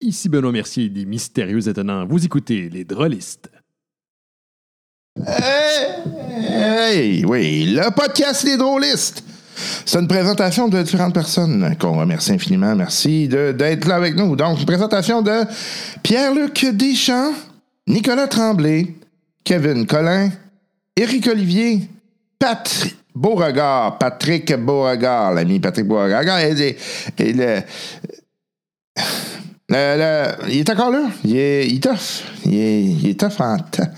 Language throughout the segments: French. Ici Benoît Mercier des Mystérieux Étonnants. Vous écoutez Les Drôlistes. Hey, hey, oui, le podcast Les Drôlistes. C'est une présentation de différentes personnes qu'on remercie infiniment. Merci de- d'être là avec nous. Donc, une présentation de Pierre-Luc Deschamps, Nicolas Tremblay, Kevin Collin, Éric Olivier, Patrick Beauregard, Patrick Beauregard, l'ami Patrick Beauregard, et, et le, euh, le- le- il est encore là. Il est, il est tough. Il est, il est tough en temps.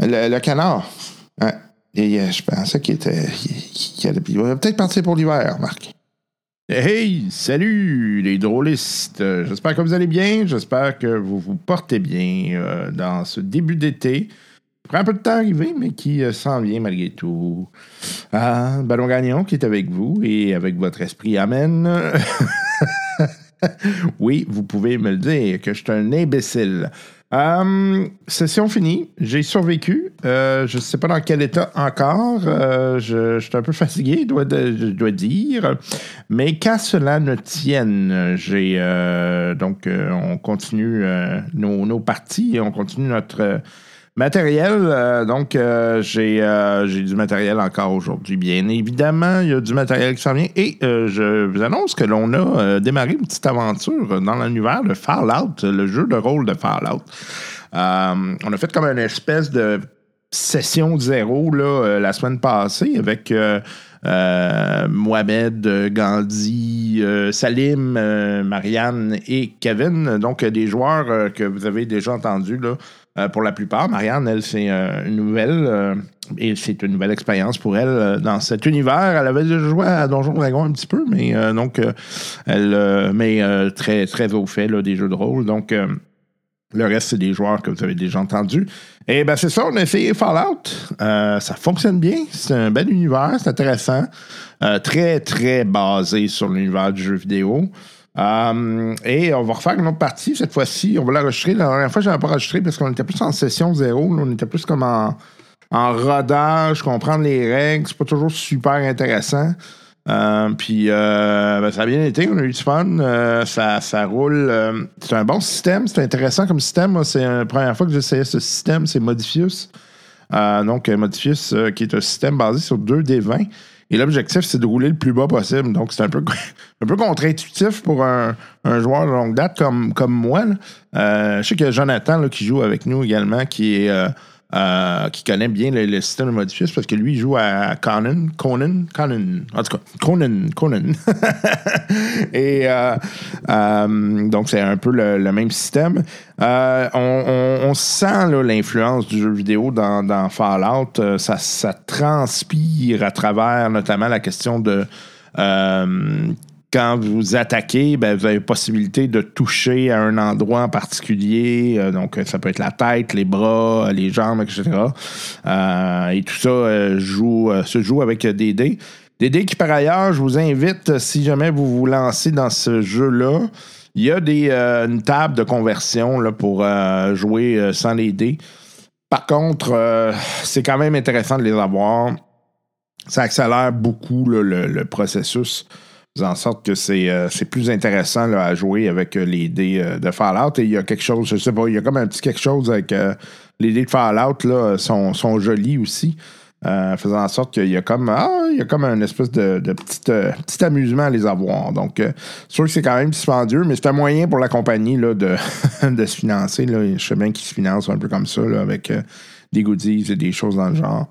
Le, le canard. Ouais. Et, euh, je pensais qu'il était. qu'il- qu'il allait- il va peut-être partir pour l'hiver, Marc. Hey, salut les drôlistes! Euh, J'espère que vous allez bien, j'espère que vous vous portez bien euh, dans ce début d'été. Ça prend un peu de temps à arriver, mais qui euh, s'en vient malgré tout. Ah, Ballon Gagnon qui est avec vous et avec votre esprit. Amen. oui, vous pouvez me le dire que je suis un imbécile. Hum, session finie. J'ai survécu. Euh, je ne sais pas dans quel état encore. Euh, je, je suis un peu fatigué, je dois, de- je dois dire. Mais qu'à cela ne tienne, j'ai euh, donc euh, on continue euh, nos, nos parties et on continue notre euh, matériel. Euh, donc euh, j'ai euh, j'ai du matériel encore aujourd'hui, bien évidemment. Il y a du matériel qui s'en vient et euh, je vous annonce que l'on a euh, démarré une petite aventure dans l'univers de Fallout, le jeu de rôle de Fallout. Euh, on a fait comme une espèce de session zéro là, euh, la semaine passée avec euh, euh, Mohamed, euh, Gandhi, euh, Salim, euh, Marianne et Kevin. Donc, euh, des joueurs euh, que vous avez déjà entendus là, euh, pour la plupart. Marianne, elle, c'est euh, une nouvelle euh, et c'est une nouvelle expérience pour elle euh, dans cet univers. Elle avait déjà joué à Donjon Dragon un petit peu, mais euh, donc euh, elle euh, mais euh, très, très au fait là, des jeux de rôle. Donc euh, le reste, c'est des joueurs que vous avez déjà entendus. Et ben c'est ça, on a essayé Fallout. Euh, ça fonctionne bien. C'est un bel univers, c'est intéressant. Euh, très, très basé sur l'univers du jeu vidéo. Euh, et on va refaire une autre partie cette fois-ci. On va l'enregistrer. La dernière fois, je l'avais pas enregistré parce qu'on était plus en session zéro. là. On était plus comme en, en rodage, comprendre les règles. C'est pas toujours super intéressant. Euh, puis euh, ben, ça a bien été, on a eu du fun, Euh, ça, ça roule. euh, c'est un bon système, c'est intéressant comme système. Moi, C'est la première fois que j'essayais ce système, c'est Modifius. Euh, donc, euh, Modifius, euh, qui est un système basé sur 2 des 20. Et l'objectif, c'est de rouler le plus bas possible. Donc, c'est un peu, un peu contre-intuitif pour un, un joueur de longue date comme, comme moi. là. Euh, je sais qu'il y a Jonathan là, qui joue avec nous également, qui est. euh, euh, qui connaît bien le, le système de Modifius parce que lui, il joue à Conan. Conan. Conan. En tout cas, Conan. Conan. Et euh, euh, donc, c'est un peu le, le même système. Euh, on, on- on sent là, l'influence du jeu vidéo dans, dans Fallout. Euh, ça, ça transpire à travers notamment la question de. euh, quand vous attaquez, ben, vous avez possibilité de toucher à un endroit en particulier. Euh, donc, euh, ça peut être la tête, les bras, euh, les jambes, etc. Euh, et tout ça euh, joue, euh, se joue avec euh, des dés. Des dés qui, par ailleurs, je vous invite, euh, si jamais vous vous lancez dans ce jeu-là, il y a des, euh, une table de conversion là, pour euh, jouer euh, sans les dés. Par contre, euh, c'est quand même intéressant de les avoir. Ça accélère beaucoup là, le, le processus faisant en sorte que c'est euh, c'est plus intéressant là, à jouer avec euh, les dés euh, de Fallout. Et il y a quelque chose, je sais pas, il y a comme un petit quelque chose avec euh, les dés de Fallout là, euh, sont, sont jolis aussi. euh, faisant en sorte qu'il y a comme ah, il y a comme un espèce de, de petit, euh, petit amusement à les avoir. Donc, euh, c'est sûr que c'est quand même dispendieux, mais c'est un moyen pour la compagnie là, de, de se financer. Là. Je sais bien qu'ils se financent un peu comme ça, là, avec euh, des goodies et des choses dans le genre.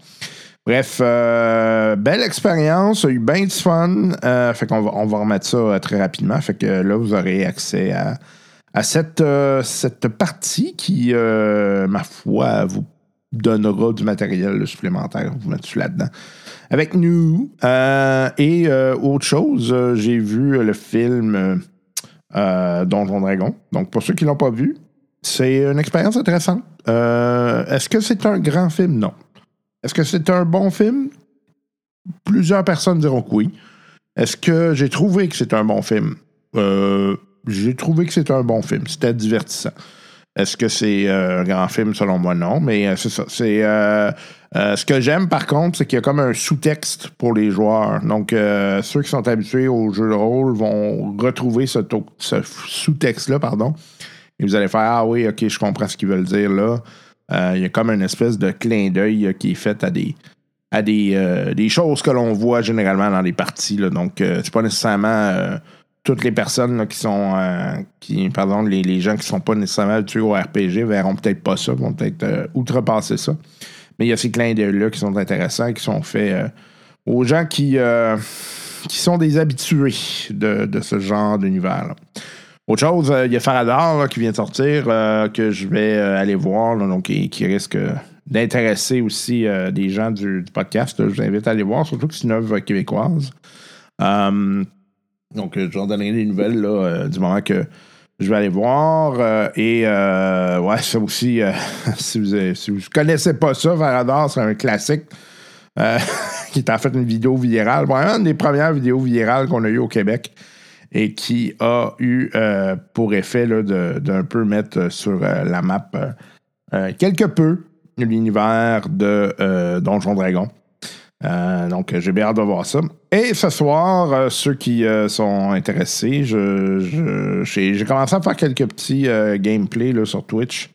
Bref, euh, belle expérience, eu bien du fun. Euh, fait qu'on va, on va remettre ça euh, très rapidement. Fait que là, vous aurez accès à, à cette, euh, cette partie qui, euh, ma foi, vous donnera du matériel supplémentaire. Vous mettez là-dedans. Avec nous. Euh, et euh, autre chose, euh, j'ai vu le film euh, euh, Donjon Dragon. Donc, pour ceux qui ne l'ont pas vu, c'est une expérience intéressante. Euh, Est-ce que c'est un grand film? Non. Est-ce que c'est un bon film? Plusieurs personnes diront que oui. Est-ce que j'ai trouvé que c'est un bon film? Euh, j'ai trouvé que c'est un bon film. C'était divertissant. Est-ce que c'est euh, un grand film? Selon moi, non. Mais euh, c'est ça. C'est, euh, euh, ce que j'aime, par contre, c'est qu'il y a comme un sous-texte pour les joueurs. Donc, euh, ceux qui sont habitués au jeu de rôle vont retrouver ce, to- ce f- sous-texte-là, pardon. Et vous allez faire Ah oui, OK, je comprends ce qu'ils veulent dire là. Euh, Il y a comme une espèce de clin d'œil euh, qui est fait à des à des, euh, des choses que l'on voit généralement dans les parties. là. Donc, euh, c'est pas nécessairement euh, toutes les personnes là, qui sont euh, qui, pardon, les, les gens qui sont pas nécessairement habitués au RPG verront peut-être pas ça, vont peut-être euh, outrepasser ça. Mais il y a ces clins d'œil-là qui sont intéressants, qui sont faits euh, aux gens qui, euh, qui sont des habitués de, de ce genre d'univers. là. Autre chose, euh, il y a Faradar là, qui vient de sortir, euh, que je vais euh, aller voir, là, donc, et qui risque euh, d'intéresser aussi euh, des gens du, du podcast. là. je vous invite à aller voir, surtout que c'est une œuvre québécoise. Euh, donc, euh, je leur donnerai des nouvelles là, euh, du moment que je vais aller voir. euh, et euh, ouais, ça aussi, euh, si vous ne si vous connaissez pas ça, Varadar, c'est un classique euh, qui est en fait une vidéo virale. Vraiment, une des premières vidéos virales qu'on a eues au Québec et qui a eu euh, pour effet là, de- d'un peu mettre sur euh, la map euh, euh, quelque peu l'univers de euh, Donjon Dragon. Euh, donc, euh, j'ai bien hâte de voir ça. Et ce soir, euh, ceux qui euh, sont intéressés, je- je- j'ai j'ai commencé à faire quelques petits euh, gameplays là, sur Twitch.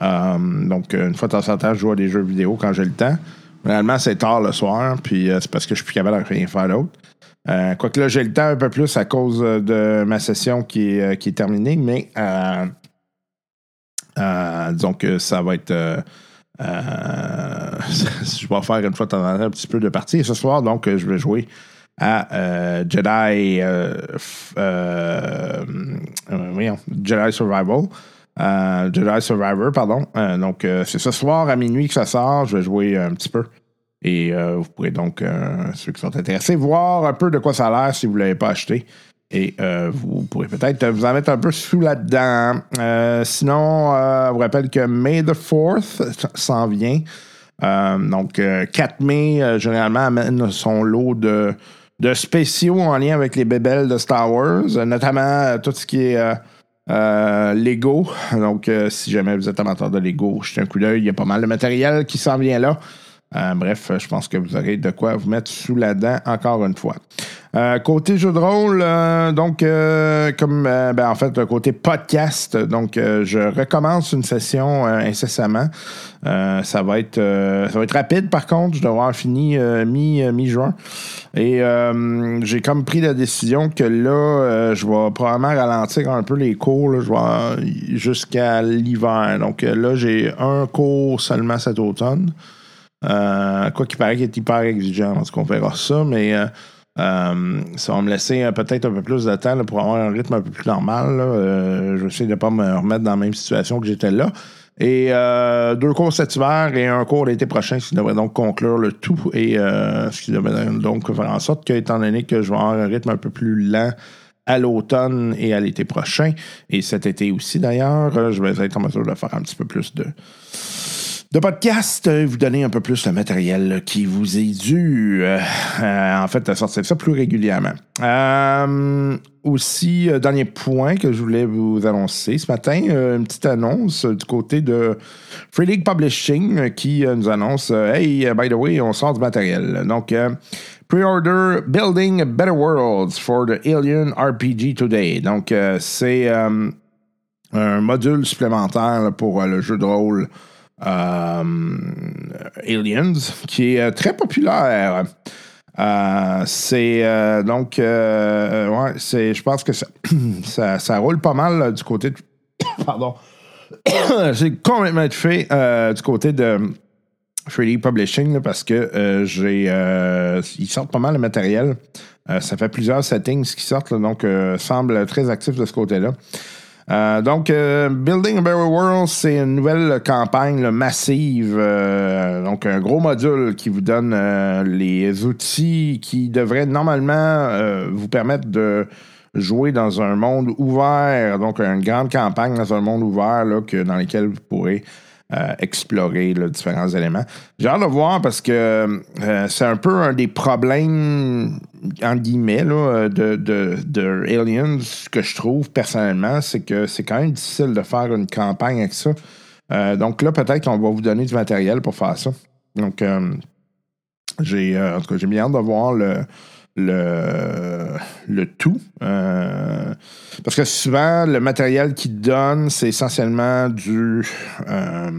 Euh, donc, euh, une fois de temps en temps, je joue à des jeux vidéo quand j'ai le temps. Généralement, c'est tard le soir, puis euh, c'est parce que je suis plus capable de rien faire d'autre. Euh, Quoique là, j'ai le temps un peu plus à cause euh, de ma session qui est, euh, qui est terminée, mais euh, euh, disons que ça va être. euh, euh, je vais faire une fois de temps en temps un petit peu de partie. Et ce soir, donc, euh, je vais jouer à euh, Jedi. euh, f- euh, euh, voyons, Jedi Survival. euh, Jedi Survivor, pardon. Euh, donc, euh, c'est ce soir à minuit que ça sort. Je vais jouer un petit peu. Et euh, vous pourrez donc, euh, ceux qui sont intéressés, voir un peu de quoi ça a l'air si vous ne l'avez pas acheté. Et euh, vous pourrez peut-être vous en mettre un peu sous là-dedans. Euh, sinon, euh, je vous rappelle que May the 4th s'en vient. Euh, donc, euh, 4 mai, euh, généralement, amène son lot de, de spéciaux en lien avec les bébelles de Star Wars, euh, notamment euh, tout ce qui est euh, euh, Lego. Donc, euh, si jamais vous êtes amateur de Lego, jetez un coup d'œil. Il y a pas mal de matériel qui s'en vient là. Euh, bref, euh, je pense que vous aurez de quoi vous mettre sous la dent encore une fois. Euh, côté jeu de rôle, euh, donc, euh, comme, euh, ben, en fait, euh, côté podcast, donc, euh, je recommence une session euh, incessamment. Euh, ça, va être, euh, ça va être rapide, par contre. Je dois avoir fini euh, mi, euh, mi-juin. Et euh, j'ai comme pris la décision que là, euh, je vais probablement ralentir un peu les cours. là. je vais jusqu'à l'hiver. Donc, euh, là, j'ai un cours seulement cet automne. Euh, quoi qu'il paraît qu'il est hyper exigeant, en tout cas, on verra ça, mais euh, euh, ça va me laisser euh, peut-être un peu plus de temps là, pour avoir un rythme un peu plus normal. là. Euh, je vais essayer de ne pas me remettre dans la même situation que j'étais là. Et euh, deux cours cet hiver et un cours l'été prochain, ce qui devrait donc conclure le tout et euh, ce qui devrait donc faire en sorte que, étant donné que je vais avoir un rythme un peu plus lent à l'automne et à l'été prochain, et cet été aussi d'ailleurs, euh, je vais être en mesure de faire un petit peu plus de, de podcast, euh, vous donner un peu plus le matériel qui vous est dû, euh, euh, en fait, à sortir ça plus régulièrement. Euh, aussi, euh, dernier point que je voulais vous annoncer ce matin, euh, une petite annonce euh, du côté de Free League Publishing euh, qui euh, nous annonce euh, Hey, euh, by the way, on sort du matériel. » Donc, euh, Pre-order Building Better Worlds for the Alien RPG Today. Donc, euh, c'est... euh, un module supplémentaire là, pour euh, le jeu de rôle euh, Aliens, qui est euh, très populaire. Euh, c'est euh, donc, euh, ouais, c'est, je pense que ça, ça, ça roule pas mal là, du côté de. Pardon. J'ai complètement fait euh, du côté de. 3D Publishing là, parce que euh, j'ai euh, ils sortent pas mal de matériel. Euh, ça fait plusieurs settings qui sortent, là, donc euh, semble très actif de ce côté-là. Euh, donc, euh, Building a Better World, c'est une nouvelle campagne là, massive. euh, donc, un gros module qui vous donne euh, les outils qui devraient normalement euh, vous permettre de jouer dans un monde ouvert. Donc, une grande campagne dans un monde ouvert là, que, dans lequel vous pourrez euh, explorer là, différents éléments. J'ai hâte de voir parce que euh, c'est un peu un des problèmes, en guillemets, là, euh, de, de, de Aliens que je trouve personnellement, c'est que c'est quand même difficile de faire une campagne avec ça. Euh, donc là, peut-être qu'on va vous donner du matériel pour faire ça. Donc, euh, j'ai euh, en tout cas, j'ai bien hâte de voir le, le, le tout. Euh, parce que souvent, le matériel qu'ils donnent, c'est essentiellement du. euh,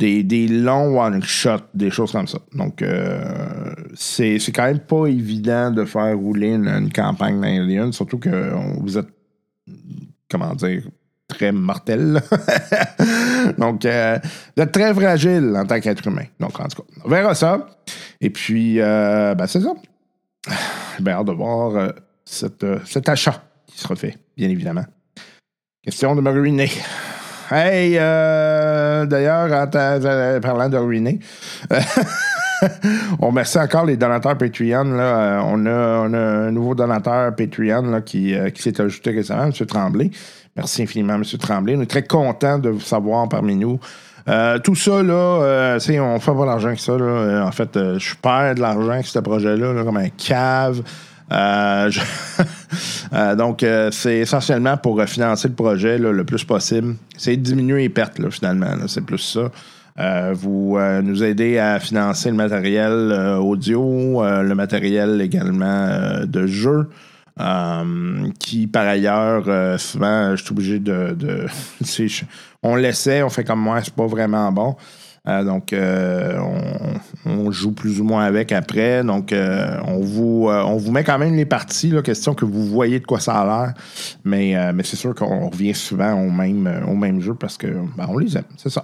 des, des longs one-shots, des choses comme ça. Donc, euh, c'est c'est quand même pas évident de faire rouler une, une campagne d'Alien, surtout que on- vous êtes, comment dire, très mortel. Donc, euh, vous êtes très fragile en tant qu'être humain. Donc, en tout cas, on verra ça. Et puis, euh, ben, c'est ça. J'ai bien hâte de voir euh, cette, euh, cet achat qui se refait, bien évidemment. Question de me ruiner. Hey, euh, d'ailleurs, en ta- euh, parlant de ruiner, euh, on remercie encore les donateurs Patreon. Là. Euh, On, a, on a un nouveau donateur Patreon là, qui, euh, qui s'est ajouté récemment, M. Tremblay. Merci infiniment, M. Tremblay. On est très content de vous savoir parmi nous. Euh, tout ça, là, euh, tu sais, on fait pas l'argent que ça. là. Euh, En fait, euh, je perds de l'argent avec ce projet-là, là, comme un cave. Euh, je- Euh, donc, euh, c'est essentiellement pour euh, financer le projet là, le plus possible. C'est de diminuer les pertes, là, finalement. là. C'est plus ça. Euh, vous euh, nous aidez à financer le matériel euh, audio, euh, le matériel également euh, de jeu. Euh, qui par ailleurs, euh, souvent, je suis obligé de. de- si je- on l'essaie, on fait comme moi, c'est pas vraiment bon. Euh, donc, euh, on, on joue plus ou moins avec après. Donc, euh, on, vous, euh, on vous met quand même les parties, là, question que vous voyez de quoi ça a l'air. Mais, euh, mais c'est sûr qu'on revient souvent au même, euh, au même jeu parce que ben, on les aime, c'est ça.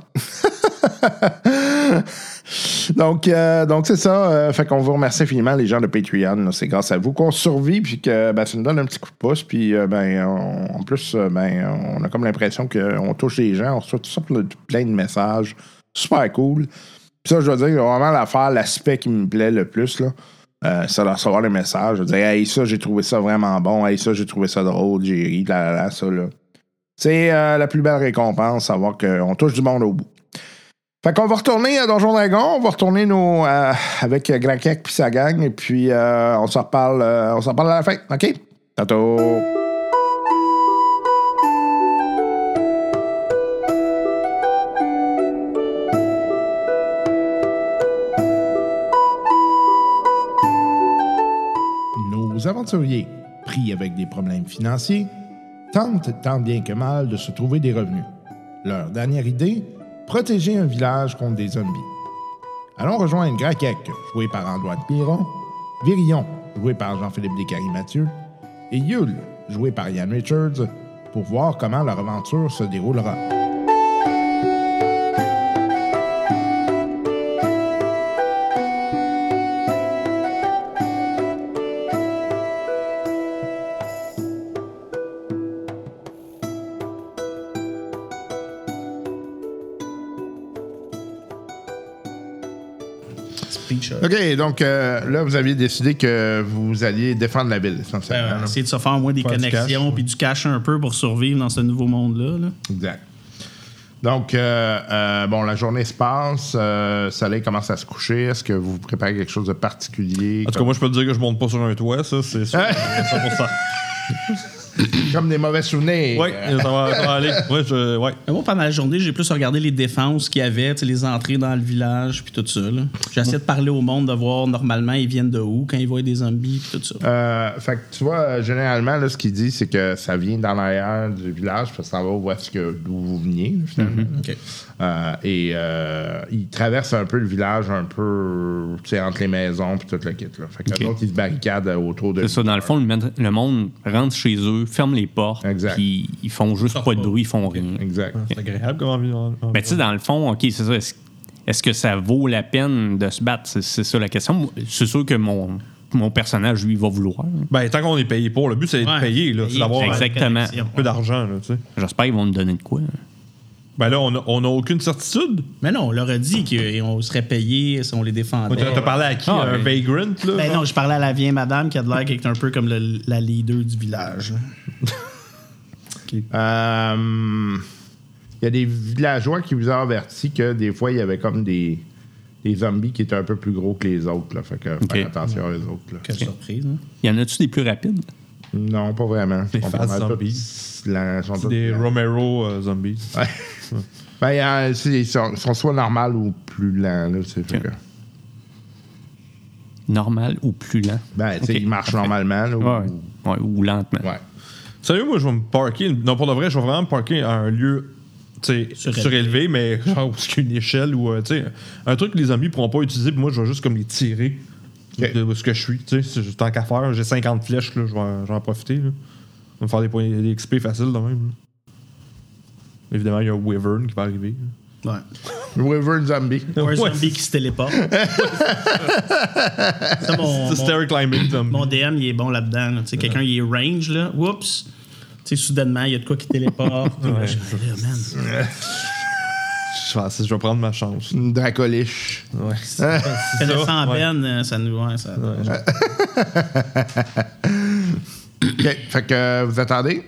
donc, euh, donc c'est ça. Euh, fait qu'on vous remercie infiniment les gens de Patreon. là. C'est grâce à vous qu'on survit puis que ben, ça nous donne un petit coup de pouce. Puis euh, ben, on- en plus, euh, ben, on a comme l'impression qu'on touche les gens, on reçoit toutes sortes de- plein de messages. Super cool. Puis ça, je dois dire, vraiment l'affaire, l'aspect qui me plaît le plus, là. Euh, ça de recevoir les messages, de dire Hey, ça, j'ai trouvé ça vraiment bon, hey, ça, j'ai trouvé ça drôle, j'ai ri, là, là, là, ça, là. C'est euh, la plus belle récompense, savoir qu'on touche du monde au bout. Fait qu'on va retourner à Donjon Dragon, on va retourner nos, euh, avec euh, Grand Kek puis sa gang, et puis euh, on s'en reparle, euh, on s'en reparle à la fin, OK? Tantôt! Nos aventuriers, pris avec des problèmes financiers, tentent tant bien que mal de se trouver des revenus. Leur dernière idée, protéger un village contre des zombies. Allons rejoindre Grakek, joué par Antoine Piron, Virillon, joué par Jean-Philippe Descaries-Mathieu, et Yule, joué par Ian Richards, pour voir comment leur aventure se déroulera. Speech. euh, OK, donc euh, là, vous aviez décidé que vous alliez défendre la ville, ben, essentiellement. là. essayer de se faire au moins des Faire du connexions cash. puis du cash un peu pour survivre dans ce nouveau monde-là. là. Exact. Donc, euh, euh, bon, la journée se passe, euh, le soleil commence à se coucher. Est-ce que vous préparez quelque chose de particulier? En tout cas, comme, moi, je peux te dire que je monte pas sur un toit, ça, c'est sûr. 100%. comme des mauvais souvenirs. Ouais, Euh, ça va, ça va aller. Ouais, je, ouais. Mais Euh, moi, pendant la journée, j'ai plus regardé les défenses qu'il y avait, tu sais, les entrées dans le village, puis tout ça. là. J'ai essayé de parler au monde, de voir normalement ils viennent de où quand ils voient des zombies, puis tout Ah, ça. euh, fait que tu vois, euh, généralement, là, ce qu'il dit, c'est que ça vient dans l'arrière du village, parce que ça va où est-ce que d'où vous veniez, là, finalement. Mm-hmm. OK. Euh, et euh, ils traversent un peu le village, un peu, tu sais, entre les maisons, puis tout le kit. Là. Fait que les Ok. autres, ils se barricadent autour de C'est ça, dans le fond, le, mat- le monde rentre chez eux, ferme les portes, Exact. puis ils font juste pas de bruit, ils font rien. Exact. C'est agréable comme environnement. Mais tu sais, dans le fond, OK, c'est ça. Est-ce est-ce que ça vaut la peine de se battre? C'est- C'est ça la question. Moi, C'est sûr que mon, mon personnage, lui, va vouloir. Ben, tant qu'on est payé pour, le but, c'est Ouais. de payer, là. euh, C'est d'avoir un Exact. Exactement. Connexion. peu d'argent, là, tu sais. J'espère qu'ils vont me donner de quoi. Ben là, on a, on a aucune certitude. Mais non, on leur a dit qu'on serait payé si on les défendait. Moi, T'as t'as parlé à qui? Ah, un ben- vagrant, là? Ben non, je parlais à la vieille madame qui a de l'air qui est un peu comme le- la leader du village. là. Euh, Il y a des villageois qui vous ont averti que des fois, il y avait comme des, des zombies qui étaient un peu plus gros que les autres. Là. Fait que faire Ok. attention aux autres. là. Quelle surprise. hein. Il y en a-tu des plus rapides? Non, pas vraiment. Des Ils sont pas fast mal zombies. tous lents, ils sont C'est tous des lents. Romero euh, zombies. Ouais. ben, euh, c'est- ils sont, ils sont soit normales ou plus lents. Là, tu sais, fait Ok. que- Normal ou plus lent? ben, tu sais, Ok, ils marchent parfait. normalement. là, ou- Ouais, ouais, ou lentement. ouais. Sérieux, moi, je vais me parker. Non, pour de vrai, je vais vraiment me parker à un lieu tu sais, Surélevé. surélevé, mais genre où c'est une échelle ou euh, tu sais, un truc que les amis pourront pas utiliser, puis moi, je vais juste comme les tirer Ok. de ce que je suis. tu sais, c'est juste Tant qu'à faire, j'ai 50 flèches, là, je vais en- je vais en profiter. Là. On va me faire des points des XP faciles, de même. là. Évidemment, il y a un Wyvern qui va arriver. Ouais. Wyvern Zombie. Ou un Ouais. zombie qui se téléporte. Ça, mon, C'est mon- Stair Climbing Zombie. mon DM, il est bon là-dedans. là. Tu sais, Quelqu'un, il est range, là. Oups. Tu sais, soudainement, il y a de quoi qui téléporte. Ouais, je- là, man. Je vais- je vais prendre ma chance. Une Dracoliche. Ouais. Connaissant ouais. Ben, euh, ça nous. ouais, ça- OK. Fait que euh, vous attendez?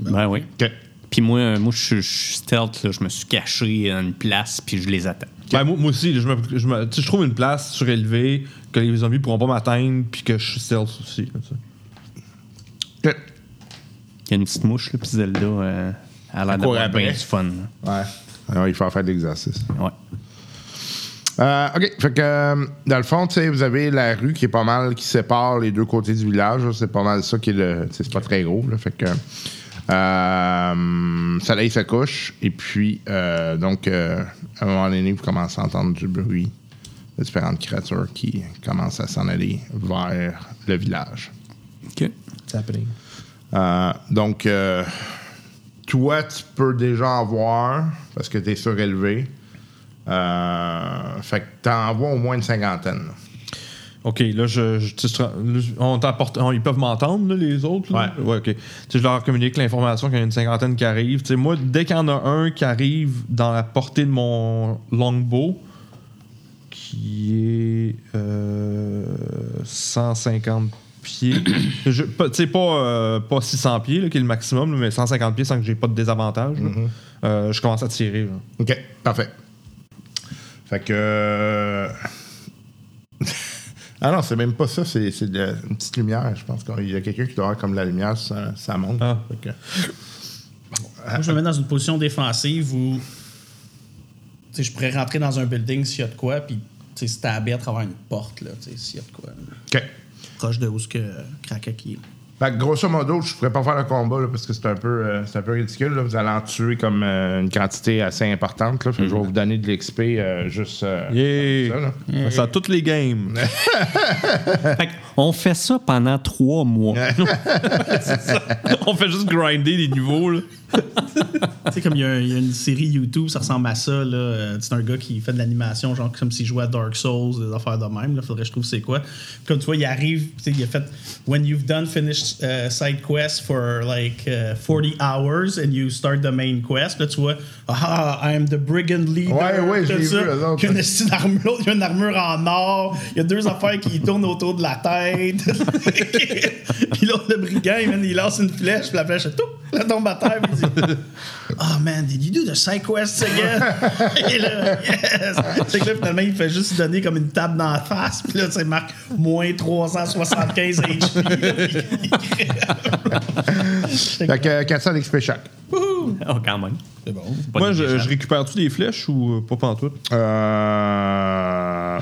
Ben oui. OK. Puis moi, euh, moi je suis- je suis stealth, là. je me suis caché dans une place, puis je les attends. Ben, moi, moi aussi, je, me, je, me- tu sais, je trouve une place surélevée que les zombies pourront pas m'atteindre puis que je suis stealth aussi. là, tu sais. OK. Il y a une petite mouche, là, puis Zelda euh, a l'air court d'avoir après. bien du fun. là. Ouais. Alors, il faut en faire de l'exercice. Ouais. Euh, OK. Fait que, euh, dans le fond, tu sais, vous avez la rue qui est pas mal, qui sépare les deux côtés du village. là. C'est pas mal ça qui est le. tu sais, C'est pas très gros, là. Fait que. Euh, soleil se couche. Et puis, euh, donc, euh, à un moment donné, vous commencez à entendre du bruit de différentes créatures qui commencent à s'en aller vers le village. OK. Euh, donc, euh, toi, tu peux déjà en voir parce que tu es surélevé. Euh, fait que t'en vois au moins une cinquantaine. Ok, là, je, je- tu sais, je- on t'apporte, on- ils peuvent m'entendre, là, les autres. là? Ouais. ok. Tu sais, je leur communique l'information qu'il y en a une cinquantaine qui arrive. Tu sais, moi, dès qu'il y en a un qui arrive dans la portée de mon longbow, qui est euh, 150 pieds, je, pas- tu sais, pas, euh, pas 600 pieds, là, qui est le maximum, là, mais 150 pieds sans que j'ai pas de désavantage, là, Mm-hmm. euh, je commence à tirer. là. OK, parfait. Fait que. ah non, c'est même pas ça, c'est c'est de- une petite lumière. Je pense qu'il y a quelqu'un qui doit avoir comme la lumière, ça, ça monte. Ah. Fait que- Moi, je me mets dans une position défensive où tu sais, je pourrais rentrer dans un building s'il y a de quoi, puis tu sais, se taber à travers une porte, là, tu sais, s'il y a de quoi. OK. Proche de où ce que euh, Kraka qui est. Fait que grosso modo, je pourrais pas faire le combat là, parce que c'est un peu euh, c'est un peu ridicule. là. Vous allez en tuer comme euh, une quantité assez importante. Là. Fait que Je vais vous donner de l'XP euh, juste. euh, Yeah! comme ça, là. Ça a toutes les games. Fait on fait ça pendant trois mois. On fait juste grinder les niveaux. Là. tu sais, comme il y, a un- il y a une série YouTube, ça ressemble à ça, là. euh, C'est un gars qui fait de l'animation, genre comme s'il jouait à Dark Souls, des affaires de même, là. Faudrait que je trouve c'est quoi. Comme tu vois, il arrive, tu sais, il a fait When you've done finished uh, side quest for like uh, 40 hours and you start the main quest, là, tu vois, ah, I am the brigand leader. Ouais, ouais, tout je l'ai ça. vu, eux autres. Il y a une petite armure- il y a une armure en or, il y a deux affaires qui tournent autour de la tête. puis l'autre, le brigand, il, man, il lance une flèche, puis la flèche, tout, la tombe à terre, puis il dit Oh man, did you do the side quest again? Et là, yes! Fait que là, finalement, il fait juste donner comme une table dans la face, puis là, tu sais, marque moins 375 HP. Fait que euh, 400 d'XP chaque. Oh, quand même. C'est bon. Moi, je, je récupère-tu des flèches ou euh, pas pantoute? Euh,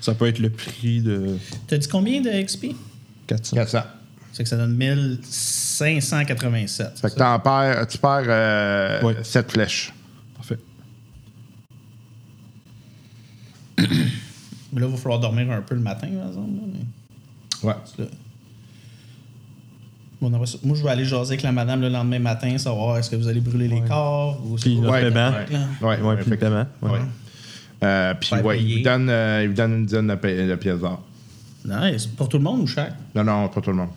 Ça peut être le prix de T'as dit combien de XP? 400. 400. C'est que ça donne 1587. Fait que t'en perds, tu perds euh, Ouais. 7 flèches. Parfait. Mais là, il va falloir dormir un peu le matin, par exemple. là, mais Ouais. c'est là. Bon, on va- Moi, je vais aller jaser avec la madame le lendemain matin, savoir est-ce que vous allez brûler les corps ou Puis Ouais, notre paiement. Ouais, Ouais, puis le paiement. Ouais. Ouais. Euh, puis Faire ouais, il payer. vous donne, euh, il vous donne une dizaine de, pi- de pièces d'or. Nice. Pour tout le monde ou chaque? Non, non, pas tout le monde.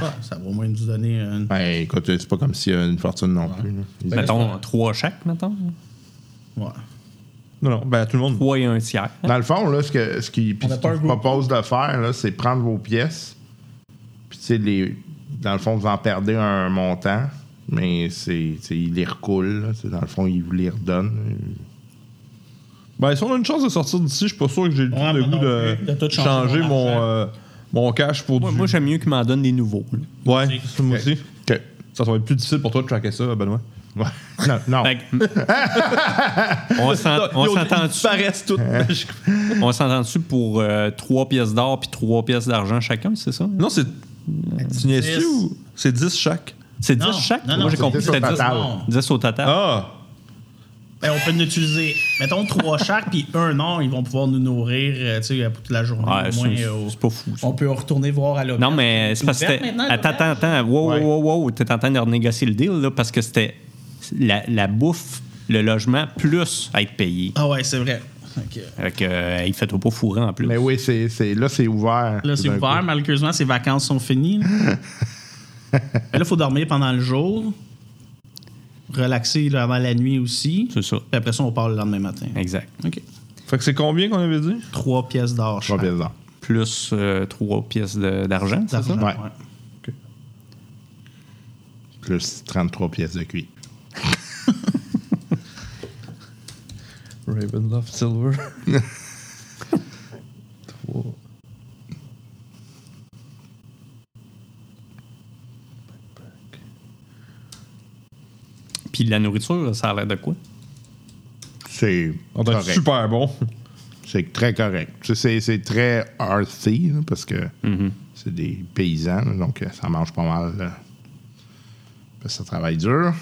Ah, ça va au moins nous donner une. Ben, écoute, c'est pas comme s'il y a une fortune non plus. là. Mettons trois chaque, mettons. Ouais. Non, non, ben tout le monde. Trois et un tiers. Dans le fond, là, ce que ce qu'ils On a pas un vous groupe. proposent de faire, là, c'est prendre vos pièces. Puis, tu sais, les- dans le fond, vous en perdez un montant. Mais c'est, tu sais, il les recoule. là. C'est- Dans le fond, il vous les redonne. Ben, si on a une chance de sortir d'ici, je suis pas sûr que j'ai le Ouais, le moi goût non de, plus, de tout changer changer mon mon, argent. euh, mon cash pour Moi, du. moi, j'aime mieux qu'ils m'en donnent des nouveaux. là. ouais, moi aussi. OK. Ça, ça va être plus difficile pour toi de tracker ça, Benoît. Ouais. Euh, Non, Ah. non. Fait que- on s'en- on s'entend-tu paraissent toutes. on s'entend-tu pour euh, trois pièces d'or puis trois pièces d'argent chacun, c'est ça? non, c'est. Tu niaises-tu Dix. ou. C'est 10 chaque. C'est 10 Non, chaque? non, non, moi, j'ai c'est compris que 10 au c'était 10, total. Non. 10 au total. Ah! Ben, on peut en utiliser, mettons, trois chaque, puis un an, ils vont pouvoir nous nourrir euh, tu sais, toute la journée. Ouais, au c'est- moins, c'est au- c'est pas fou. ça. on peut retourner voir à l'hôpital. Non, mais c'est parce que. Ouverte c'était- maintenant, Attends, attends, l'hôpital? attends. Wow, Ouais. wow, wow, wow. T'es en train de renégocier le deal, là, parce que c'était la, la bouffe, le logement, plus être payé. Ah ouais, c'est vrai. Ok. Fait que, euh, il fait trop pas fourré en plus. Mais Ben oui, c'est, c'est- là, c'est ouvert. Là, c'est d'un ouvert. coup. Malheureusement, ces vacances sont finies. là, il faut dormir pendant le jour, relaxer là, avant la nuit aussi. C'est ça. Puis après ça, on part le lendemain matin. Exact. OK. Fait que c'est combien qu'on avait dit? Trois pièces d'or Pas chaque. plaisant. Plus euh, trois pièces de- d'argent, c'est ça? d'argent, Ouais. Plus 33 pièces de cuit. Ravenloft Silver. Trois. Puis la nourriture, ça a l'air de quoi? C'est Ah ben, correct. super bon. C'est très correct. Tu sais, C'est, c'est très earthy, là, parce que c'est des paysans, là, donc euh, ça mange pas mal. là. Parce que ça travaille dur.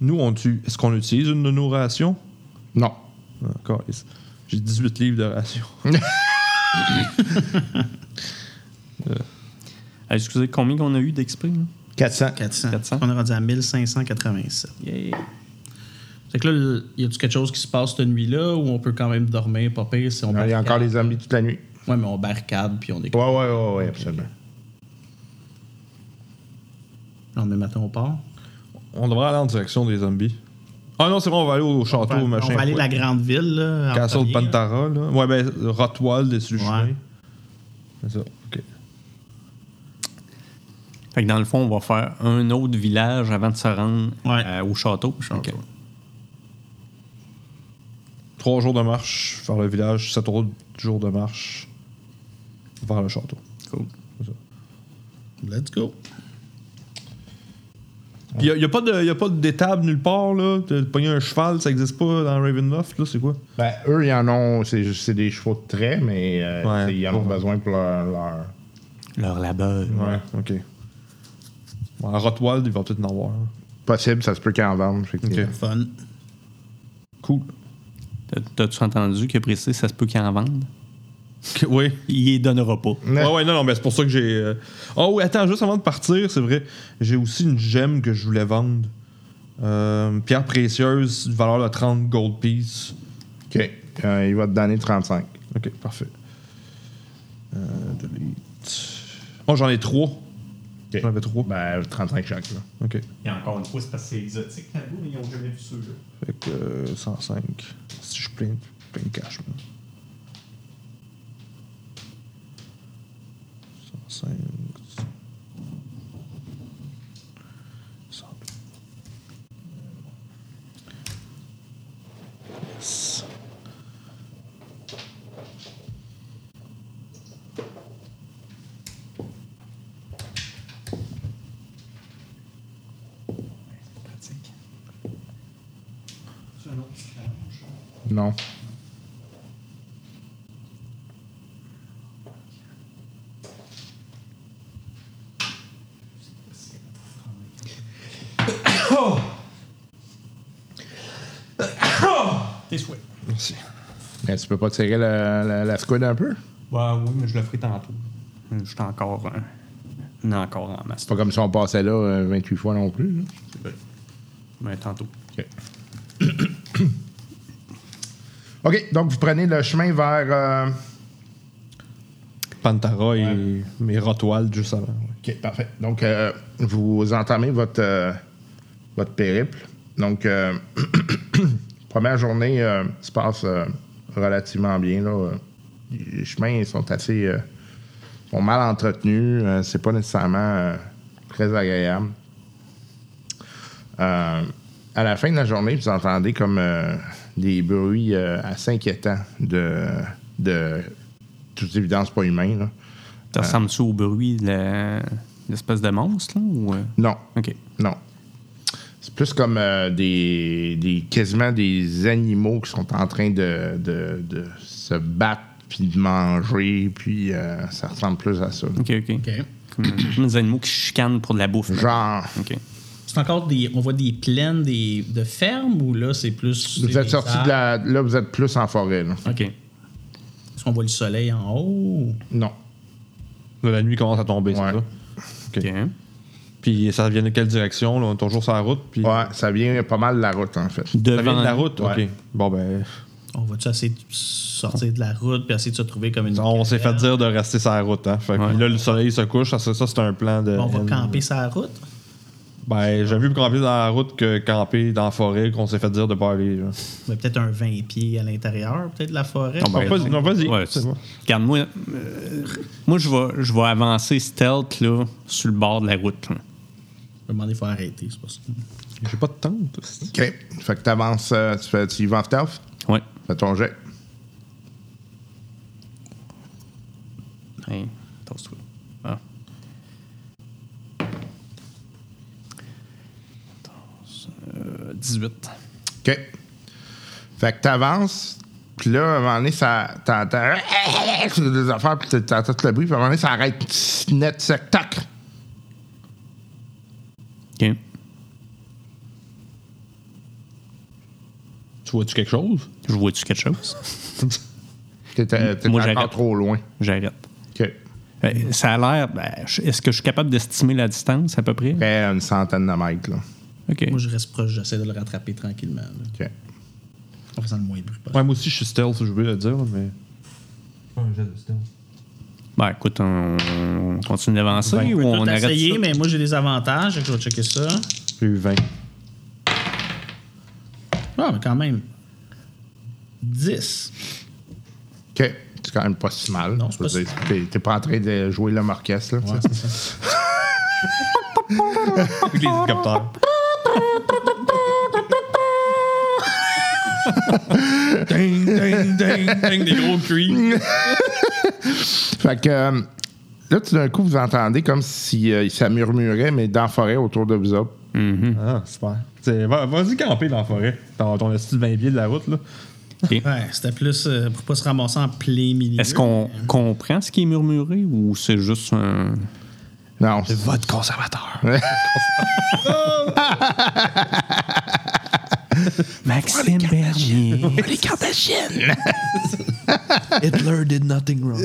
Nous, on tue. Est-ce qu'on utilise une de nos rations? Non. Encore. J'ai 18 livres de rations. Ah, Excusez, combien qu'on a eu d'exprès? là? 400. 400. 400. On est rendu à 1587. Yeah. C'est que là, le- y a-tu quelque chose qui se passe cette nuit-là où on peut quand même dormir, pas pire, si on Non, il y a barricade? encore des zombies toute la nuit. Ouais, mais on barricade, puis on est... Ouais, ouais, ouais, ouais, absolument. Le lendemain matin, on part. On devrait aller en direction des zombies. Ah non, c'est bon, on va aller au château, on va machin. aller Ouais. à la grande ville, là. en Castle premier. Pantara, là. Ouais, ben, Rottwald, dessus le Ouais. chemin. C'est ça, ok. Fait que dans le fond, on va faire un autre village avant de se rendre Ouais. euh, au château. Ok. Trois jours de marche vers le village, sept autres jours de marche vers le château. Cool. Let's go. Il n'y a, y a pas de- y a pas d'étable nulle part, là. De pogner un cheval, ça existe pas dans Ravenloft, là, c'est quoi? Ben, eux, ils en ont. C'est, juste- c'est des chevaux de trait, mais euh, Ouais. tu sais, ils en ont besoin pour leur. leur- Leur labeur. Ouais, ok. Bon, à Rottwald, il va peut-être en avoir. hein. Possible, ça se peut qu'ils en vendent. effectivement. Ok. Fun. Cool. T'as- T'as-tu entendu que précis, ça se peut qu'ils en vendent? Ok, Oui. Il les donnera pas. Ouais. Ouais, ouais, non, non, mais c'est pour ça que j'ai. euh, Oh, oui, attends, juste avant de partir, c'est vrai, j'ai aussi une gemme que je voulais vendre. Euh, pierre précieuse, une valeur de 30 gold piece. OK. Euh, il va te donner 35. Ok, parfait. Euh, delete. Oh, j'en ai trois. Ok. J'en avais trois. Ben, 35 chaque, là. Ok. Et encore une fois, c'est parce que c'est exotique, Tabou, mais ils n'ont jamais vu ceux-là. Fait que euh, 105. Si je suis plein, plein de cash, man. 105. 100. Yes. Non. Tes souhaits. Merci. Mais tu peux pas tirer la, la, la squid un peu? Bah oui, mais je le ferai tantôt. Je suis encore. euh, on est encore en masse. C'est pas comme si on passait là euh, 28 fois non plus. là. Mais tantôt. OK, donc vous prenez le chemin vers. euh, Pantara et mes Rottwald juste avant. ouais. OK, parfait. Donc, euh, vous entamez votre, euh, votre périple. Donc, euh, première journée euh, se passe euh, relativement bien. Là. Les chemins ils sont assez, euh, sont mal entretenus. euh, c'est pas nécessairement euh, très agréable. Euh, à la fin de la journée, vous entendez comme euh, des bruits euh, assez inquiétants de, de toute évidence pas humain. là. Ça ressemble ça au bruit de la- l'espèce de monstre, là? Ou... euh? Non, OK. non. C'est plus comme euh, des, des- quasiment des animaux qui sont en train de, de- de se battre puis de manger puis euh, ça ressemble plus à ça. là. OK, OK. OK. Comme, euh, comme des animaux qui chicanent pour de la bouffe. là. Genre, OK. C'est encore des. On voit des plaines des, de fermes ou là, c'est plus. vous c'est êtes des sorti de la. Là, vous êtes plus en forêt. là. OK. arbres? Est-ce qu'on voit le soleil en haut? Non. Là, la nuit commence à tomber, Ouais. c'est ça? OK. Puis ça vient de quelle direction? Là? On est toujours sur la route. Puis Ouais, ça vient pas mal de la route, en fait. Ça vient Devant de la route? Ouais. OK. Bon, ben, On va-tu essayer de sortir de la route puis essayer de se trouver comme une. on s'est fait dire de rester sur la route. Hein? Fait que Ouais. là, le soleil se couche. Ça, c'est- ça, c'est un plan de. On va euh, N. camper sur la route? Ben, j'aime mieux camper dans la route que camper dans la forêt qu'on s'est fait dire de pas aller. là. Mais peut-être un 20 pieds à l'intérieur, peut-être de la forêt. Non, vas-y. non, vas-y. Ouais, Ben, C'est c'est- bon. Regarde, moi, euh, moi je vais je vais avancer stealth là, sur le bord de la route. là. Je me demande, il faut arrêter, c'est pas ça. J'ai pas de tente. c'est- OK. Fait que t'avances, euh, tu, fais, tu y vas en stealth, Ouais. fais ton jet. Hey, tasse-toi. Ah. Tasse, euh, 18. OK. Fait que t'avances, puis là, à un moment donné, ça. T'entends. des affaires, puis t'entends tout le bruit, puis à un moment donné, ça arrête net sec. Tac! OK. Tu vois-tu quelque chose? Je vois-tu quelque chose? T'es t'es- t'es Moi, encore j'arrête. trop loin. J'arrête. OK. Euh, Ça a l'air. ben, je- Est-ce que je suis capable d'estimer la distance à peu près? Près à une centaine de mètres, là. OK. Moi, je reste proche, j'essaie de le rattraper tranquillement. là, OK. en faisant le moins de bruit possible. Ouais, moi aussi, je suis stealth, je veux le dire, mais. Un jet de stealth. Ben, écoute, on, on continue d'avancer ou Ben, On on peut tout arrête essayer, ça? mais moi, j'ai des avantages, donc je vais checker ça. J'ai eu 20. Ah, mais quand même. 10. OK. C'est quand même pas si mal. Non, c'est pas Je veux si dire, T'es t'es pas en train de jouer l'homme orchestre, là. tu sais. Avec les hélicoptères. ding, ding, ding, ding, des gros cris. Fait que euh, là, tout d'un coup, vous entendez comme si euh, ça murmurait, mais dans la forêt autour de vous autres. Ah, super. T'sais, va- Vas-y camper dans la forêt. Ton, ton esti de 20 pieds de la route, là. Ouais, c'était plus euh, pour pas se ramasser en plein milieu. Est-ce qu'on comprend ce qui est murmuré ou c'est juste un. Non. Votre conservateur. Maxime Bernier. Hitler did nothing wrong.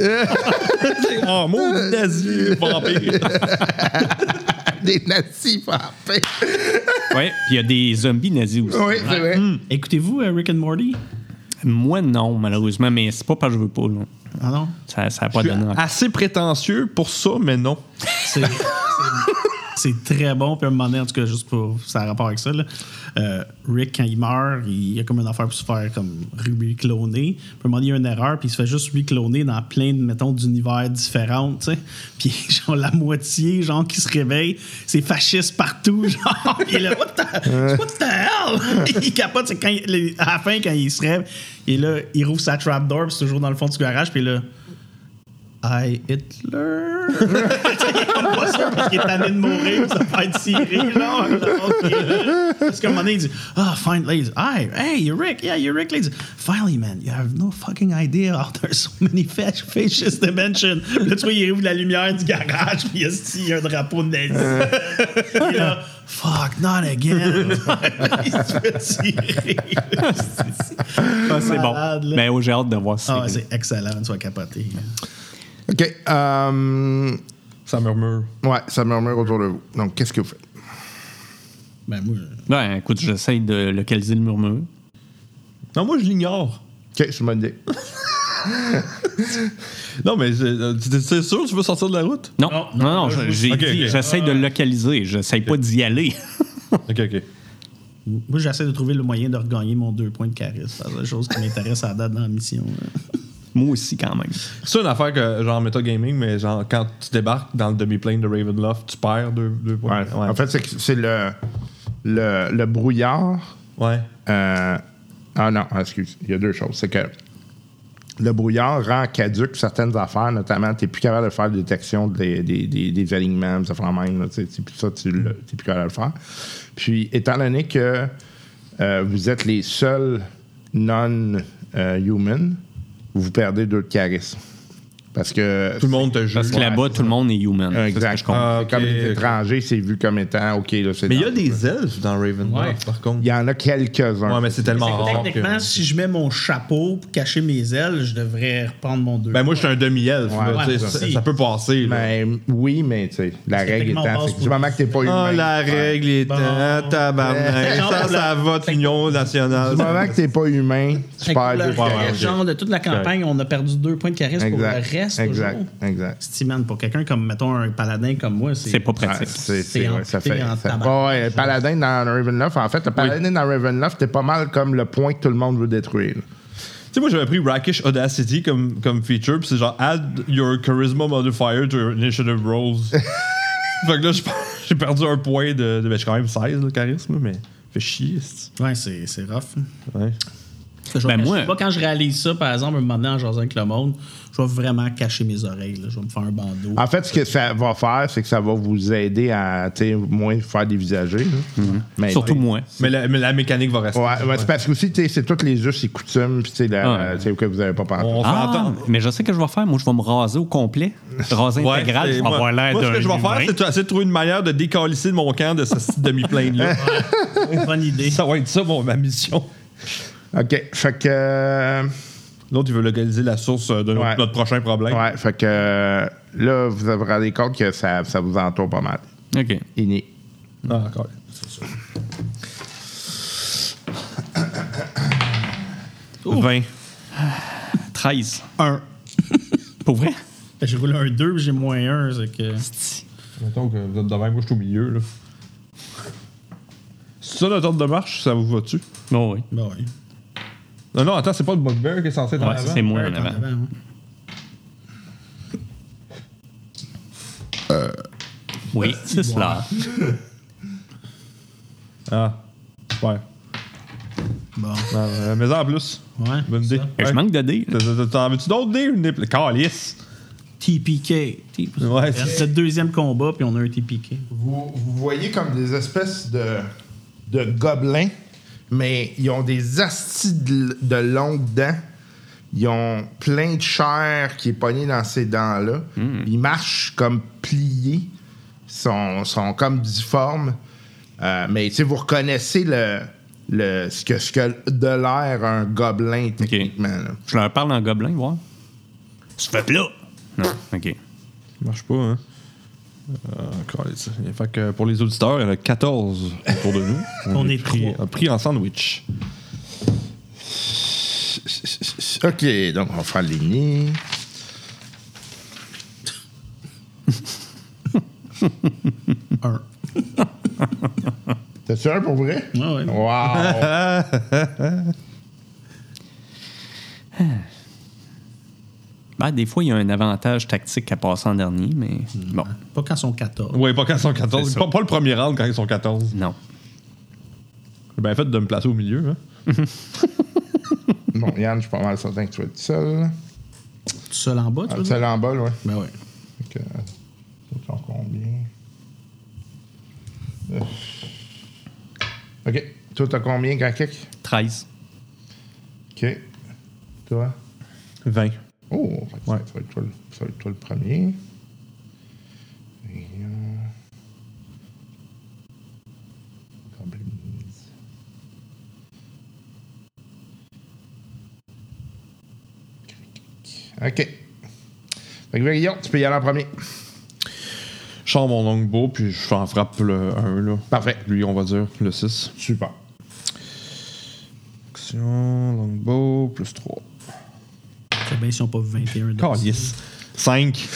oh, mon Euh, nazi, vampire. Des nazis frappés. Oui, puis il y a des zombies nazis aussi. Oui, c'est vrai. Écoutez-vous euh, Rick and Morty? Moi, non, malheureusement, mais c'est pas parce que je veux pas. Là. Ah non? Ça n'a pas Je suis donné encore. assez prétentieux pour ça, mais non. C'est- c'est- C'est très bon. Puis à un moment donné, en tout cas, juste pour. Ça a rapport avec ça. là, euh, Rick, quand il meurt, il y a comme une affaire pour se faire comme recloner. Puis à un moment donné, il y a une erreur, puis il se fait juste recloner dans plein, de, mettons, d'univers différents, tu sais. Puis genre, la moitié, genre, qui se réveille, c'est fasciste partout, genre. Il est là, what the, what the hell? Il capote, c'est quand il- les- à la fin, quand il se rêve, et là, il rouvre sa trapdoor, puis c'est toujours dans le fond du garage, puis là. I Hitler. Tu sais, il est comme pas sûr parce qu'il est tanné de mourir, ça va être tiré, là. Genre, ok. Parce qu'à un moment donné, il dit Ah, finally. Il dit, Hey, hey, you're Rick. Yeah, you're Rick. Là, il dit Finally, man, you have no fucking idea how there's so many fish, fishes to mention. Là, tu vois, il ouvre la lumière du garage, puis il y a, il y a un drapeau nazi. Euh. il est là, Fuck, not again. il se fait tirer. Ah, c'est bon. malade, là. Mais oh, j'ai hâte de voir si Ah, ouais, c'est excellent, tu vas capoter. OK. euh, Ça murmure. ouais, ça murmure autour de vous. Donc, qu'est-ce que vous faites? Ben, moi, Ouais, écoute, j'essaye de localiser le murmure. Non, moi, je l'ignore. OK, c'est une bonne idée. Non, mais euh, tu- c'est sûr, tu veux sortir de la route? Non, non, non, je- j'ai Ok, dit, ok. j'essaye de localiser, j'essaye pas d'y aller. Ok, ok. Moi, j'essaie de trouver le moyen de regagner mon deux points de charisme. C'est la seule chose qui m'intéresse à la date dans la mission. là. Moi aussi, quand même. C'est une affaire que, genre, metagaming, mais genre, quand tu débarques dans le demi-plane de Ravenloft, tu perds deux, deux points. Ouais. En fait, c'est que c'est le, le, le brouillard. Ouais. euh, ah non, excuse. Il y a deux choses. C'est que le brouillard rend caduque certaines affaires, notamment, tu n'es plus capable de faire la détection des, des, des, des alignements, des affaires même. là, tu sais, tu- puis ça, tu n'es plus capable de le faire. Puis, étant donné que euh, vous êtes les seuls non-humans, vous perdez deux de charisme. Parce que Tout le monde te joue. Parce que là-bas, tout le monde est Euh, human. C'est ce que Exact. je comprends. Ah, C'est Comme ok, les ok. étrangers, c'est vu comme étant OK. Là, c'est Mais il y a dans- des elfes dans Ravenloft, Ouais. par contre. Il y en a quelques-uns. Ouais, mais c'est tellement rare. Techniquement, Que... si je mets mon chapeau pour cacher mes ailes, je devrais reprendre mon deux. Ben, moi, je suis un demi-elfe. Ouais, là, ouais, tu sais, ça, aussi. ça peut passer. là. Mais, oui, mais tu sais, la règle techniquement, on étant, passe c'est que pour du moment que t'es pas humain. Ah, la règle est à tabarnak. Non, Ça, mais- ça va, l'Union nationale. Du moment que t'es pas humain, tu Fait que perds le deux reste, points. genre de toute la campagne, on a perdu deux points de charisme pour Exact. le reste. exact. toujours. Exact. Si, man, pour quelqu'un comme, mettons, un paladin comme moi, C'est c'est. pas Ah, pratique. c'est- C'est c'est- ouais, ça amputé fait. en ça- tabac. ouais, ouais, le paladin dans Ravenloft, en fait, le paladin dans Ravenloft, t'es pas mal comme le point que tout le monde veut détruire. Tu sais, moi, j'avais pris Rakish Audacity comme, comme feature, puis c'est genre add your charisma modifier to your initiative rolls. fait que là, j'ai per- j'ai perdu un point de. de ben, j'ai quand même 16 le charisme, mais fait chier. c'est- Ouais, c'est c'est rough. Ouais. Parce que je vais Ben, cacher- moi- moi, quand je réalise ça, par exemple, un moment donné, en jasant avec le monde, je vais vraiment cacher mes oreilles. là. Je vais me faire un bandeau. Ah. En fait, ce que ça va faire, c'est que ça va vous aider à tu sais, moins faire des visagers. là. Mhm. Mais- Surtout moi. Mais la, mais la mécanique va rester. Ouais, ouais, c'est parce que aussi, tu sais, c'est toutes les us et coutumes, puis tu sais, la- Ah. euh, tu sais, que vous n'avez pas pensé. On Ah, s'entend. mais je sais que je vais faire. Moi, je vais me raser au complet. Raser Ouais, intégral, c'est- je vais moi, avoir l'air moi, d'un ce que je vais humain. faire, c'est de- essayer de trouver une manière de décalisser de mon camp de ce petit demi-plane-là. Bonne idée. ça va être ça, mon, ma mission. OK, fait que... euh, L'autre, il veut localiser la source euh, de notre, Ouais. notre prochain problème. Ouais, fait que euh, là, vous vous rendez compte que ça, ça vous entoure pas mal. OK. Ini. Ah, d'accord. Ouf. 20. 13. Un. Pour vrai? Fait que J'ai roulé un 2, j'ai moins un. c'est que- Mettons que vous êtes de même, moi je suis au milieu. Là. C'est ça notre ordre de marche, ça vous va-tu? Bon, oui. Ben oui. Non, non, attends, c'est pas le bugbear qui est censé être en Ouais, avant. ça, c'est moi en En Ah, avant. avant, ouais. Oui, c'est cela. Ah, super. Bon. Non, euh, mais en plus, Ouais. bonne idée. Je Ouais. manque de dés. là. T'as- t'as- T'en veux-tu d'autres dés? Une dé? Calice! TPK. Ouais, C'est le deuxième combat, puis on a un TPK. Vous, vous voyez comme des espèces de, de gobelins, mais ils ont des astis de, de longues dents. Ils ont plein de chair qui est pognée dans ces dents-là. Ils marchent comme pliés. Ils sont, sont comme difformes. Euh, mais tu sais, vous reconnaissez le, le, ce, que, ce que de l'air un gobelin, techniquement. là. Je leur parle en gobelin, voir. Se fait plat. Non, OK. Ça marche pas, hein? Euh, calice. Fait que pour les auditeurs, il y en a 14 autour de nous. On les est pris, trois. pris en sandwich. OK, donc on va faire les nids. Un. T'as-tu un pour vrai? Ouais, ouais. Wow! Ah. Ben, des fois, il y a un avantage tactique à passer en dernier, mais bon, Pas quand ils sont 14. Ouais, pas quand ils sont 14. C'est ça. Pas, pas le premier round quand ils sont 14. non. J'ai bien Ben, fait de me placer au milieu, hein? bon, Yann, je suis pas mal certain que tu vas être seul. Tout seul en bas, tu Ah, vois. seul en bas, ouais. Ben ouais. Fait que, ils sont combien? Neuf. Euh. OK. Toi, t'as combien, Gakek? 13. OK. Toi? 20. Oh, fait que ça, va être toi, le- ça va être toi le premier. Et, euh, Goblins. OK. Fait que Verillon, tu peux y aller en premier. Je sors mon longbow, puis je en frappe le 1, là. Parfait. Lui, on va dire, le 6. Super. Action, longbow, plus 3. C'est bien s'ils n'ont pas 21 dents. Calice. 5.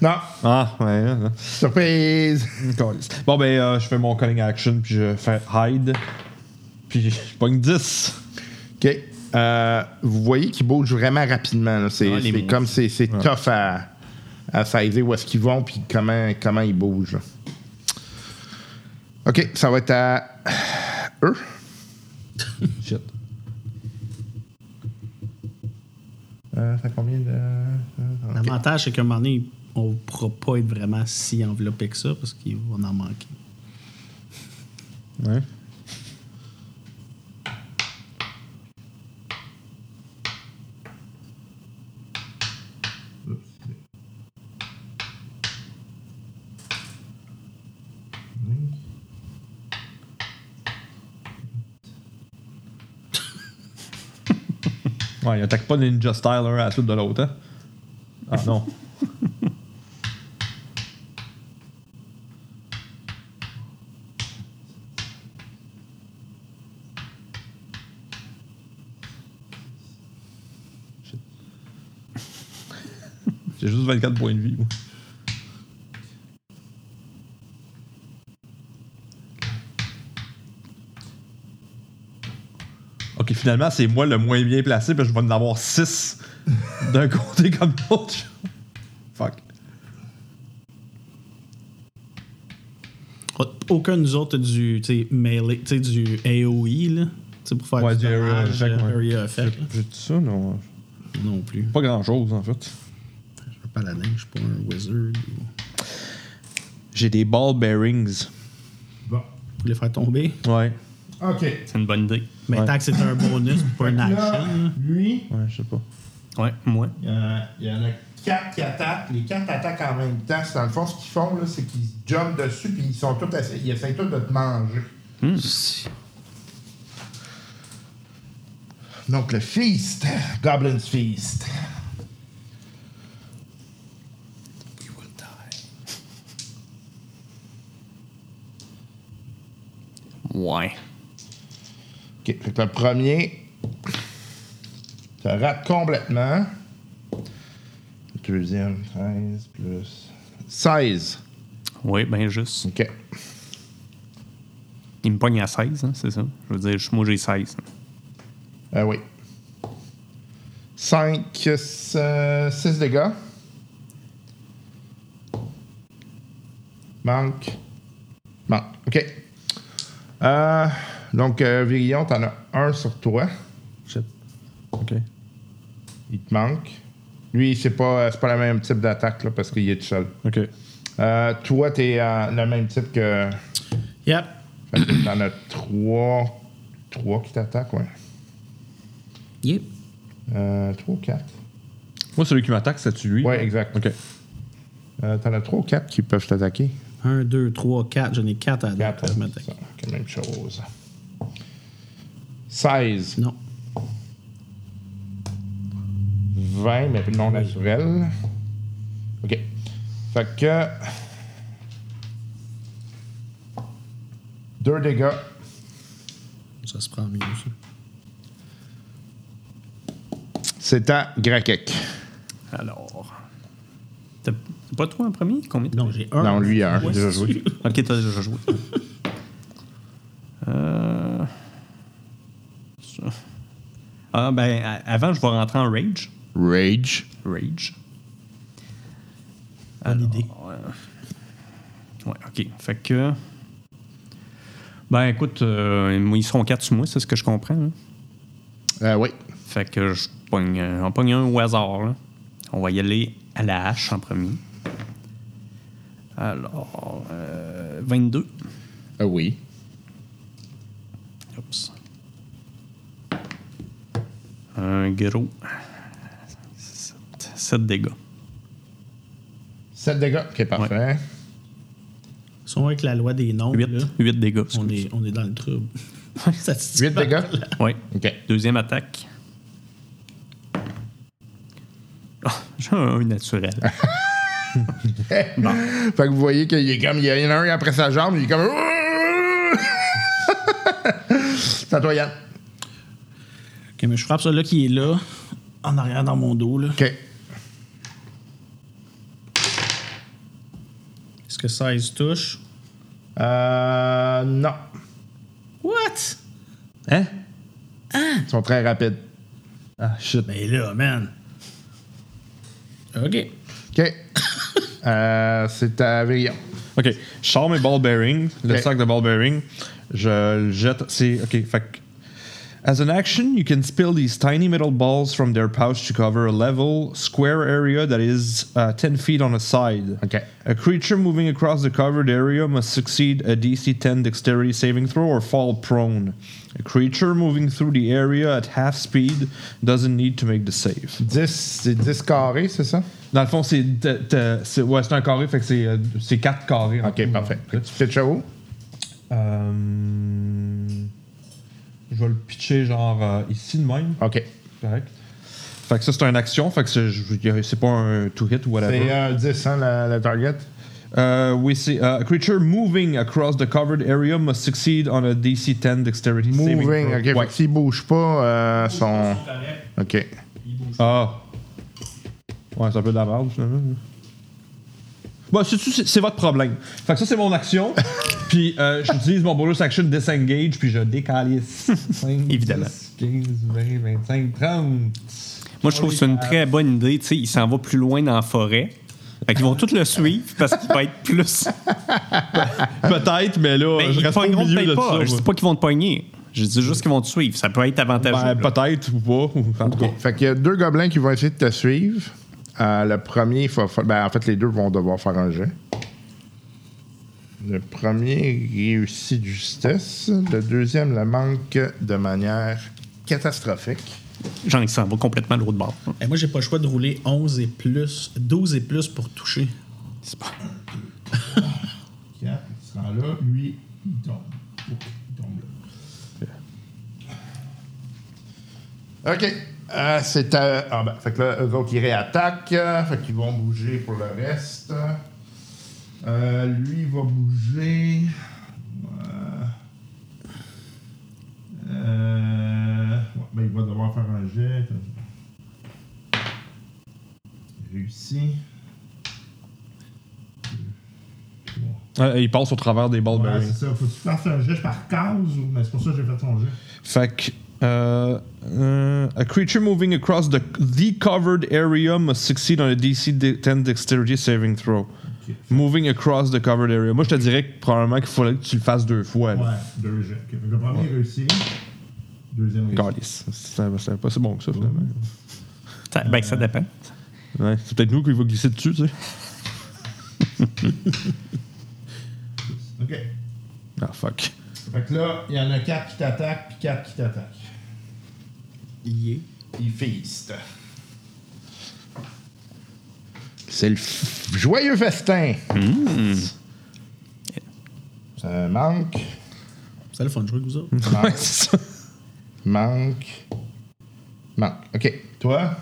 Non, Ah, ouais. hein, surprise! hein. Calice. Bon, ben, euh, je fais mon calling action, puis je fais hide. Puis je pogne 10. OK. Euh, vous voyez qu'ils bougent vraiment rapidement. là. C'est Ah, les c'est moves. comme c'est c'est tough à, à saisir où est-ce qu'ils vont puis comment, comment ils bougent. là. OK, ça va être à eux. Shit. Euh, ça fait combien de. L'avantage, c'est qu'à un moment donné, on ne pourra pas être vraiment si enveloppé que ça parce qu'on en manque. Ouais. Ouais, il attaque pas Ninja Style un à la suite de l'autre, hein? Ah non. J'ai juste 24 points de vie. moi. Ok, finalement, c'est moi le moins bien placé, parce que je vais en avoir 6 d'un côté comme de l'autre. Fuck. Aucun de nous autres a du, tu sais, melee- tu sais, du AOE, là. Tu sais, pour faire Ouais, du du dommage, area euh, effect, ouais. area effect, là. J'ai dit ça, non? Non plus. Pas grand chose, en fait. Je suis un paladin, je suis pas un wizard. ou- J'ai des ball bearings. Pour les faire tomber. Ouais. OK. C'est une bonne idée. Mais Ouais. tant que c'est un bonus, c'est pas une action. hein. là. lui, Ouais, je sais pas. Ouais, moi. il y, a- il y en a quatre qui attaquent. Les quatre attaquent en même temps. C'est Dans le fond, ce qu'ils font, là, c'est qu'ils jumpent dessus puis ils sont tous essa- ils essayent tous de te manger. Hmm. Donc le feast, Goblin's Feast. Ouais. OK, fait que le premier, ça rate complètement. Le deuxième, 13 plus 16. Ouais, ben juste. OK. Il me pogne à 16, hein, c'est ça. Je veux dire, je- moi j'ai 16. Ah oui. 5, 6 euh, dégâts. Manque. Manque. OK. Euh, donc, euh, Virillon, t'en as un sur toi. Shit. Ok. Il te manque. Lui, c'est pas, euh, c'est pas le même type d'attaque là, parce qu'il est tout seul. Ok. Euh, toi, t'es euh, le même type que. Yep. fait que T'en as trois. Trois qui t'attaquent, ouais. Yep. Euh, trois ou quatre. Moi, celui qui m'attaque, c'est-tu lui? Ouais, exact. Ok. Euh, T'en as trois ou quatre qui peuvent t'attaquer. 1, 2, 3, 4. J'en ai 4 à Quatre, date. hein, je m'attaque. ça, ok, même chose. 16, Non. 20, mais non naturel. OK. Fait que. Deux dégâts. Ça se prend mieux, ça. C'est à Grakek. Alors. T'as c'est pas toi en premier Combien Non, j'ai 1. Non, lui, il y a un. J'ai déjà joué. Ok, t'as déjà joué. euh... ça. Ah, ben, a- avant, je vais rentrer en Rage. Rage. Rage. Bonne idée. euh, Ouais, ok. Fait que. Ben, écoute, euh, moi, ils sont quatre sur moi, c'est ce que je comprends. hein. Euh, oui. Fait que je pogne, euh, on pogne un au hasard. là. On va y aller à la hache en premier. Alors, euh, 22. Euh, Ah oui. Oups. Un gros 7 dégâts. 7 dégâts. OK, parfait. Ils sont avec la loi des nombres. 8, là. dégâts. On est, on est dans le trouble. 8 Statistiquement. dégâts. Oui. OK. Deuxième attaque. Ah, J'ai un, un naturel. Fait que vous voyez qu'il est comme. Il y en a un après sa jambe, il est comme. C'est à toi, Yann. Ok, mais je frappe celui-là qui est là, en arrière dans mon dos. Là. OK. Est-ce que 16 touche? Euh. Non. Hein? What? Hein? Ils sont très rapides. Ah, shit. Mais là, man. OK. OK. Euh, c'est à Virion. Ok, je sors mes ball bearings, le Ok. sac de ball bearings, je le jette. C'est. Ok, fait que- As an action, you can spill these tiny metal balls from their pouch to cover a level, square area that is uh, 10 feet on a side. Ok. A creature moving across the covered area must succeed a DC 10 dexterity saving throw or fall prone. A creature moving through the area at half speed doesn't need to make the save. 10, c'est 10 carrés, c'est ça? Dans le fond, c'est. de- de- c'est- Ouais, c'est un carré, fait que c'est, euh, c'est 4 carrés. en OK, tout. parfait. Fait que Tu pitches où? Euh, je vais le pitcher genre euh, ici de même. OK. Correct. Fait que ça, c'est une action. Fait que c'est- je- je- c'est pas un to hit ou C'est whatever. euh, 10, hein, la, la target? Euh, oui, c'est euh, a creature moving across the covered area must succeed on a DC 10 dexterity saving Moving. throw. OK, fait Ouais. que s'il bouge pas, euh, son... OK. Ah. Ouais, c'est un peu de la merde, finalement. Bon, c'est, c'est- c'est votre problème. Fait que ça, c'est mon action. puis euh, j'utilise mon bonus action disengage, puis je décalisse. 5, Évidemment. 10, 15, 20, 25, 30. Moi, je trouve que c'est une très bonne idée. Tu sais, il s'en va plus loin dans la forêt. Fait qu'ils vont tous le suivre parce qu'il va être plus. Peut-être, mais là, Ben, je ils reste pas au pogneront milieu peut-être de pas. ça. Je moi. dis pas qu'ils vont te pogner. Je dis juste qu'ils vont te suivre. Ça peut être avantageux. Ben, là. peut-être ou pas. ou- en tout cas. Fait qu'il y a deux gobelins qui vont essayer de te suivre. Euh, le premier, il faut, fa- ben, en fait, les deux vont devoir faire un jet. Le premier réussit de justesse. Le deuxième le manque de manière catastrophique. J'en ai qui s'en va complètement de l'autre bord. Et moi, j'ai pas le choix de rouler 11 et plus, 12 et plus pour toucher. C'est pas- Quand il sera là, lui, il tombe. Oups, Il tombe là. OK. Euh, c'est à. Ah ben, fait que là, eux autres, ils réattaquent. euh, Fait qu'ils vont bouger pour le reste. Euh, lui, il va bouger. Euh, euh, ouais, ben, il va devoir faire un jet. Réussi. Euh, il passe au travers des balles. Ouais, bearings. c'est ça. Faut que tu fasses un geste par cause, ou... mais c'est pour ça que j'ai fait son geste. Fait que, euh, euh, a creature moving across the, the covered area must succeed on a DC de- 10 dexterity saving throw. Moving across the covered area. Moi, je te dirais que probablement qu'il faudrait que tu le fasses deux fois. là. Ouais, deux jets. Ok, fait que Le premier réussi, deuxième réussi. Calisse. C'est c'est pas si bon que ça, finalement. Ça- ben, ça dépend. Ouais, c'est peut-être nous qui va glisser dessus, tu sais. Ok. Ah, fuck. Fait que là, il y en a quatre qui t'attaquent, puis quatre qui t'attaquent. Yeah. Ils feast. C'est le f- joyeux festin. Euh, manque, C'est le fun de jouer avec vous autres. Ouais, c'est ça. manque, manque. Ok. Toi,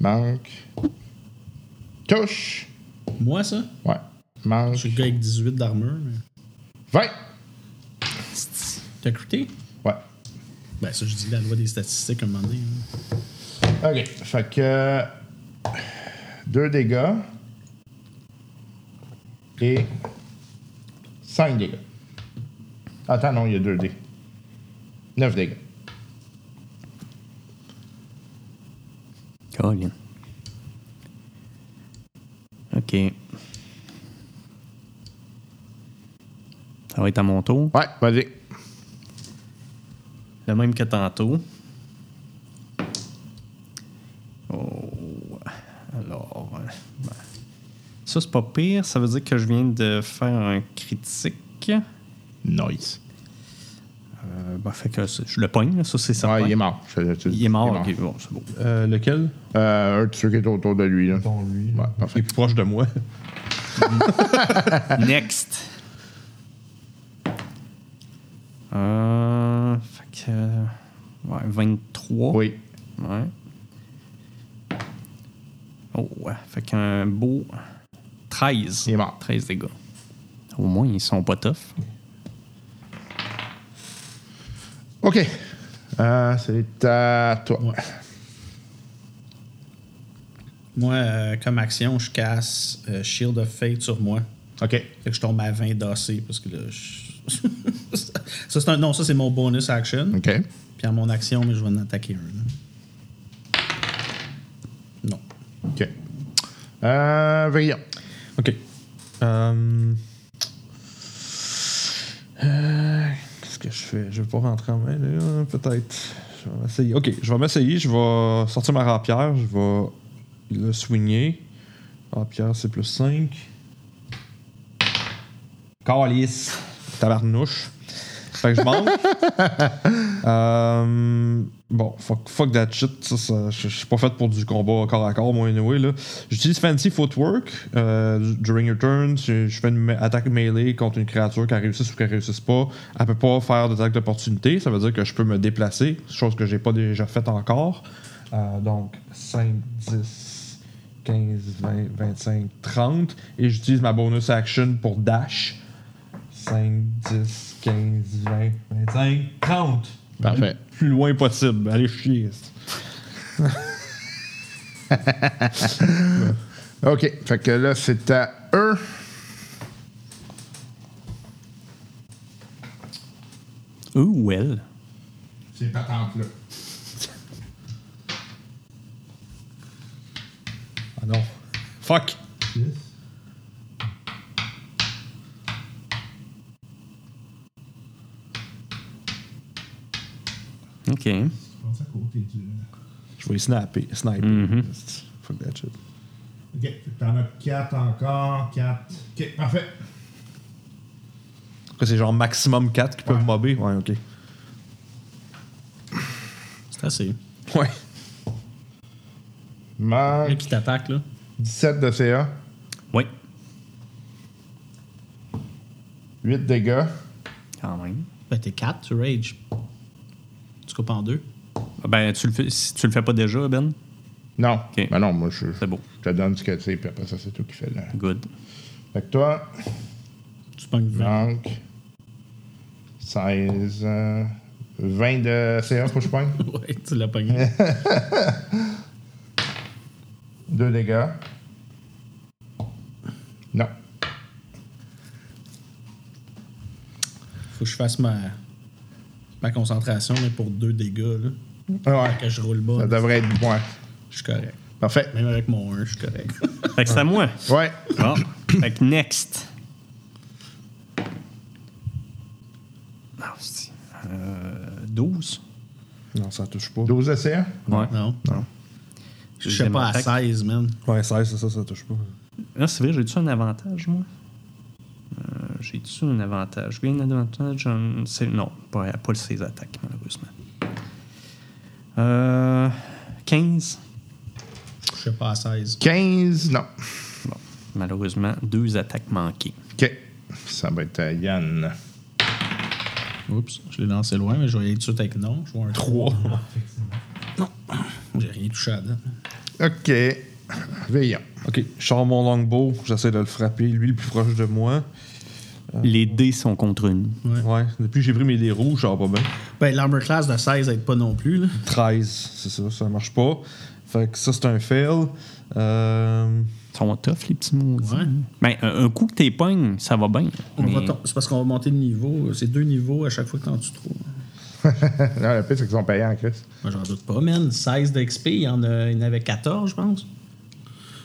manque, touche. Moi, ça, Ouais. Manque, je suis le gars avec 18 d'armure. mais- 20. T'as cruté? Ouais. Ben, ça, je dis la loi des statistiques à un moment donné. hein. OK. Fait que. euh, Deux dégâts. Et. Cinq dégâts. Attends, non, il y a deux dés. Neuf dégâts. Colin. OK. Ça va être à mon tour. Ouais, vas-y. Le même que tantôt. Oh. Alors. euh, ben, Ça, c'est pas pire. Ça veut dire que je viens de faire un critique. Nice. Euh, ben, fait que ça- je le pogne, là, ça, c'est certain. Ouais, il est mort. Je- je- Il est mort. ok, bon, c'est beau. Euh, lequel Euh, un de ceux qui est autour de lui, là. lui. Ouais, Il est parfait. plus proche de moi. Next. Euh, fait que. euh, Ouais, 23. Oui. Ouais. Oh, ouais. Fait qu'un beau 13. Il est mort. 13 dégâts. Au moins, ils sont pas tough. OK. Euh, c'est à toi. Moi, euh, comme action, je casse euh, Shield of Fate sur moi. OK. Fait que je tombe à 20 d'AC parce que là, je- ça, c'est un, non, ça, c'est mon bonus action. OK. Puis à mon action, mais je vais en attaquer un. là. Euh, Vrillon. OK. Euh, euh, Qu'est-ce que je fais? Je vais pas rentrer en main, là. Peut-être. Je vais m'essayer. OK, je vais m'essayer. Je vais sortir ma rapière. Je vais le soigner. Rapière, c'est plus 5. Calice. Tabarnouche. Fait que je manque. Euh, bon, fuck, fuck that shit. Ça, ça, je je suis pas fait pour du combat corps à corps, moi, anyway. là. J'utilise Fancy Footwork. euh, during your turn, je, je fais une me- attaque melee contre une créature qu'elle réussisse ou qu'elle réussisse pas. Elle peut pas faire d'attaque d'opportunité. Ça veut dire que je peux me déplacer, chose que j'ai pas déjà faite encore. Euh, donc, 5, 10, 15, 20, 25, 30. Et j'utilise ma bonus action pour dash. 5, 10, 15, 20, 25, 30. Parfait. Le plus loin possible. Allez chier. OK. Fait que là, c'est à eux. Ouh, well. C'est patente, là. Ah non. Fuck. OK. Je vais snapper. Sniper. Fuck that shit. OK. T'en as 4 encore. 4. OK. Parfait. Quoi, c'est genre maximum 4 qui peuvent mobber? Ouais, ok. C'est assez. Ouais. Manque Là, qui t'attaque, là. 17 de CA. Oui. 8 dégâts. Quand même. Ben, t'es 4, tu rage. Tu coupes en deux. Ben, tu le fais, si tu le fais pas déjà, Ben, Non. OK. Ben non, moi, je, c'est beau. je te donne ce que tu sais, puis après ça, c'est tout qui fait là. Good. Fait que toi, Tu pognes 20. manque 16, euh, 20 de CA, faut que je pogne. Ouais, tu l'as pogné. 2 dégâts. Non. Faut que je fasse ma, ma concentration, mais pour deux dégâts, là. Ah Ouais, Que je roule bas. ça devrait être bon. Je suis correct. Parfait. Même avec mon 1, je suis correct. Fait que c'est à moi. Ouais. Bon. fait que next. Ah, c'est- euh, 12. Non, ça touche pas. 12 de CA. Ouais. non? Non. Je sais Deuxième pas à attaque. 16, man. Ouais, 16, c'est ça, ça touche pas. Ah, c'est vrai, j'ai-tu un avantage, moi? Euh, j'ai-tu un avantage? Oui, un avantage. un- c'est- Non, pas, pas ses attaques, malheureusement. Euh, 15. Je sais pas à 16. 15, non. Bon, malheureusement, deux attaques manquées. OK. Ça va être à Yann. Oups, je l'ai lancé loin, mais je vais aller tout de suite avec non. Je vois un 3. Non, j'ai rien touché à dedans. OK. Veillons. Ok, je sors mon longbow. J'essaie de le frapper. Lui, le plus proche de moi. Les dés sont contre nous. Ouais. Depuis que j'ai pris mes dés rouges, je sors pas bien. Ben, l'armor class de 16 aide pas non plus, là. 13, c'est ça, ça marche pas. Fait que ça, c'est un fail. Euh. Ils sont tough, les petits maudits. Ouais. Ben, un, un coup que t'épognes, ça va bien. On mais- va ton- C'est parce qu'on va monter de niveau. C'est deux niveaux à chaque fois que t'en tues trois. Non, le pire, c'est qu'ils sont payants, Chris. Moi, j'en doute pas, man. 16 d'XP, il y en, a, il y en avait 14, je pense.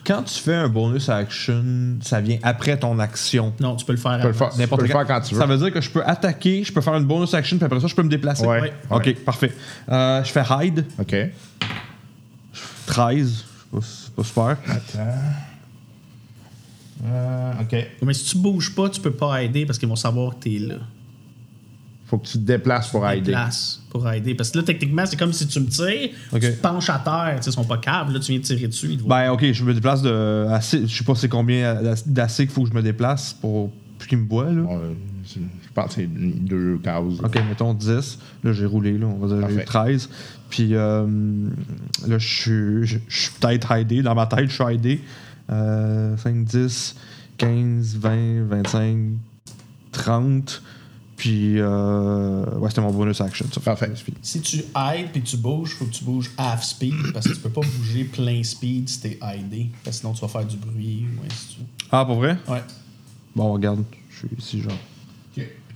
Quand tu fais un bonus action, ça vient après ton action. Non, tu peux le faire Tu peux le faire, avant. tu peux le faire quand tu veux. Ça veut dire que je peux attaquer, je peux faire une bonus action, puis après ça, je peux me déplacer. Ouais. Ouais. Ok, parfait. Euh, je fais hide, OK. 13. Je sais pas si C'est pas super. Attends. Euh, OK. Mais si tu bouges pas, tu peux pas aider parce qu'ils vont savoir que t'es là. Faut que tu te déplaces pour aider. Place pour aider. Parce que là, techniquement, c'est comme si tu me tires, Ok. tu te penches à terre. Tu sais, Ils sont pas câbles, là, tu viens de tirer dessus. Ils te voient. Ben, ok, je me déplace de. à six- je sais pas c'est combien euh, d'assez qu'il faut que je me déplace pour plus qu'il me voit, là. Bon, euh, c'est- je pense que c'est une- deux cases. Ok, mettons 10. Là, j'ai roulé, là, on va dire j'ai eu Parfait. 13. Puis euh, là, je suis- je je suis peut-être aidé. Dans ma tête, je suis aidé. Euh, 5, 10, 15, 20, 25, 30. Puis, euh, ouais, c'était mon bonus action. Ça fait Parfait. Si tu aides puis tu bouges, faut que tu bouges half speed parce que tu peux pas bouger plein speed si t'es aidé. Parce que sinon, tu vas faire du bruit ou ainsi de suite. Ah, pour vrai? Ouais. Bon, regarde, je suis ici, genre.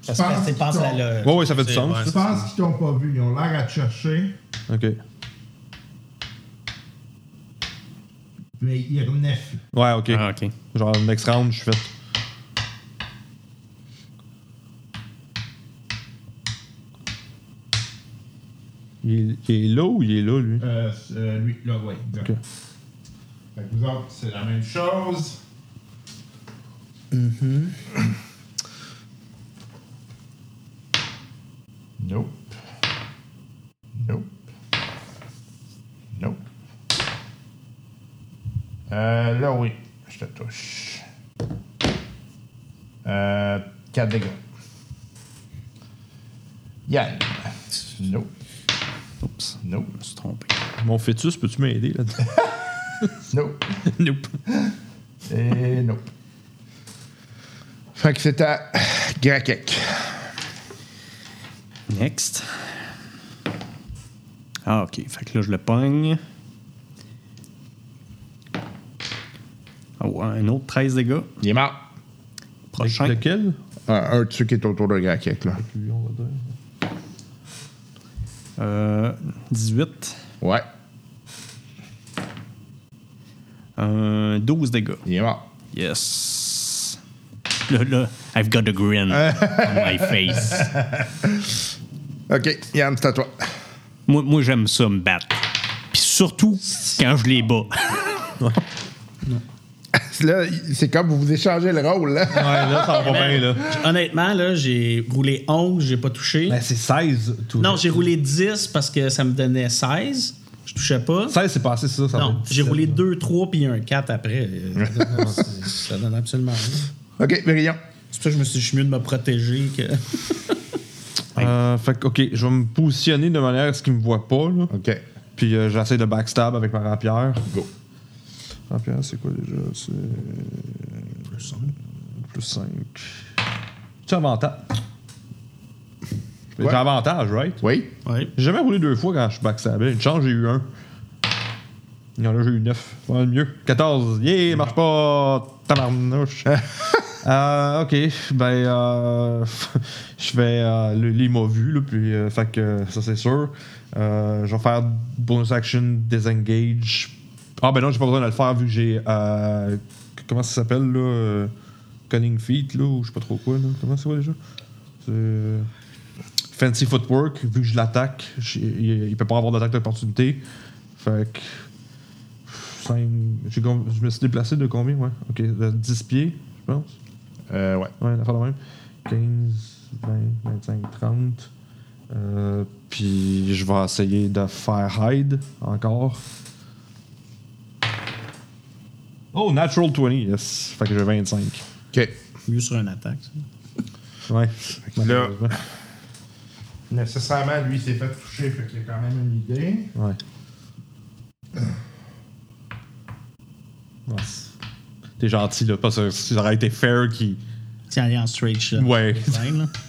Parce que c'est pense à la. Ouais, ouais, ça fait du C'est- sens. ouais. Je pense qu'ils t'ont pas vu. Ils ont l'air à te chercher. Ok. mais il y a comme neuf. Ouais, ok. Ah, ok. Genre, next round, je fais. Il, il est là ou il est là, lui? Euh, c'est, euh, lui, là, ouais. exact. Ok. Fait que vous autres, c'est la même chose. Nope. Nope. Nope. Euh, là, oui. Je te touche. Euh, 4 dégâts. Yann. Nope. Oups, Nope. je me suis trompé. Mon fœtus, peux-tu m'aider là-dedans? Nope. nope. Et nope. Fait que c'est à Grakek. Next. Ah, ok. Fait que là, je le pogne. Ah ouais, un autre 13 dégâts. Il est mort. Prochain. Lequel? Un, un de ceux qui est autour de Grakek, là. Lui, on va dire. Euh, 18. Ouais. Euh, 12 dégâts. Il est mort. Yes. Là, là, I've got a grin on my face. OK, Yann, c'est à toi. Moi, moi j'aime ça me battre. Puis surtout quand je les bats. Là, c'est comme vous vous échangez le rôle, là. Ouais, là, ça va bien, là. Honnêtement, là, j'ai roulé 11, j'ai pas touché. Ben, c'est 16, tout. non, j'ai roulé 10 parce que ça me donnait 16. Je touchais pas. 16, c'est passé, ça. ça va Non, être j'ai 17, roulé là. 2, 3 puis un 4 après. Euh, ça donne absolument rien. OK, Vérillon. C'est pour ça que je me suis dit, je suis mieux de me protéger que. Euh, fait que, ok, je vais me positionner de manière à ce qu'il me voit pas, là. OK. Puis euh, j'essaie de backstab avec ma rapière. Go. Rapière, c'est quoi déjà C'est. Plus 5. Tu as avantage. J'ai Ouais. avantage, right Oui. Ouais. J'ai jamais roulé deux fois quand je suis backstabé. Une chance, j'ai eu un. Il y en a, j'ai eu neuf. Pas mal mieux. 14. Yeah, marche pas. Tabarnouche. euh, ok. Ben, euh, je vais. Euh, le- lui, il m'a vu, là. Puis, euh, fait que ça, c'est sûr. Euh, je vais faire bonus action, disengage. Ah, ben non, j'ai pas besoin de le faire vu que j'ai. euh, comment ça s'appelle, là euh, Cunning feet, là, ou je sais pas trop quoi, là. Comment c'est quoi déjà C'est. euh, Fancy Footwork, vu que je l'attaque, j'ai- il, il peut pas avoir d'attaque d'opportunité. Fait que. cinq- j'ai com- je me suis déplacé de combien, ouais? Ok, de 10 pieds, je pense. Euh, ouais. Ouais, la fin de même. 15, 20, 25, 30. Euh, puis je vais essayer de faire hide encore. Oh, natural 20, yes. Fait que j'ai 25. OK. Mieux sur une attaque. ça. Ouais. que là- malheureusement. Nécessairement, lui, il s'est fait toucher, fait qu'il y a quand même une idée. Ouais. Ouais, c'est- T'es gentil, là. Parce que ça aurait été fair qui. Tiens, allez en straight shot. Ouais. Design, là.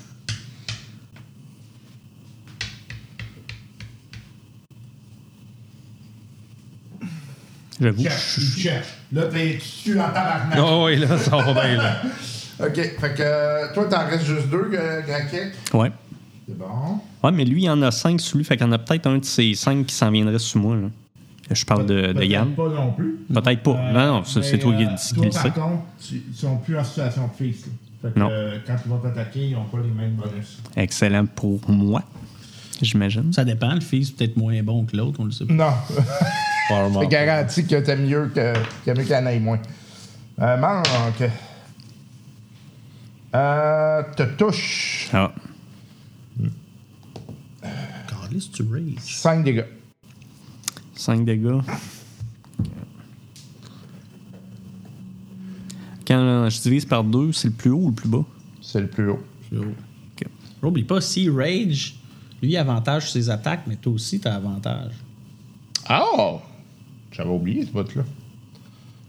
J'avoue. Cherche, il cherche. Là, t'es tu en tabarnak. Oh, oui, là, ça va bien, là. OK, fait que euh, toi, t'en restes juste deux, euh, Grakek. Ouais. C'est bon. Ouais, mais lui, il en a 5 sur lui. Fait qu'il y en a peut-être un de ces 5 qui s'en viendrait sur moi. Là. Je parle de, de Peut-être Yann. Pas non plus. Peut-être pas. Euh, non, non, ça, c'est mais, toi qui, euh, qui toi, le par sais. contre, tu- ils sont plus en situation de face. là. Fait que Non. euh, quand ils vont t'attaquer, ils n'ont pas les mêmes bonus. Excellent pour moi, j'imagine. Ça dépend, le fils est peut-être moins bon que l'autre, on le sait pas. Non. Probablement. Je te garantis que t'aimes mieux que, qu'il y a mieux qu'il y en ait moins. Euh, manque. Euh, te touche. Ah, Carlis, tu rage. 5 dégâts. 5 dégâts. Quand euh, je divise par 2, c'est le plus haut ou le plus bas? C'est le plus haut. Ok. Oublie pas, si rage, lui, avantage sur ses attaques, mais toi aussi, t'as avantage. Ah! J'avais oublié ce bout-là.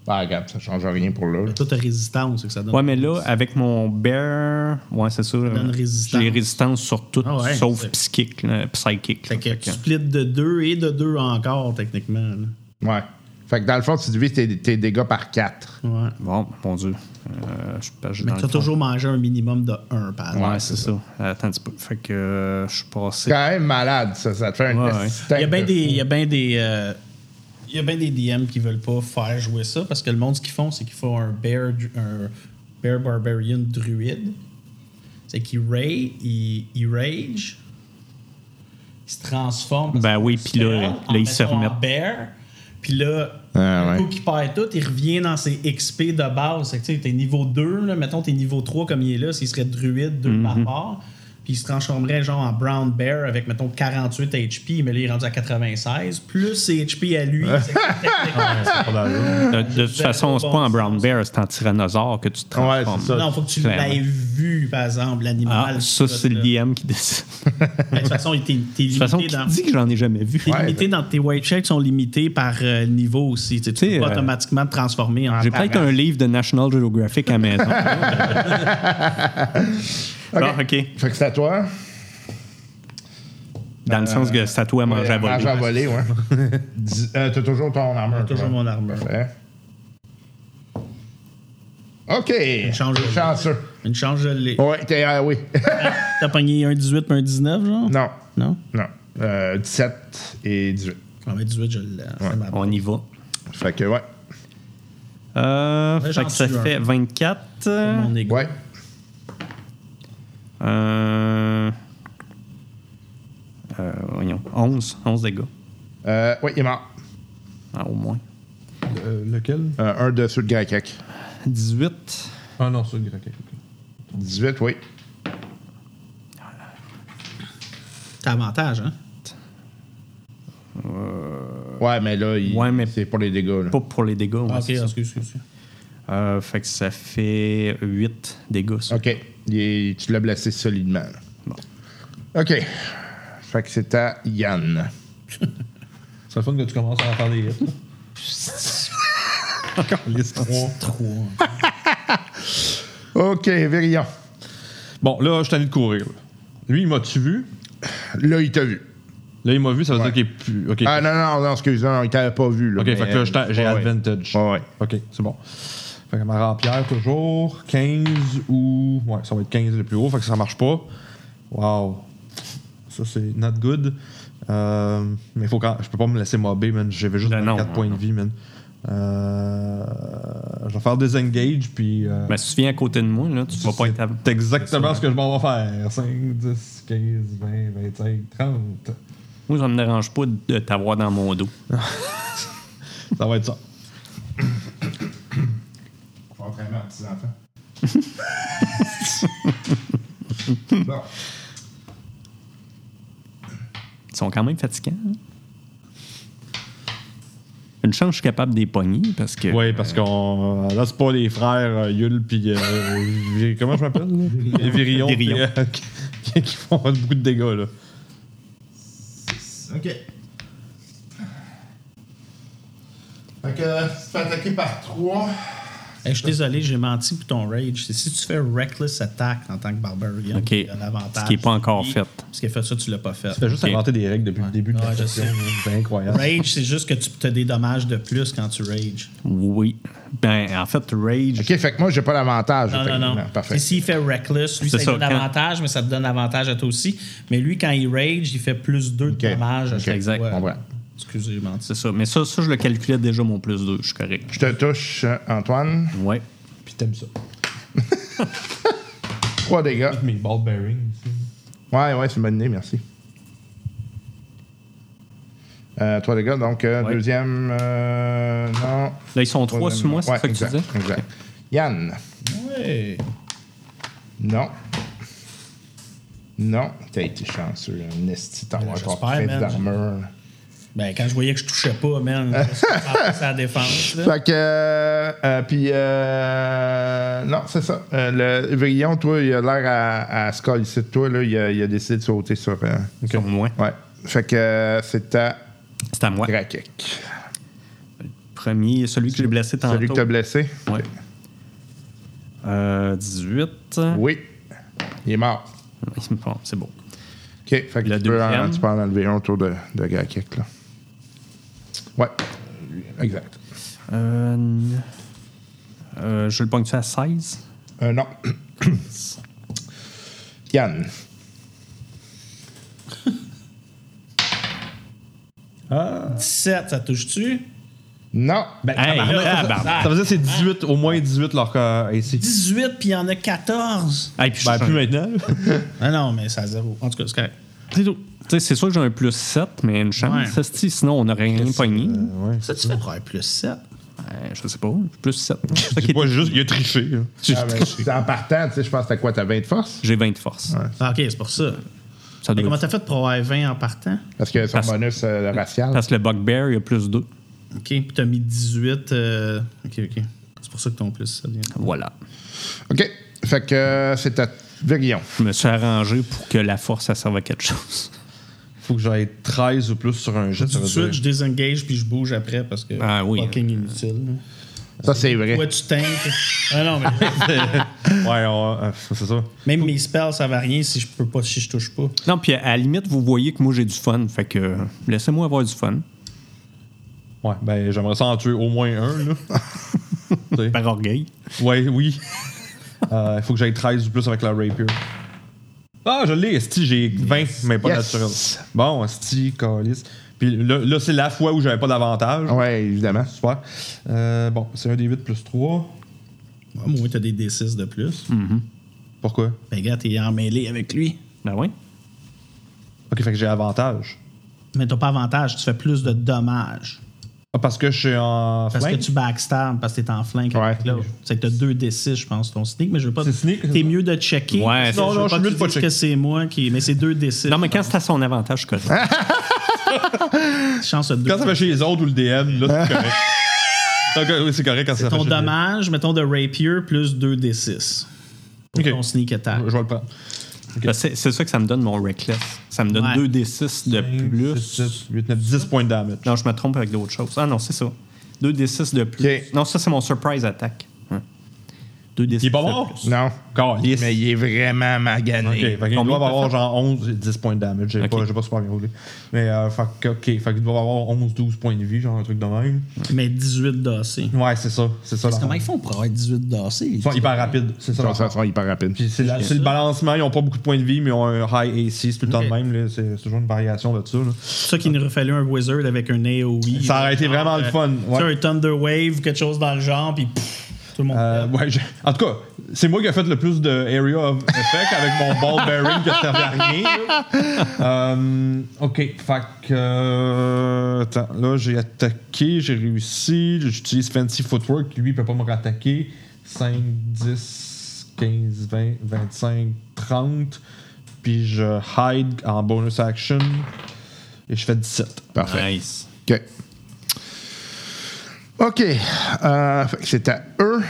Bah, regarde, ça change rien pour là. là. Toi, t'as résistance, c'est que ça donne. Ouais, mais là, avec mon bear, ouais, c'est ça. donne euh, résistance. J'ai résistance sur tout, Ah ouais, sauf c'est- psychique, là, psychique. Fait que là. Fait tu que- splits de 2 et de 2 encore, techniquement. là. Ouais. Fait que dans le fond, tu divises tes, tes dégâts par 4. Ouais. Bon, mon Dieu. Euh, je suis pas- j'ai Mais dans tu le as fond. toujours mangé un minimum de 1 par Ouais, an. c'est ça. Attends un petit peu. Fait que euh, je suis C'est passé. quand même malade, ça. Ça te fait un Ouais, ouais. instinct Il y a bien de des. fou. Il y a bien des. euh, il y a bien des DM qui veulent pas faire jouer ça parce que le monde, ce qu'ils font, c'est qu'ils font un bear, dru- un bear barbarian druide. C'est qu'ils rage, ils, ils rage, ils se transforment. Ben oui, puis là, là, ils se remettent. remettent. bear, puis là, Ah, un ouais. coup qu'il perd tout, il revient dans ses XP de base. Fait que, Tu sais, t'es niveau 2, là, mettons, t'es niveau 3 comme il est là, s'il serait druide 2 Mhm. par part. Puis il se transformerait genre en Brown Bear avec, mettons, 48 HP, mais là, il est rendu à 96. Plus ses HP à Ah. lui. c'est que Ah, techniquement- De, Euh, de toute façon, c'est pas en brown bear, c'est en tyrannosaure que tu te Ouais, transformes. c'est ça. non, faut que tu Clairement. l'aies vu, par exemple, l'animal. Ah, ça, c'est le là. DM qui décide. Ben, De toute façon, t'es t'es De toute façon, limité qui dans... dit que j'en ai jamais vu? T'es ben. limité dans tes white checks sont limités par euh, niveau aussi. Tu sais, tu Tu sais, peux pas euh, automatiquement te transformer en J'ai peut-être un livre de National Geographic à maison. Bon, OK. Fait que c'est à toi. Dans le sens que c'est à toi à manger à voler. Mange à voler, ouais. Dis- euh, T'as toujours ton armure. toujours toi. mon armure. Parfait. OK. change de- Chanceux. Une change de lait. Oh. Ouais, t'es, ah oui. T'as pogné un 18 puis un 19, genre? non, Non? non. Euh, 17 et 18. Ah, mais 18, je l'ai. C'est ma- On y va. Fait que, ouais. Euh, Ouais, fait j'en que ça suis un. fait 24. Mon égo. Ouais. Euh, euh, voyons, 11. 11 dégâts. Euh, ouais, il est mort. Ah, au moins. Euh, lequel Euh, un de ceux de Grakek. 18. Ah non, ça, le grec. 18, oui. T'as avantage, hein? Ouais, mais là, il- Euh, Ouais, mais- c'est pour les dégâts. Là. Pas pour les dégâts. ouais, Ah, ok, c'est ça. excuse, excuse. Euh, fait que ça fait 8 dégâts. ça. OK. Il est- tu l'as blessé solidement. là. Bon. OK. Fait que c'est à Yann. C'est le fun que tu commences à en faire des hits. Encore les trois. OK, Virillon. Bon, là, je suis allé de courir. là. Lui, il m'a-tu vu? Là, il t'a vu. Là, il m'a vu, ça veut dire qu'il est plus. Ok, Ah non, non, non, excuse, non, non, il t'avait pas vu. Là, ok, mais- euh, fait que là, je t'ai- j'ai Ouais, ouais. advantage. Ouais, ouais. Ok, c'est bon. Fait que ma rampière, toujours. 15 ou. Ouais, ça va être 15 le plus haut, fait que ça marche pas. Wow. Ça, c'est not good. Euh, mais faut quand... je peux pas me laisser mobber, man. J'avais juste Ben non, 4 non, points non. de vie, man. Euh, je vais faire disengage, puis. euh, Ben, si tu viens à côté de moi, là, tu vas pas être à... c'est exactement ce que je m'en vais faire. 5, 10, 15, 20, 25, 30. Moi, ça me dérange pas de t'avoir dans mon dos. Ça va être ça. Faut entraîner un petit enfant. bon. Ils sont quand même fatigants. hein. Une chance, je suis capable des pogner parce que. Oui, parce qu'on. Là, c'est pas les frères euh, Yul puis. euh, Vi- comment je m'appelle là? Les Virillons. Virillons. puis, euh, qui, qui font beaucoup de dégâts, là. OK. Fait que euh, tu te fais attaquer par 3. Hey, je suis désolé, j'ai menti pour ton rage. C'est si tu fais reckless attack en tant que barbarian, OK. tu as l'avantage. Ce qui est pas encore fait. Ce qui est fait, ça, tu l'as pas fait. T'as juste Ok. inventé des règles depuis le début de la Ouais, je session. sais. là. C'est incroyable. Rage, c'est juste que tu te dédommages de plus quand tu rages. Oui. Ben, en fait, Rage. OK, fait que moi, j'ai pas l'avantage. Non, Fait que- non, non. Parfait. Et s'il fait reckless, lui, ça, C'est lui ça, donne quand- avantage, mais ça te donne avantage à toi aussi. Mais lui, quand il rage, il fait plus 2 de dommages à chaque Exact. fois. Comprends. Excusez, j'ai menti. C'est ça. Mais ça, ça, je le calculais déjà mon plus 2. Je suis correct. Je te touche, euh, Antoine. Ouais. Puis t'aimes ça. 3 dégâts. Mes ball bearings. Ouais, ouais, c'est une bonne idée, merci. Euh, 3 dégâts, donc euh, Ouais. deuxième. euh, non. Là, ils sont trois Troisième, sur moi, c'est ouais, ça que tu exact, disais? Exact. Yann. Ouais. Non. Non, t'as été chanceux, un esti, t'as Ben, encore j'espère, fait man. d'armure. Ben, quand je voyais que je touchais pas, man, c'est la défense. là. Fait que. euh, euh, puis. euh, non, c'est ça. Euh, le Vrillon, toi, il a l'air à, à se coller ici de toi, là. Il a, il a décidé de sauter sur. euh, Sur moi. ouais. Fait que euh, c'est à C'est à moi. Drakek. Premier, celui que j'ai blessé tantôt. Celui que t'as blessé? Ouais. Euh, 18. Oui. Il est mort. Bon, c'est beau. OK. Fait que Le tu peux, en, deuxième. tu peux en enlever un autour de, de Grakek, là. Ouais. Exact. Euh, euh, je le ponctue à 16. Euh, non. Yann. Ah, 17, ça touche-tu? Ah, Non. Ben, Hey, ah, bah, tabarnak, là, ça, barbe. ça- ça veut dire que c'est 18, au moins 18 leur cas ici. 18, puis il y en a 14. Hey, puis je- Ben, plus maintenant. Ah non, mais c'est à zéro. En tout cas, c'est correct. C'est tout. Tu sais, C'est sûr que j'ai un plus 7, mais une chance. Ouais. esti, Sinon, on n'aurait rien pogné. Ça, tu fais pour avoir plus 7. Ben, je sais pas. Plus 7. C'est pas juste, il a triché. là. Ah, ben, c'est en partant, tu sais, je pense que t'as quoi, t'as 20 de force? J'ai 20 de force. Ah, OK, c'est pour ça. Ça Mais doit comment être- t'as fait pour avoir 20 en partant? Parce que son Parce- bonus euh, racial. Parce que le bugbear, il y a plus 2. OK, puis t'as mis 18. euh, OK, OK. C'est pour ça que ton plus 7 vient. Voilà. OK. Fait que euh, c'est à Virguillon. Je me suis arrangé pour que la force, ça serve à quelque chose. Faut que j'aille 13 ou plus sur un jet. Ça Tout de veut suite, dire. je désengage puis je bouge après parce que Ah oui. fucking inutile. Ça, c'est vrai. Ouais, tu tank. ah non, mais Ouais, on- euh, c'est ça. même mes spells, ça va rien si je peux pas, si je touche pas. Non, puis à la limite, vous voyez que moi, j'ai du fun. Fait que euh, laissez-moi avoir du fun. Ouais, ben, j'aimerais ça en tuer au moins un, là. Tu sais. Par orgueil. Ouais, oui. Euh, Il faut que j'aille 13 ou plus avec la rapier. Ah, je l'ai, Esti, j'ai 20, mais pas Yes. naturel. Bon, Esti, Calis. Puis là, là, c'est la fois où j'avais pas d'avantage. Ouais, évidemment. Super. Euh, bon, c'est un des 8 plus 3. Ouais, mais au moins, Ah, t'as des D6 de plus. Pourquoi? Ben, gars, t'es en mêlée avec lui. Ben oui. Ok, fait que j'ai avantage. Mais t'as pas avantage, tu fais plus de dommages. Ah, parce que je suis en. Parce flank? que tu backstab, parce que t'es en flank avec Ouais. l'autre. C'est que t'as deux D6, je pense, ton sneak, mais je veux pas. C'est sneak? T'es mieux de checker. Ouais, Parce que non, veux non, je suis que mieux tu de pas dises checker. que c'est moi qui. Mais c'est deux D6. Non, mais quand c'est à son avantage, je connais. chance de deux. Quand ça va chez les autres ou le DM, là, c'est correct. Donc, euh, oui, c'est correct quand ça fait ton chez les- dommage, mettons de rapier plus 2d6. Pour Ok. ton sneak attack. Je vais le prendre. Ben, C'est c'est ça que ça me donne mon reckless. Ça me donne Ouais. 2d6 de plus. 8, 9, 10 points de damage. Non, je me trompe avec d'autres choses. Ah non, c'est ça. 2d6 de plus. Ok. Non, ça, c'est mon surprise attack. Hein. 2d6 Il est pas de mort? plus. Non. Calice. Mais il est vraiment Ok, magané. fait qu'il doit Combien t'as avoir fait? genre 11, 10 points de damage. J'ai Ok. pas, j'ai pas super bien roulé. Mais, euh, fait que, ok, fait qu'il doit avoir 11, 12 points de vie, genre un truc de même. Mais 18 d'AC. Ouais, c'est ça. C'est ça. Comment l'affaire. ils font pour avoir 18 d'AC? Ils sont hyper rapides. C'est ça. Ça, ça l'affaire. sera hyper rapide. Puis c'est la- c'est le balancement. Ils ont pas beaucoup de points de vie, mais ils ont un high AC. C'est tout le temps Ok. le même. là. C'est c'est toujours une variation de ça. là. C'est ça qu'il nous refallait un wizard avec un AOE. Ça aurait été vraiment le fun, Euh, Tu ouais. sais, un Thunder Wave, quelque chose dans le genre, puis pff, tout le monde. Euh, ouais, j'ai- en tout cas, c'est moi qui ai fait le plus de area of effect avec mon ball bearing qui servait à rien. là. Euh, ok, fait que. euh, attends, là, j'ai attaqué, j'ai réussi. J'utilise Fancy Footwork. Lui, il peut pas me rattaquer. 5, 10, 15, 20, 25, 30. Puis je hide en bonus action. Et je fais 17. Parfait. Nice. OK. OK. Euh, fait que c'est à eux.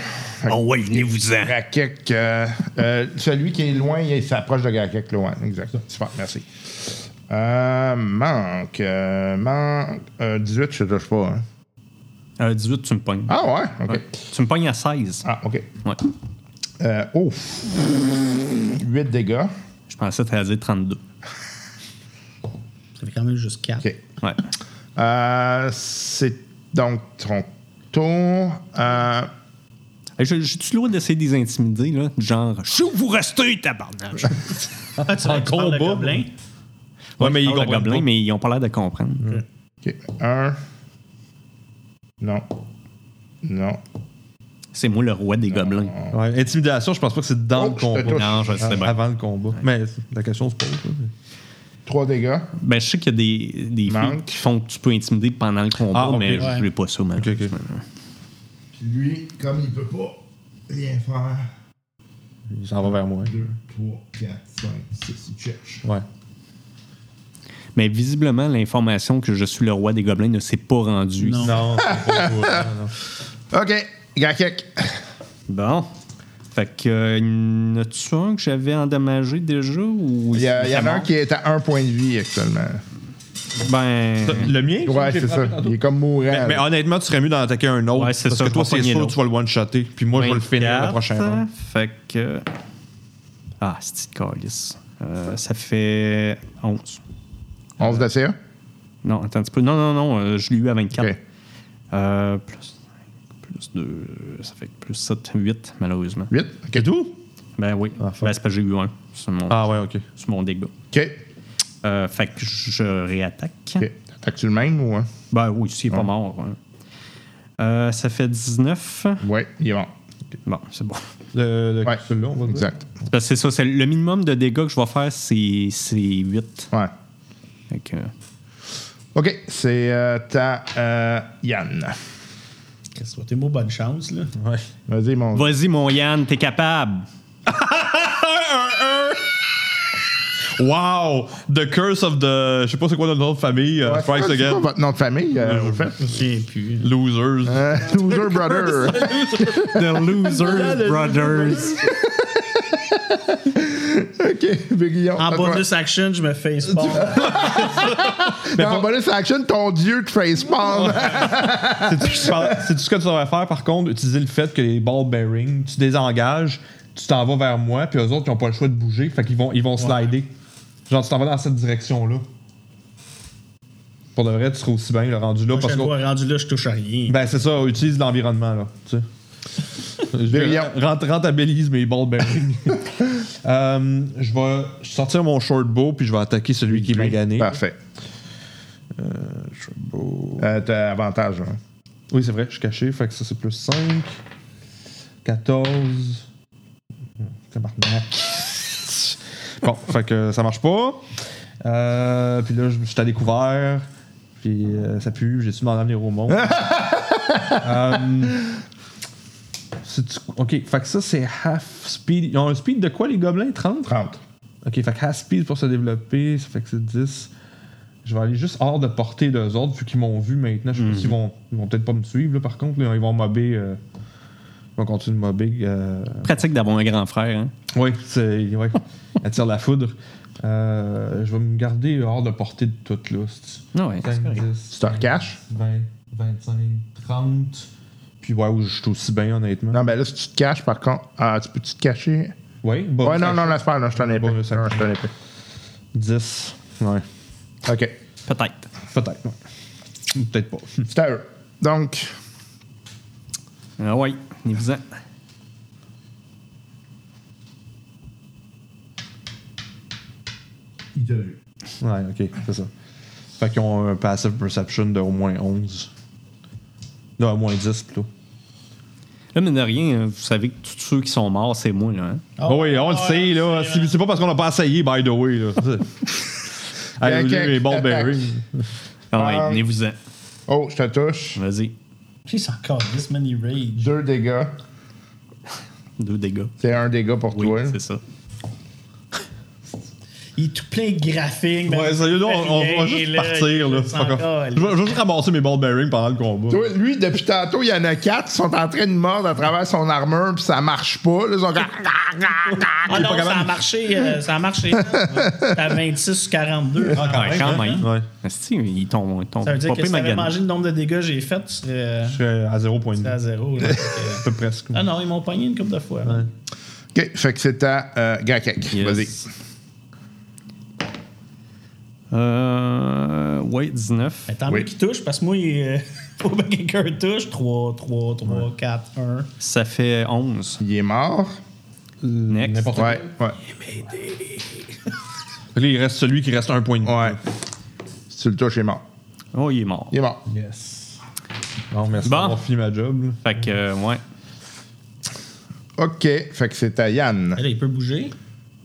Oh ouais, venez-vous-en. Rakek. euh, euh, celui qui est loin, il s'approche de Rakek, loin. Exact. Super, merci. Euh, manque. euh, manque. euh, 18, je te touche pas. hein. Euh, 18, tu me pognes. Ah ouais? OK. Ouais. Tu me pognes à 16. Ah, OK. Ouais. Euh, oh! 8 dégâts. Je pensais que tu allais dire 32. Ça fait quand même juste 4. OK. Ouais. Euh, c'est donc ton tour. Euh, Hey, Je, je suis loin d'essayer de les intimider, là. du Genre, chou, vous restez, tabarnage. Ah, tu tu parles En de combat. gobelin? Ouais, mais ils parlent de comprennent gobelins, pas. mais ils ont pas l'air de comprendre. OK. 1. Non. Non. C'est moi le roi des Ah. gobelins. Ouais, intimidation, je pense pas que c'est dans le Oh, je te touche. combat. Non, je sais Avant- bien. Avant le combat. Mais la question se pose. là. 3 dégâts. Ben, je sais qu'il y a des, des filles Manque. qui font que tu peux intimider pendant le combat, Ah, ok, mais ouais. je ne pas ça, man. Ok, ok. Lui, comme il peut pas rien faire, Il s'en va vers moi. 2, 3, 4, 5, 6, il cherche. Ouais. Mais visiblement, l'information que je suis le roi des gobelins ne s'est pas rendue. ici. Non, c'est pas pour- non, non. OK. Gakek. Bon. Fait que, euh, y en a-tu un que j'avais endommagé déjà ou. Il y, a- il y en a un mort? qui est à 1 point de vie actuellement. Ben. Le mien? Ouais, j'ai c'est frappé ça. tantôt. Il est comme mourant. Mais, mais là. honnêtement, tu serais mieux d'en attaquer un autre. Ouais, c'est parce ça, que je toi, vais c'est pogner sûr l'autre. que tu vas le one-shotter. Puis moi, je vais le finir le 24, prochain round. Fait que. Ah, c'est de calice. Euh, ça fait 11. 11 de CA. Non, attends un petit peu. Non, non, non, euh, je l'ai eu à 24. Ok. Euh, plus 5, plus 2, ça fait que plus 7, 8, malheureusement. 8. OK. tout? Ben oui, ben, c'est parce que j'ai eu un sur mon, Ah ouais, ok. sur mon dégât. OK. Euh, fait que je réattaque. OK. T'attaques-tu le même ou un? Ben oui, s'il n'est pas mort. hein. Euh, ça fait 19. Ouais, il est bon. Bon, c'est bon. Le, le Ouais. costume-là, on va dire. Exact. C'est parce que c'est ça. c'est le minimum de dégâts que je vais faire, c'est, c'est 8. Ouais. Fait que, OK, c'est euh, ta euh, Yann. Qu'est-ce que t'es mot bonne chance, là? Ouais. Vas-y, mon. Vas-y, mon Yann, t'es capable. Wow! The Curse of the. Je sais pas c'est quoi notre nom de famille. euh, Ouais, Strikes c'est quoi Again. votre nom de famille, euh, vous faites? Rien plus. Losers. Euh, Loser Brother. The Loser Brothers. OK, Big Guillaume. En toi, toi. bonus action, je me fais sport. Non, en bonus action, ton dieu te face palm. C'est-tu ce que tu devrais faire, par contre? Utiliser le fait que les ball bearings, tu désengages, tu t'en vas vers moi, puis eux autres, ils n'ont pas le choix de bouger, fait qu'ils vont, ils vont slider. Genre, tu t'en vas dans cette direction-là. Pour de vrai, tu seras aussi bien le rendu là, parce Prochaine que. fois, rendu là, je touche à rien. Ben, c'est ça, utilise l'environnement, là. Tu sais. Brillant. Je rent- rentabilise mes ball bearings. Euh, je vais sortir mon short bow, puis je vais attaquer celui qui m'a gagné. Parfait. Euh, Short bow. Euh, T'as avantage. hein. Oui, c'est vrai, je suis caché, fait que ça c'est plus 5. 14. Hum, Tabarnak. Bon, fait que ça marche pas. Euh, puis là, je je suis à découvert. Puis euh, ça pue, j'ai su m'en amener au monde. Hum, c'est-tu- ok, fait que ça c'est half speed. Ils ont un speed de quoi les gobelins 30 30. Ok, fait que half speed pour se développer, ça fait que c'est 10. Je vais aller juste hors de portée d'eux autres, vu qu'ils m'ont vu maintenant. Je sais pas Mhm. s'ils vont, ils vont peut-être pas me suivre, là, par contre. là. ils vont mobber. euh, ils vont continuer de mobber. euh. Pratique d'avoir un grand frère. Hein. Oui, c'est. Ouais. Attire la foudre. Euh, je vais me garder hors de portée de toutes, là. c'est- Non, ouais. 5, 10, Tu te recaches? 20, 25, 30. Puis, ouais, je suis aussi bien, honnêtement. Non, ben là, si tu te caches, par contre, ah, tu peux-tu te cacher? Oui, bon. Ouais, non, non, laisse faire, non, je t'en ai pas. Non, Bonus action. je t'en ai pas. 10. Ouais. OK, Peut-être. Peut-être, ouais. Ou Peut-être pas. c'est à eux. Donc, Ah ouais, évident. Ouais, ok, c'est ça. Fait qu'ils ont un passive perception de au moins 11. Non, au moins 10 plutôt. Là, mais de rien, vous savez que tous ceux qui sont morts, c'est moi, là. hein. Ah oui, on le sait, là. C'est c'est pas parce qu'on a pas essayé, by the way, là. Allez, Il y a lui, les quelqu'un ball qui attaque. bearings. Ah Ah. ouais, venez-vous-en. oh, je te touche. Vas-y. Ben- J'ai ça encore this many rage. Deux dégâts. Deux dégâts. C'est un dégât pour Oui, toi. c'est ça. Il est tout plein de graphiques. ben, Ouais, sérieux, nous, on, on rien, va juste là, partir, il là. est Fuck off. encore, Je vais je vais juste ramasser mes ball bearings pendant le combat. Toi, lui, depuis tantôt, il y en a quatre qui sont en train de mordre à travers son armure, puis ça marche pas. Là, ils sont comme- Ah non, ça a marché. euh, ça a marché. T'as 26 sur 42. Ah, Ouais, quand hein? même. Ouais. Esti, ils t'ont ils t'ont Ça veut dire que popé si ma t'avais gueule. mangé le nombre de dégâts que j'ai fait, tu serais, Je suis à tu serais 0.2. à zéro. là, fait À que- peu presque. Ah non, ils m'ont pogné une couple de fois. là. OK, fait que c'est à euh, Gakek. Vas-y. Yes. Euh. Ouais, 19. Mais tant mieux qu'ils touchent, parce que moi, il euh, faut pas que quelqu'un touche. 3, 3, 3, 4, 1. Ça fait 11. Il est mort. Next. Euh, N'importe quoi. Ouais, ouais, Fait que Là, il reste celui qui reste un point de vie. ouais. Si tu le touches, il est mort. Oh, il est mort. Il est mort. Yes. Bon, merci Bon. d'avoir fini ma job. là. Fait que, euh, ouais. OK, fait que c'est à Yann. Là, il peut bouger.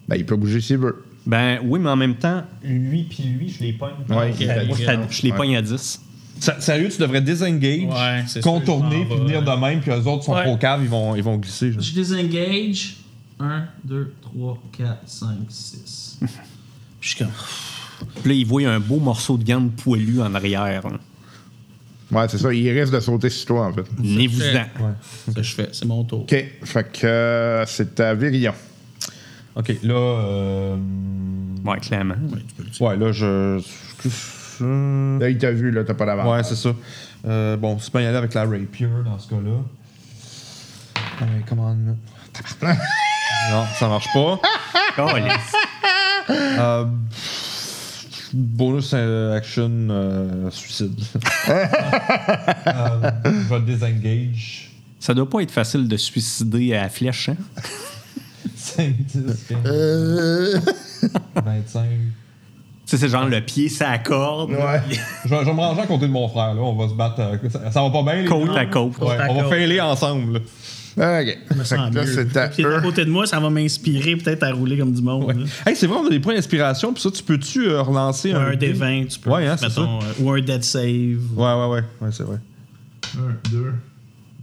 Ben, il peut bouger s'il veut. Ben oui, mais en même temps, lui puis lui, je les pogne. ben, Ouais, Ok, il est Moi, je t'ad- je les Ouais. pogne à 10. Sa- Sérieux, tu devrais désengage, Ouais, c'est sûr, je contourner, m'en puis vais. venir de même, puis eux autres sont Ouais. trop caves, ils vont, ils vont glisser. genre. Je désengage. 1, 2, 3, 4, 5, 6. Je suis comme. Puis là, il voit un beau morceau de viande poilu en arrière. là. Ouais, c'est ça. Il risque de sauter sur toi, en fait. Venez-vous-en. C'est ce que je fais. C'est mon tour. OK, fait que euh, c'est à Virillon. Ok, là. euh, Ouais, clairement. Ouais, là, je. Là, il t'a vu, là, t'as pas d'avance. Ouais, c'est ça. Euh, bon, c'est pas y aller avec la rapier dans ce cas-là. Ah, mais comment. non, ça marche pas. Calisse. Euh, bonus euh, action euh, suicide. Euh, je vais désengage. Ça doit pas être facile de suicider à la flèche, hein? Euh. 5, 10, 15, 25, sais, c'est genre le pied, ça accorde. Ouais. Je vais je vais me ranger à côté de mon frère, là. On va se battre. euh, ça, ça va pas bien, les Côte deux? à côte. Ouais, on va fêler ensemble. là. OK. Fait que là, c'est à Puis à eux. côté de moi, ça va m'inspirer peut-être à rouler comme du monde. là. Hey, c'est vrai, on a des points d'inspiration, puis ça, tu peux-tu euh, relancer Un dé? des 20, tu peux. Ouais, hein, c'est mettons, euh, ou un dead save. Ouais, ouais, ouais, ouais c'est vrai. 1, 2.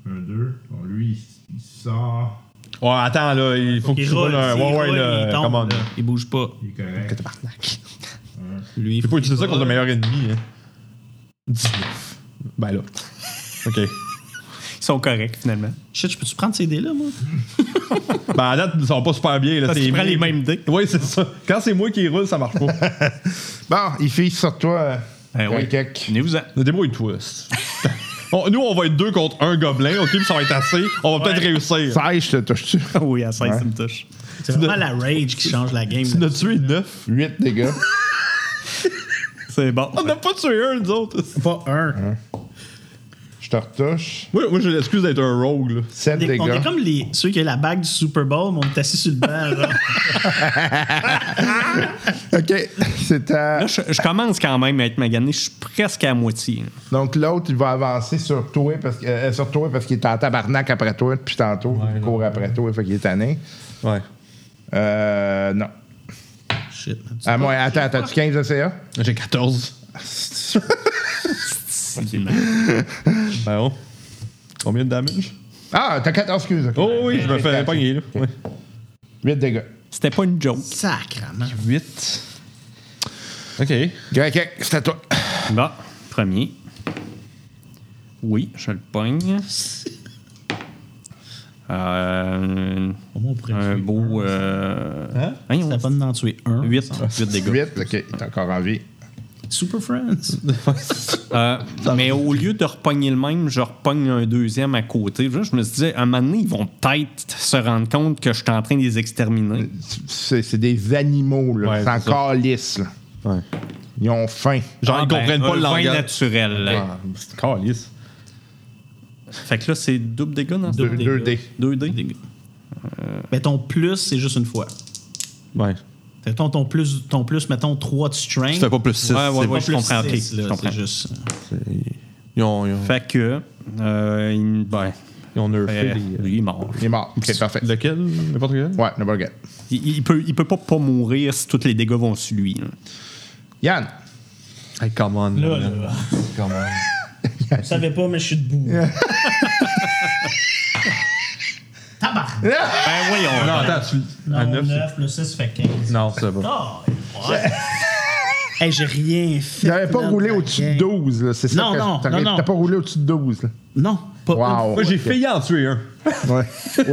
1, 2. Bon, lui, il sort. Ouais, attends, là, il faut que Il tu roule, roules un. s'il Ouais, ouais, roule, il là, tombe, come on. là. Il bouge pas. Il est correct. Lui, il faut utiliser ça contre le meilleur ennemi. Hein. 19. Ben là. OK. Ils sont corrects, finalement. Shit, je peux-tu prendre ces dés-là, moi? ben, à date, ils sont pas super bien. Là, Parce c'est qu'ils prennent Émilie. les mêmes dés. Oui, c'est ça. Quand c'est moi qui roule, ça marche pas. Bon, il fille sur toi. euh. Ben oui. Quelques- Venez-vous-en. Débrouille-toi. On- nous, on va être deux contre un gobelin, OK, puis ça va être assez. On va peut-être réussir. Sage, je te touche-tu? Oui, à 5, ça me touche. C'est vraiment la rage qui change la game. On a tué neuf. 8 dégâts. C'est bon. On n'a pas tué un, nous autres. Pas un. Je te retouche. Moi, moi j'ai l'excuse d'être un rogue, là. 7 On est- on est dégâts. comme les, ceux qui ont la bague du Super Bowl, mais on est assis sur le banc. là. OK. C'est à. Là, je, je commence quand même à être magané. Je suis presque à moitié. là. Donc, l'autre, il va avancer sur toi parce que- euh, sur toi parce qu'il est en tabarnak après toi depuis tantôt. il court après toi, fait qu'il est tanné. Ouais. Euh. Non. Ah, Shit, man. Ah. À moins. Attends, attends, tu 15 de CA? J'ai 14. ben oh. Combien de damage? Ah, t'as 14, excuse. Oh oui, je me fais pogner, là. Ouais. 8 dégâts. C'était pas une joke. Sacrement. 8. OK. OK, c'est à toi. Bon, premier. Oui, je le pogne. Euh, Au moins, on pourrait un tuer beau. un. Euh, Hein? Ça pas de d'en tuer un. 8, dégâts. 8, OK, il est encore en vie. Super Friends. Euh, mais au lieu de repogner le même, je repogne un deuxième à côté. Là, je me suis dit, à un moment donné, ils vont peut-être se rendre compte que je suis en train de les exterminer. C'est c'est des animaux, là. Ouais, c'est c'est ça. encore lisse, là. Ils ont faim. Genre, ils Ah, ben, comprennent pas un le vin langage. naturel. Ah, c'est calice. Fait que là, c'est double dégâts dans ce 2 dégâts. dés. 2 d Mettons plus, c'est juste une fois. Ouais. Mettons ton plus, ton plus mettons 3 de strength. Tu fais pas plus 6. Ouais, ouais, ouais, je Plus comprends. ok, six, là, je comprends. C'est juste. Ils ont, ils ont, Fait que. euh, il- ben, ils ont nerfé euh, les- lui, il est mort. Il est mort. C'est parfait. Lequel N'importe quel Ouais, no burger. Il, il peut, il peut pas pas mourir si tous les dégâts vont sur lui. là. Yann, Hey, come on. euh, Là, man. là. Come on. Je savais pas, mais je suis debout. Ben voyons. Non, attends, tu. un neuf, 9 plus 6 fait 15. c'est- Non, c'est pas. Oh, Ah, Hey, j'ai rien fait. il n'avait pas man, roulé la au-dessus de game. 12, là. C'est ça Non, que non, t'aurais- non, non. T'as pas roulé au-dessus de 12, là. Non, pas une Wow. Moi, j'ai failli en tuer un. Ouais.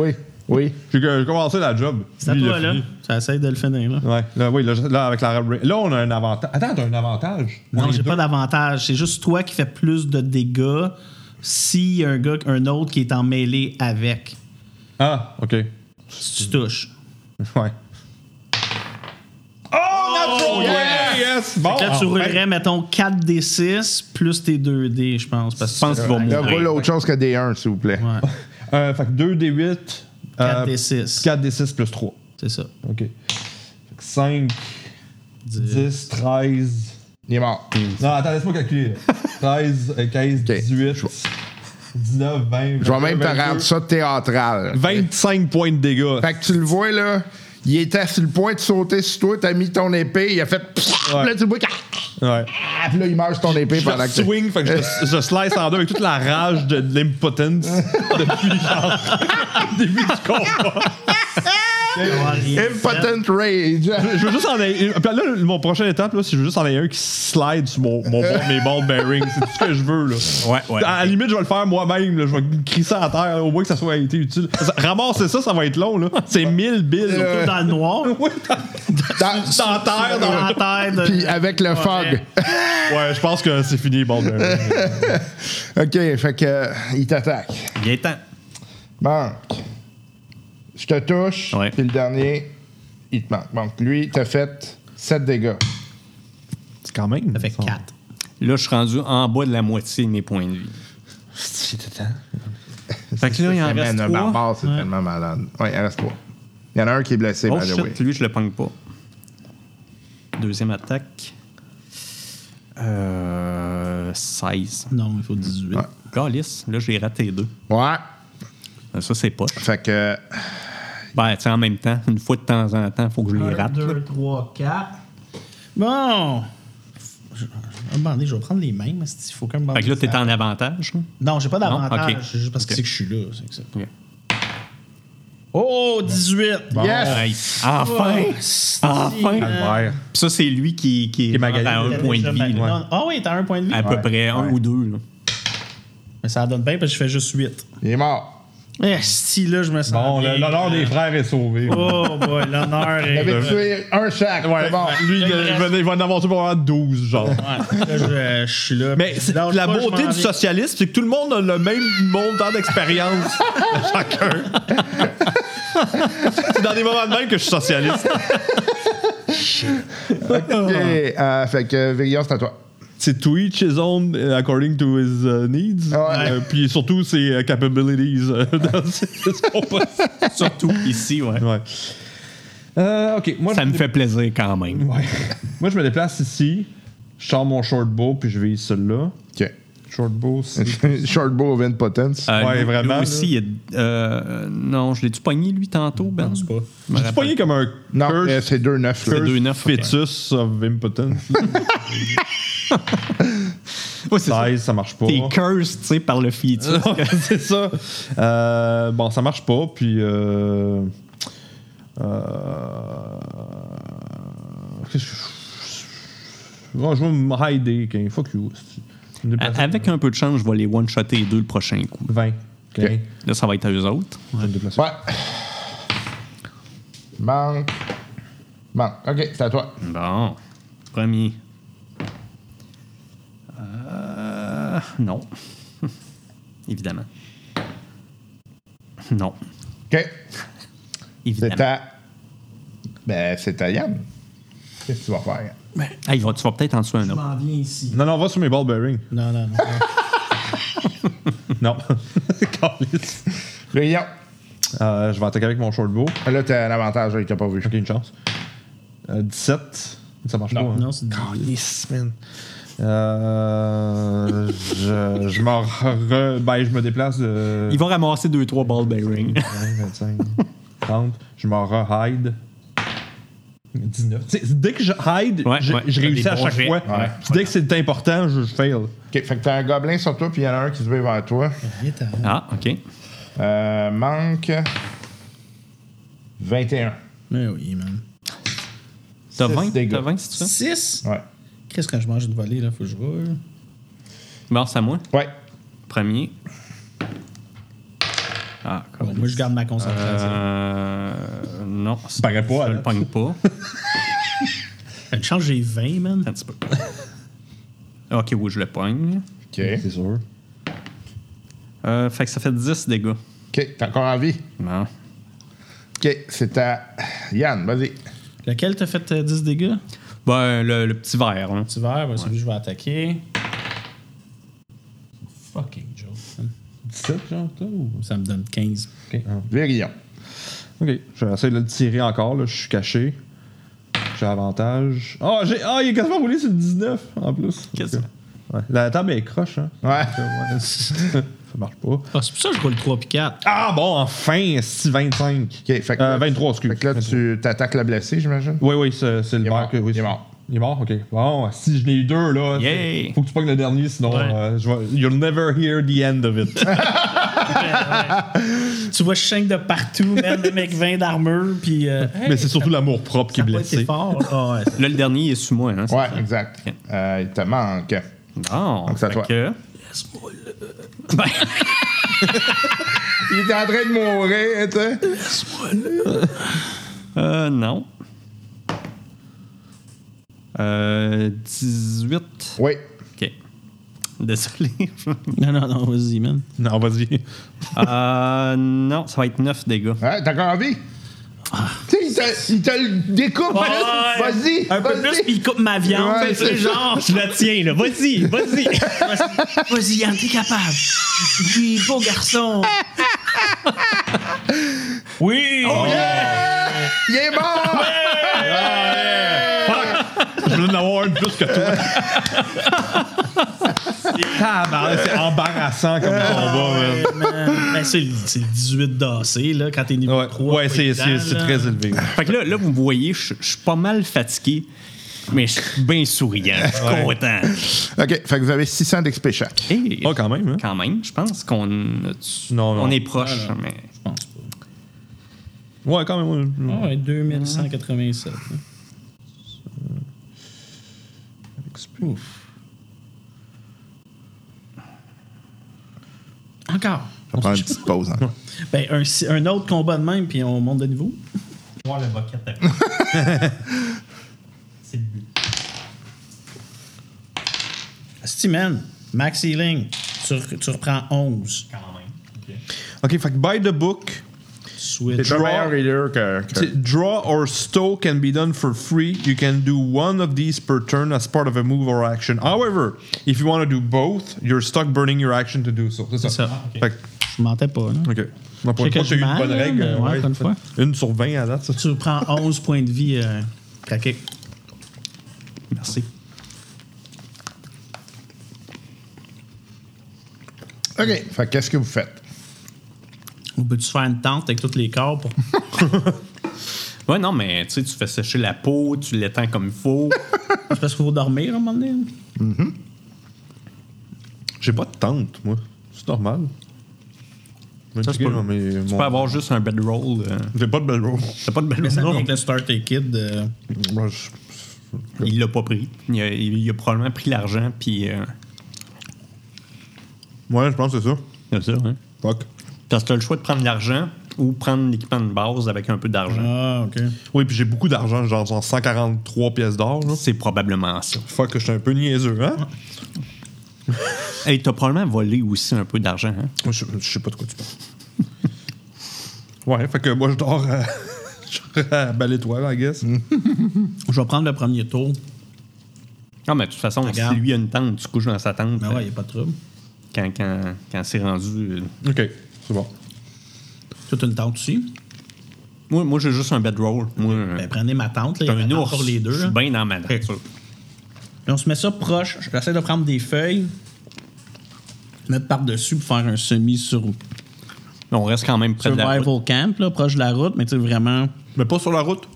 Oui, oui. J'ai j'ai commencé la job. C'est à Lui, il toi, a là. fini. Ça essaye de le finir, là. Ouais, là, oui, là, là, avec la. Là, on a un avantage. Attends, t'as un avantage Non, On est j'ai deux. pas d'avantage. C'est juste toi qui fais plus de dégâts si y a un gars, un autre qui est en mêlée avec. Ah, ok. Si tu touches. Ouais. Oh, oh yeah! Yes! Oh, Bon! ah, ah, Là, tu enfin. roulerais, mettons, 4d6 plus tes 2d, je pense. Parce Je que pense qu'il va Là, mourir. roule autre chose que des 1, s'il vous plaît. ouais, Euh, fait que 2 des 8. 4d6. 4 des 6 plus 3. C'est ça. OK. Fait que 5, 10, 13. Il est mort. Non, attends, laisse-moi calculer. 13, euh, 15, 18, 19, 20. Je vais même te 22, rendre ça théâtral. 25 points de dégâts. Fait que tu le vois, là, il était sur le point de sauter sur toi, t'as mis ton épée, il a fait... Pfff, Ouais. Là, tu le vois... qu'à- Ouais. Ah, puis là, il mange ton épée Je pendant le que... tu- swing, fait que je, je slice en deux avec toute la rage de de l'impotence depuis genre le début du combat. Impotent rage. Je veux juste en aller. Puis là, le- mon prochain étape, là, c'est que je veux juste en aller un qui slide sur mon, mon ball- mes ball bearings. C'est tout ce que je veux, là. Ouais, ouais. À la limite, je vais le faire moi-même. là. Je vais crier ça à terre, là, au moins que ça soit été utile. Ça- ramasser ça, ça va être long, là. C'est 1000 billes. Surtout dans le noir. Oui, dans, Dans- dans la terre, dans Dans la terre de- Puis avec le fog. Ouais, je pense que c'est fini, ball bearings. OK, fait que euh, il t'attaque. Bien temps. Manque. Je te touche, Ouais. puis le dernier, il te manque. Donc, lui, t'as fait 7 dégâts. C'est quand même. Ça fait 4. Là, je suis rendu en bas de la moitié de mes points de vie. Fait que là, il en Man, reste un trois. barbare, c'est tellement malade. Oui, il en reste 3. Il y en a un qui est blessé, Oh by the way. shit, lui, je le pogne pas. Deuxième attaque. Euh, 16. Non, il faut 18. Galice, là, j'ai raté deux. Euh, Ouais. Ça, c'est poche. Fait que. euh, Ben, tu sais, en même temps, une fois de temps en temps, il faut que je les 1, rate. 2, 3, 4. Bon! Je, je, demandé, je vais prendre les mêmes. Il faut quand même. Fait que là, t'es en avantage. là. Non, j'ai pas d'avantage. Ok. C'est juste parce que Ok. c'est que je suis là. c'est que ça. Ok. Oh, 18! Nice. Enfin! Enfin! Albert. Puis ça, c'est lui qui, qui est magané. à un point de vie. là. Ah oui, t'as un point de vie. À peu près un ou deux. là. Mais ça donne bien parce que je fais juste 8. Il est mort. Eh, si, là, je me sens. Bon, bien. le- l'honneur des frères est sauvé. Oh, boy, l'honneur Il est. avait Ouais. tué un chaque. Ouais, c'est bon. lui, il, il venait- il va en avoir tout probablement 12, genre. Là, je, je suis là. Mais Ben, c'est- Lâche la pas, je beauté m'en du viens. socialisme, c'est que tout le monde a le même montant d'expérience à chacun. c'est dans des moments de même que je suis socialiste. Ok, euh, fait que Vegas, c'est à toi. C'est to each his own uh, according to his uh, needs. Euh, puis surtout ses uh, capabilities euh, dans ses responsables. Surtout ici, ouais. Ouais. Euh, ok, moi Ça je, me fait plaisir quand même. ouais. moi je me déplace ici, je sors mon short bow puis je vise celui-là. Ok. Short bow, c'est. Short bow of impotence. Euh, Ouais, nous- vraiment, nous aussi, il y a- euh, non, je l'ai-tu pogné, lui, tantôt, Ben? pas. Je me J'ai-tu rappelle. pogné comme un non, curse- euh, c'est 2-9. curse deux neufs, ok. fetus of impotence? Ouais, c'est ça. 16, ça marche pas. T'es cursed, tu sais, par le fetus. c'est ça. Euh, bon, ça marche pas, puis. Euh, euh, qu'est-ce que je- Bon, je vais me hider, ok, fuck you. Je me déplace. A- Avec un peu de chance, je vais les one-shotter les deux le prochain coup. 20. ok. Là, ça va être à eux autres. Je vais me déplacer. Ouais. Manque. Manque. Ok, c'est à toi. Bon. Premier. Euh, non. Évidemment. Non. Ok. C'est Évidemment. à. Ben, c'est à Yann. Qu'est-ce que tu vas faire? Hey, va- tu vas peut-être en dessous un Je autre. m'en viens ici. Non, non, va sur mes ball bearings. Non, non, non. Non. Câlisse. Là, Yann. euh, je vais attaquer avec mon short bow. Là, t'as un avantage, là, il t'a pas vu. Ok, une chance. Euh, 17. Ça marche pas. hein. non, c'est Câlisse, man. Euh, je, je m'en re- ben, je me déplace de. Il va ramasser deux, trois ball bearings. 20, 25, 30. Je m'en re-hide. 19. Tu sais, dès que je hide, Ouais, je, ouais, je t'as réussis des à bons chaque jets. fois. Ouais. Puis Dès que c'est important, je, je fail. Ok, fait que t'as un gobelin sur toi, puis il y en a un qui se veut vers toi. Vite, hein. Ah, OK. Euh, manque. 21. Mais oui, man. T'as Six 20, dégâts. t'as 20, c'est ça? 6? Ouais. Qu'est-ce que quand je mange une volée, là, faut que je roule. Bon, c'est à moi. Ouais. Premier. Ah, comme Bon, moi, je garde ma concentration. Euh, non. Ça paraît pas, Je hein? le pogne pas. Une chance, j'ai 20, man. Un petit peu. OK, oui, je le pogne. Ok. Ok, sûr. Euh, fait que ça fait 10 dégâts. t'as encore envie. Bon. Ok, c'est à Yann, vas-y. Lequel t'a fait euh, 10 dégâts? Ben, le, le petit verre, là. Petit verre, ben, celui que je vais attaquer. Fucking joke. 17, genre, toi, ou- Ça me donne 15. Ok. ah. Virillon. Ok, je vais essayer de le tirer encore, là. Je suis caché. J'ai avantage. Ah, j'ai. Ah, il est quasiment roulé sur le 19 en plus. Qu'est-ce Ok. Ouais. La table est croche, hein. Ouais. Ouais. ça marche pas. Ah, c'est pour ça que je roule 3 puis 4. Ah bon, enfin, c'est 25. Ok, fait que. Euh, là, 23, excuse. Fait que là, tu t'attaques le blessé, j'imagine. Oui, oui, c'est c'est le Il est vert mort. que- oui, Il est c'est- mort. Il est mort, ok. Bon, si je n'ai eu deux, là, Yay! faut que tu pognes le dernier, sinon euh, je vais- you'll never hear the end of it. Tu vois, je chaîne de partout, man, le mec 20 d'armure, puis. euh, Mais c'est surtout l'amour propre qui est hey, ouais, c'est blessé. fort. Ah, ouais. Là, le dernier est sous moi, hein. c'est Ouais, ça? exact. Euh, il te manque. Bon. Donc, c'est à fait toi. que- Ben, Il était en train de mourir, tu sais. euh, non. Euh, 18. Oui. OK. Désolé. Non, non, non, vas-y, man. Non, vas-y. euh, non, ça va être 9 dégâts. Hein, t'as encore envie? Ah. Tu sais, il te- il te le découpe. hein. Vas-y. Un peu vas-y. plus, puis il coupe ma viande. Ouais, tu sais, c'est genre, je la tiens, là. Vas-y, vas-y. Vas-y, vas-y, Yann, t'es capable. Oui, beau garçon. Oui! Il est mort! Je veux en avoir un de plus que toi. Tabarnak, c'est embarrassant comme Ah. combat, man. Man, ben, c'est c'est 18 d'AC, là, quand t'es niveau Ouais, 3. ouais, c'est c'est- c'est très élevé. Fait que là, là, vous voyez, je je suis pas mal fatigué, mais je suis bien souriant. Je suis content. OK, fait que vous avez 600 d'XP chaque. Hey, Ah, quand même, hein? quand même, je pense qu'on a- Non, non. on est proche, mais Ouais, quand même. ouais. Ouais, 2187. hein. Encore. On prend une petite pause. hein. Ben, un, si- un autre combat de même, puis on monte de niveau. Voir le bucket après. c'est le but. Asti, man, max healing, tu, re- tu reprends 11. Quand même. Ok. Ok, fait que by the book, Switch. Draw. meilleur healer que. que- t- draw or stow can be done for free. You can do one of these per turn as part of a move or action. However, if you want to do both, you're stuck burning your action to do so. C'est ça. Ah, ça. ok. Fait que- Je mentais pas, là. ok. Non, pour Je sais une fois, que j'ai eu je une bonne m'aille, règle. mais euh, ouais, pour une fait- fois. Une sur 20 à date, ça. Tu reprends 11 points de vie, euh, craqué. merci. OK, fait que qu'est-ce que vous faites? On peut-tu faire une tente avec tous les corps pour. Ouais, non, mais tu sais, tu fais sécher la peau, tu l'étends comme il faut. C'est parce qu'il faut dormir à un moment donné. J'ai pas de tente, moi. C'est normal. Ça, c'est pas- Tu peux avoir juste un bedroll. euh, J'ai pas de belle roll. T'as pas de Mais ça bedroll. vient avec le starter kid. euh, Moi, je- Il l'a pas pris. Il a, il a probablement pris l'argent, puis. euh, Ouais, je pense que c'est ça. c'est ça, hein? Fuck. Parce que t'as le choix de prendre l'argent ou prendre l'équipement de base avec un peu d'argent. Ah, ok. Oui, puis j'ai beaucoup d'argent, genre genre 143 pièces d'or. là. C'est probablement ça. Fuck, que je suis un peu niaiseux, hein? Et t'as probablement volé aussi un peu d'argent. Hein? Je, je sais pas de quoi tu parles. ouais, fait que moi, je dors à, je dors à belle étoile, I guess. Je vais prendre le premier tour. Non, mais de toute façon, Regarde. si lui a une tente, tu couches dans sa tente Mais ouais, il a pas de trouble. euh, quand, quand, quand c'est rendu. euh, OK, c'est bon. Toute une tente aussi. Moi, moi j'ai juste un bedroll. Moi, euh, Ben, prenez ma tente, là. il y t'as en a un ours. Pour les deux. hein. je suis là. bien dans ma nature. Puis on se met ça proche. J'essaie de prendre des feuilles, mettre par-dessus pour faire un semi sur On reste quand même près de la survival route. camp, là, proche de la route, mais tu sais, vraiment. Mais pas sur la route.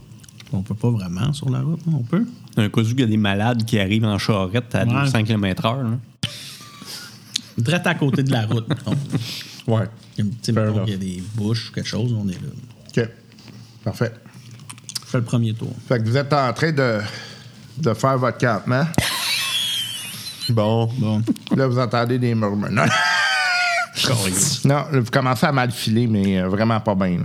On peut pas vraiment sur la route, hein, on peut. Un cas où il y a des malades qui arrivent en charrette à Ouais. 200 km/h. Direct à côté de la route. mettons. Ouais. Il y a- tu sais, mettons qu'il y a des bouches ou quelque chose, on est là. OK, parfait. Je fais le premier tour. Fait que vous êtes en train de, de faire votre campement. Bon. Bon. Là, vous entendez des murmures. Non, non là, vous commencez à mal filer, mais euh, vraiment pas bien. là.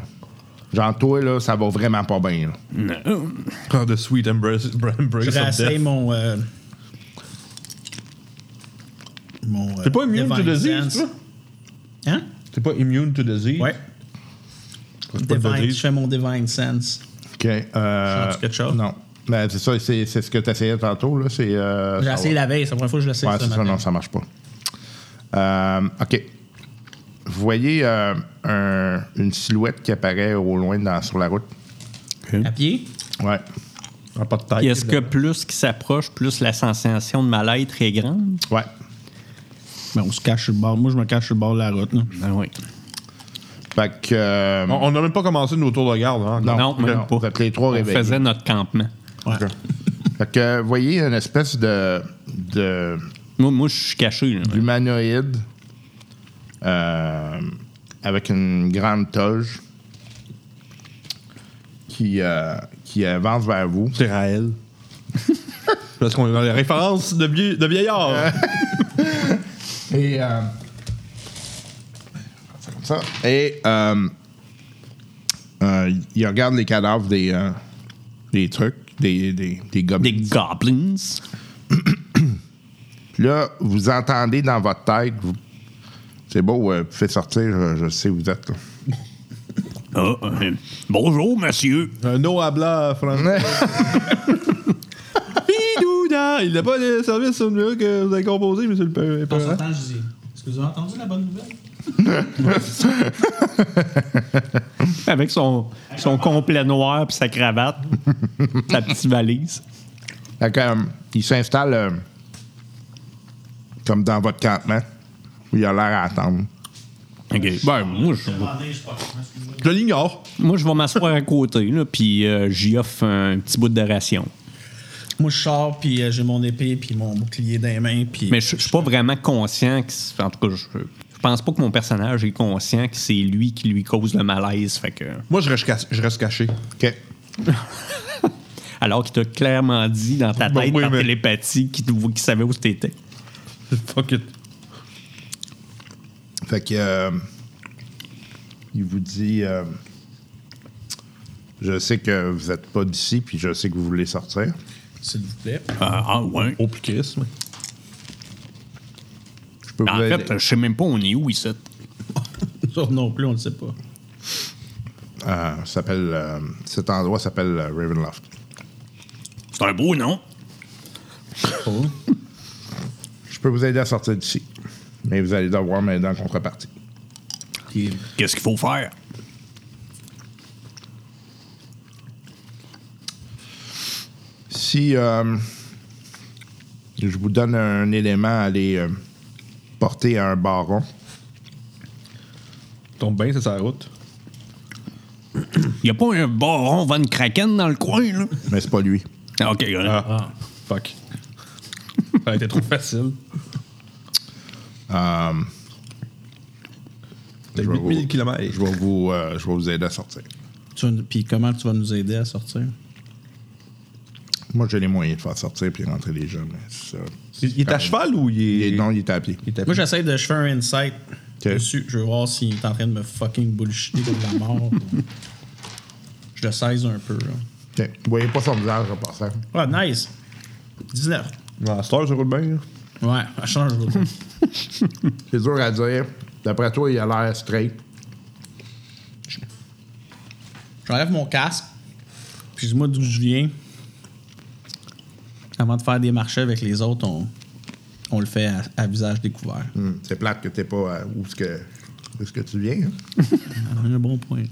Genre, toi, là, ça va vraiment pas bien. là. Oh, the sweet embrace, embrace Je of death. réessaye mon. euh, mon T'es pas immune to disease, dis toi? Hein? T'es pas immune to disease? Ouais. C'est pas Divine- disease. je fais mon Divine Sense. OK. euh, Sens-tu quelque chose? Non. Ben, c'est ça, c'est c'est ce que tu essayais tantôt. là, C'est. euh, J'ai ça essayé va. la veille, c'est la première fois que je l'essaye. Ouais, ce c'est ça, matin. non, ça marche pas. Euh, OK. Vous voyez euh, un- une silhouette qui apparaît au loin dans- sur la route. À pied? Ouais. Ah, pas de tête. Puis Est-ce que plus qu'il s'approche, plus la sensation de mal-être est grande? Ouais. Ben, on se cache sur le bord. Moi, je me cache sur le bord de la route. là. Ah oui. Fait que. euh, On on a même pas commencé nos tours de garde, hein? Non, Non, même non, pas. vous êtes les trois On réveillés. faisait notre campement. Fait que vous voyez une espèce de, de Moi, moi je suis caché. là. d'humanoïde euh, avec une grande toge qui, euh, qui avance vers vous. C'est Raël. Parce qu'on est dans les références de, vieillards. de vieillard. Et euh, c'est comme ça. Et euh, euh, il regarde les cadavres des, euh, des trucs, des, des, des gobelins. Des goblins. Puis là, vous entendez dans votre tête, vous- c'est beau, euh, faites sortir, je, je sais où vous êtes. là. Ah, euh, bonjour, monsieur. Un no habla français. Bidouda! Il n'a pas de service sur le que vous avez composé, monsieur le peu. On s'entend, je dis. Est-ce que vous avez entendu la bonne nouvelle? Avec son, son complet noir puis sa cravate, sa petite valise. Fait que, euh, il s'installe euh, comme dans votre campement. où Il a l'air à attendre. OK. Ben, moi, je, Je l'ignore. moi, je vais m'asseoir à côté, là, puis euh, j'y offre un petit bout de ration. Moi, je sors, puis euh, j'ai mon épée, puis mon bouclier dans les mains, puis. Mais je je suis pas vraiment conscient que. c'est- En tout cas, je, je pense pas que mon personnage est conscient que c'est lui qui lui cause le malaise. Fait que. Moi, je reste, caché- je reste caché. OK. Alors qu'il t'a clairement dit dans ta Bon, tête oui, par mais- télépathie qu'il te- qu'il savait où t'étais. Fuck it. Fait que. euh, il vous dit. euh, je sais que vous n'êtes pas d'ici, puis je sais que vous voulez sortir. S'il vous plaît. Ah, ah ouais. Au plus Chris, mais. Je Ben, peux En vous aider. euh, fait, je sais même pas on est où ici. Ça, non plus, on le sait pas. Euh, ça s'appelle, euh, cet endroit s'appelle euh, Ravenloft. C'est un beau nom. Je peux vous aider à sortir d'ici, mais vous allez devoir m'aider en contrepartie. Qu'est-ce qu'il faut faire? Si euh, je vous donne un élément à aller euh, porter à un baron, Tombe bien, c'est sa route. Y a pas un baron Van Kraken dans le coin, là? mais c'est pas lui. Ah, OK, là. Ah. Fuck. Ça a été trop facile. T'as Je vais 8000 vous- km. Je vais vous, euh, je vais vous aider à sortir. Tu vas- Puis comment tu vas nous aider à sortir? Moi, j'ai les moyens de faire sortir puis rentrer les gens. mais c'est ça. Il, Euh, il est à cheval ou il est. Il est- non, il est à pied. il est à Moi, pied? j'essaie de. Je fais un insight Ok. dessus. Je veux voir s'il est en train de me fucking bullshiter comme la mort. je le saisis un peu, là. Ok. Vous voyez pas son visage en passant. Ah, nice. 19. Ah, Star, ça roule bien. là. Ouais, ça change. beaucoup. C'est dur à dire. D'après toi, il a l'air straight. J'enlève mon casque. Puis dis-moi d'où je viens. Avant de faire des marchés avec les autres, on, on le fait à, à visage découvert. Hmm. C'est plate que t'es pas à- où est-ce que, où est-ce que tu viens. hein. Un bon point.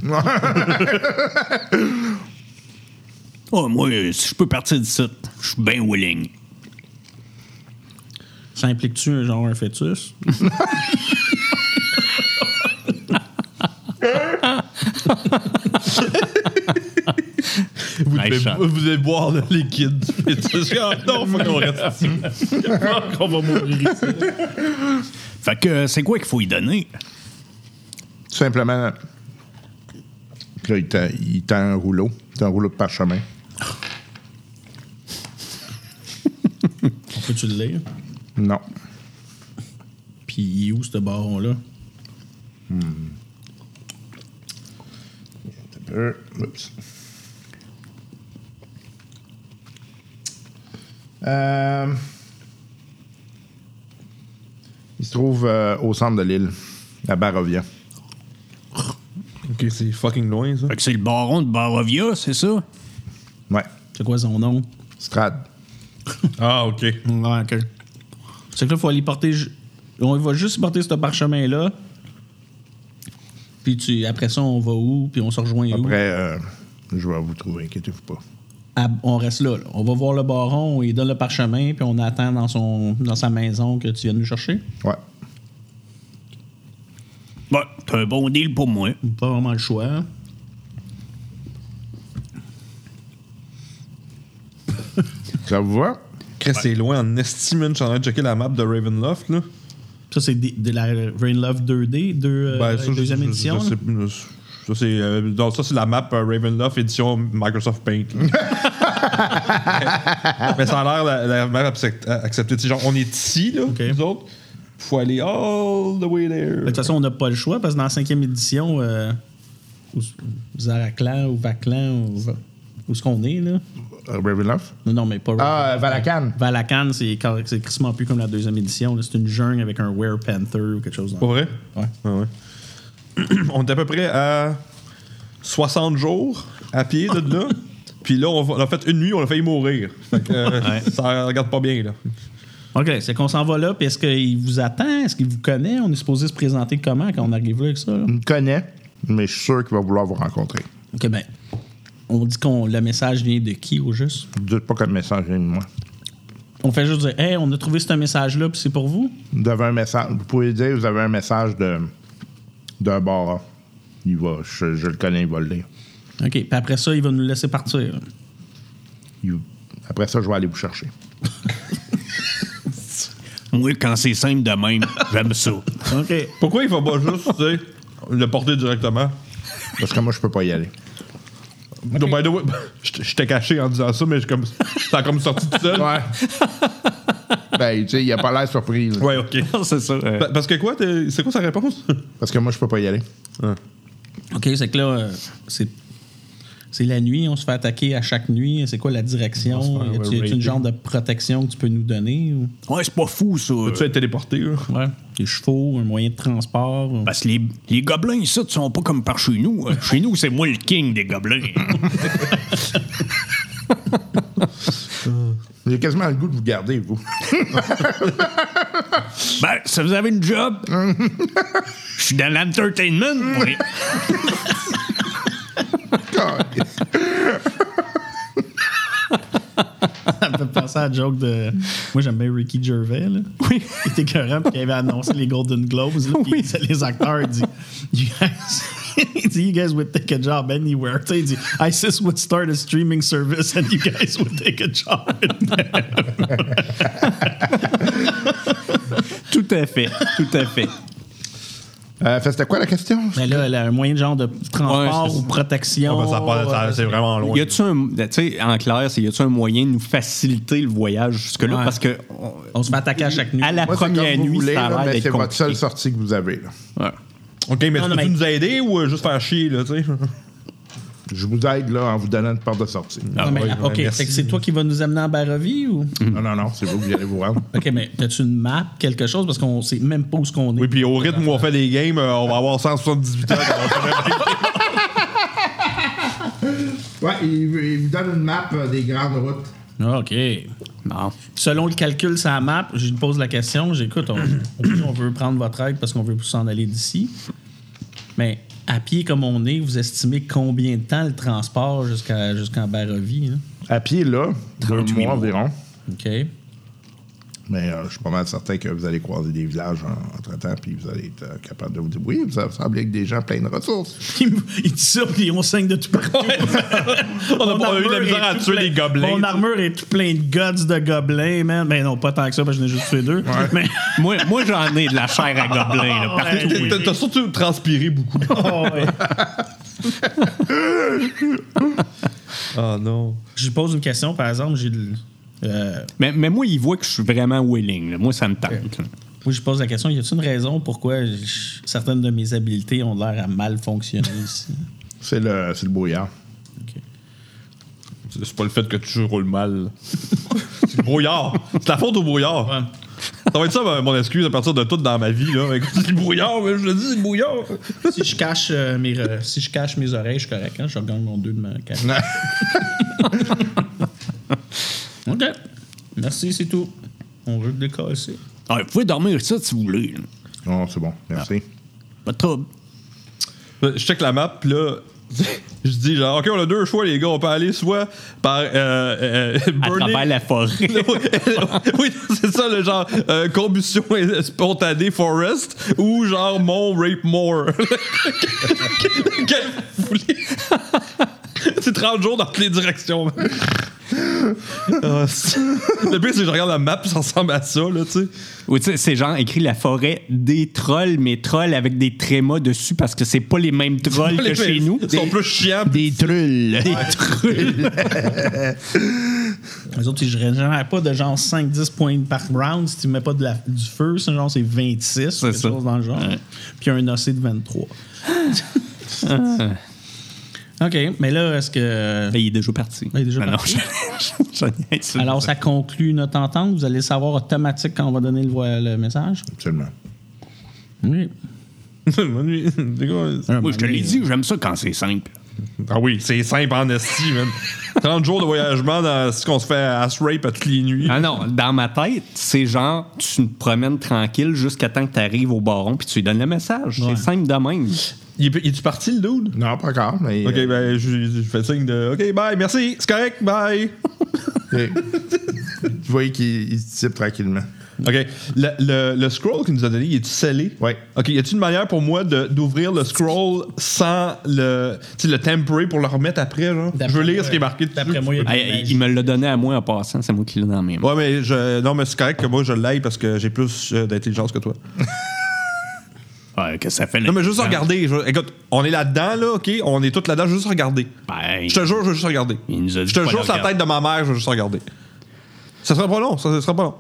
Ah, moi, euh, si je peux partir d'ici, je suis bien willing. Ça implique-tu un genre un fœtus? Vous, Nice devez, shot. vous devez boire le liquide. Ah, non, faut qu'on reste ici. on va mourir ici. Fait que euh, c'est quoi qu'il faut y donner? Tout simplement, là, il tend, il tend un rouleau. C'est un rouleau de parchemin. On peut-tu le lire? Non. Puis il est où ce baron-là? Un peu. Oups. Euh, il se trouve euh, au centre de l'île, à Barovia. Ok, c'est fucking loin, ça. Fait que c'est le baron de Barovia, c'est ça? Ouais. C'est quoi son nom? Strad. Ah, ok. Ouais, ok. C'est que là, il faut aller porter. ju- On va juste porter ce parchemin-là. Puis tu, après ça, on va où? Puis on se rejoint où? Après, euh, je vais vous trouver, inquiétez-vous pas. Ah, on reste là, là. On va voir le baron, on lui donne le parchemin, puis on attend dans, son, dans sa maison que tu viennes nous chercher. Ouais. Bah, t'as un bon deal pour moi. Pas vraiment le choix. Ça vous va? Chris, c'est loin en estime. Je suis en train de checker la map de Ravenloft, là. Ça, c'est des- de la Rain Love 2D, deux, euh, Ben, ça, je- deuxième je- je- édition. là. je sais- je- Ça, c'est euh, donc ça, c'est la map euh, Ravenloft édition Microsoft Paint. là. mais, mais ça a l'air la, la map accept- acceptée. Tu sais, Genre, on est ici, là, nous autres. Faut aller all the way there. de toute façon, on n'a pas le choix parce que dans la cinquième édition, euh, où- Zaraclan ou Vaclan, ou Va- où est-ce qu'on est, là? Euh, Ravenloft? Non, non, mais pas Ah, euh, Valakan. Valakan, c'est car- c'est crissement plus comme la deuxième édition. là. C'est une jungle avec un Werepanther ou quelque chose. dans- Pas vrai? Ouais. Ah ouais. on est à peu près à 60 jours à pied de là. Puis là, on, va- on a fait une nuit, on a failli mourir. Fait que, euh, Ça regarde pas bien, là. OK, c'est qu'on s'en va là, puis est-ce qu'il vous attend? Est-ce qu'il vous connaît? On est supposé se présenter Hmm. comment quand on arrive là avec ça? là? Il me connaît, mais je suis sûr qu'il va vouloir vous rencontrer. OK, ben, on dit qu'on le message vient de qui au juste? Dites pas comme message, de moi. On fait juste dire Hey, on a trouvé ce message-là, puis c'est pour vous? Vous avez un message. Vous pouvez dire vous avez un message de d'un bar. Il va, je, je le connais, il va le lire. OK. Puis après ça, il va nous laisser partir. Il- après ça, je vais aller vous chercher. Moi, quand c'est simple de même, j'aime ça. OK. Pourquoi il faut pas juste, tu sais, le porter directement? Parce que moi, je peux pas y aller. Donc, by the way, je je t'ai caché en disant ça, mais j'ai comme, ça a comme sorti tout seul. Ouais. ben, tu sais, il a pas l'air surpris. là. Ouais, ok. c'est ça. euh, Pa- Parce que quoi, t'es- c'est quoi sa réponse? Parce que moi, je peux pas y aller. OK, c'est que là, euh, c'est. C'est la nuit, on se fait attaquer à chaque nuit. C'est quoi la direction? Y a-t-il une genre de protection que tu peux nous donner? ou- ouais, c'est pas fou, ça. tu es téléporté, là. Ouais. Des chevaux, un moyen de transport? ou- Parce que les, les gobelins ici ne sont pas comme par chez nous. Euh, Chez nous, c'est moi le king des gobelins. J'ai quasiment le goût de vous garder, vous. ben, si vous avez une job, je suis dans l'entertainment. moi. Ça me fait penser à la joke de. Moi, j'aime bien Ricky Gervais. Là. Oui. Il était écœurant, puis il avait annoncé les Golden Globes. Là, puis il disait, les acteurs, il dit, you guys, il dit, You guys would take a job anywhere. Tu sais, il dit ISIS would start a streaming service and you guys would take a job. tout à fait, tout à fait. Euh, fait, c'était quoi la question? Mais là, elle a un moyen de genre de Ouais, transport c'est- ou protection. euh, Ah, ben, ça a pas- Oh, ça- c'est vraiment loin. Y a-tu un. Tu sais, en clair, c'est y a-tu un moyen de nous faciliter le voyage jusque-là? Ouais. Parce que on se fait attaquer à chaque nuit. à la Moi, c'est comme première vous nuit, voulez, ça là, a l'air mais c'est d'être votre seule compliqué. sortie que vous avez. là. Ouais. Ok, mais est-ce non, que mais- tu nous aider ou euh, juste faire chier, là, tu sais? Je vous aide là en vous donnant une porte de sortie. Ah. Non, mais- ouais, OK, ouais, fait que c'est toi qui vas nous amener en Barovie ou. Non, non, non, c'est vous qui allez vous rendre. OK, mais as-tu une map, quelque chose? Parce qu'on sait même pas où ce qu'on est. Oui, puis au rythme où on fait des games, euh, on va avoir 178 heures. on va faire- Ouais, il, il vous donne une map euh, des grandes routes. Ah, OK. Non. Selon le calcul sur la map, je lui pose la question, j'écoute, on, on veut prendre votre aide parce qu'on veut s'en aller d'ici. Mais à pied comme on est, vous estimez combien de temps le transport jusqu'à jusqu'en Barovie? hein? À pied là, deux mois, environ. OK. Mais euh, je suis pas mal certain que vous allez croiser des villages en- entre-temps, puis vous allez être euh, capable de vous dire oui, vous semblez que des gens pleins de ressources. Il, me- il dit ça, puis on saigne de tout partout. on, a- on a eu de la misère à tuer des gobelins. Mon armure est tout plein de gods de gobelins, man. Ben non, pas tant que ça, parce que j'en ai juste tué deux. Mais Moi, moi j'en ai de la chair à gobelin, là, partout. Ouais. T'as- T'as surtout transpiré beaucoup. Oh, ouais. Ah non. je lui pose une question, par exemple, j'ai... le- euh, Mais, mais moi, il voit que je suis vraiment willing. là. Moi, ça me tente. là. Moi, je pose la question, y a-t-il une raison pourquoi je- certaines de mes habiletés ont l'air à mal fonctionner ici? C'est le, c'est le brouillard. C'est c'est pas le fait que tu roules mal. C'est le brouillard. C'est la faute au brouillard. Ça va être ça ben, mon excuse à partir de tout dans ma vie. là. Écoute, C'est le brouillard, mais je le dis, c'est le brouillard. si, je cache, euh, mes, re- si je cache mes oreilles, je suis correct. hein? Je regarde mon deux de ma cache. OK. Merci, c'est tout. On veut décasser. Ah, vous pouvez dormir ici si vous voulez. là. Non, Oh, c'est bon, merci. Ah. Pas de trouble. Euh, Je check la map, pis là. Je dis genre, ok, on a deux choix, les gars. On peut aller soit par euh, euh, À burning- travers la forêt. oui, c'est ça, le genre euh, combustion spontanée forest ou genre mon rape more. Quel vous voulez? c'est 30 jours dans toutes les directions. man. Ah, c'est- le pire, c'est que je regarde la map, ça ressemble à ça, là, tu sais. Ou tu sais, c'est genre écrit la forêt des trolls, mais trolls avec des trémas dessus parce que c'est pas les mêmes trolls que Les- chez nous. Ils sont plus chiants. Des trulles. Des trolls. Les autres, ils ne génèrent pas de genre 5-10 points par round si tu ne mets pas de la- du feu. C'est genre c'est 26 ou quelque ça. chose dans le genre. Puis un OC de 23. OK. Mais là, est-ce que... Ben, il est déjà parti. Il est déjà Ah non, parti. je- je- j'en ai sur- Alors, ça conclut notre entente. Vous allez le savoir automatique quand on va donner le, vo- le message. Absolument. Oui. Bonne nuit. Les gars, Moi, je te l'ai dit, j'aime ça quand c'est simple. Ah oui, c'est simple en esti, man. 30 jours de voyagement dans ce qu'on se fait à se rape à toutes les nuits. Ah non, dans ma tête, c'est genre, tu te promènes tranquille jusqu'à temps que tu arrives au baron puis tu lui donnes le message. C'est simple de même. Il est, il est-tu parti, le dude? Non, pas encore. Mais, Ok, euh, ben, je, je fais signe de. Ok, bye, merci, c'est correct, bye! euh, tu vois qu'il il dissipe tranquillement. Ok, le, le- le scroll qu'il nous a donné, il est scellé? Ouais. Ok, y a-t-il une manière pour moi de- d'ouvrir le scroll sans le, tu sais, le temporary pour le remettre après, genre? Je veux lire ce qui est marqué dessus. D'après moi, il y a de la Hey, il- magie. il me l'a donné à moi en passant, c'est moi qui l'ai dans mes mains. Ouais, mais je, non, mais c'est correct que moi je l'aille parce que j'ai plus euh, d'intelligence que toi. Ouais, que ça fait Non, mais juste regarder. je- écoute, on est là-dedans, là, OK? On est tous là-dedans, je veux juste regarder. Ben, Je te jure, je veux juste regarder. Il nous a dit Je te de pas jure le sur la regarder. tête de ma mère, je veux juste regarder. Ça sera pas long, ça, ça sera pas long.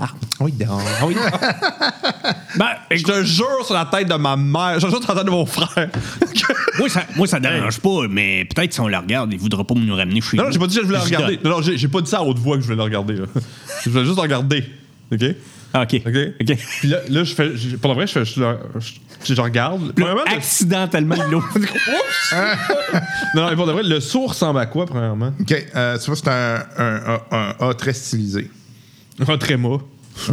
Ah oui, non. Ah oui, non. Ben, Je te jure sur la tête de ma mère, je te jure sur la tête de mon frère. moi, ça, moi, ça dérange pas, mais peut-être si on le regarde, il voudra pas nous ramener chez Non, nous. non, j'ai pas dit que je voulais Je regarder. donne. Non, non, j'ai j'ai pas dit ça à haute voix que je voulais le regarder. là. je voulais juste le regarder. OK? Ah, OK. OK? OK. Puis là, là, je fais. je- Pour le vrai, je fais. Je, je- je regarde. Premièrement, le- Accidentellement, il l'ouvre. non, non, pour de vrai, le sourd ressemble à quoi, premièrement? Ok, euh, tu vois, c'est un, un, un- un A très stylisé. Un tréma. Ah.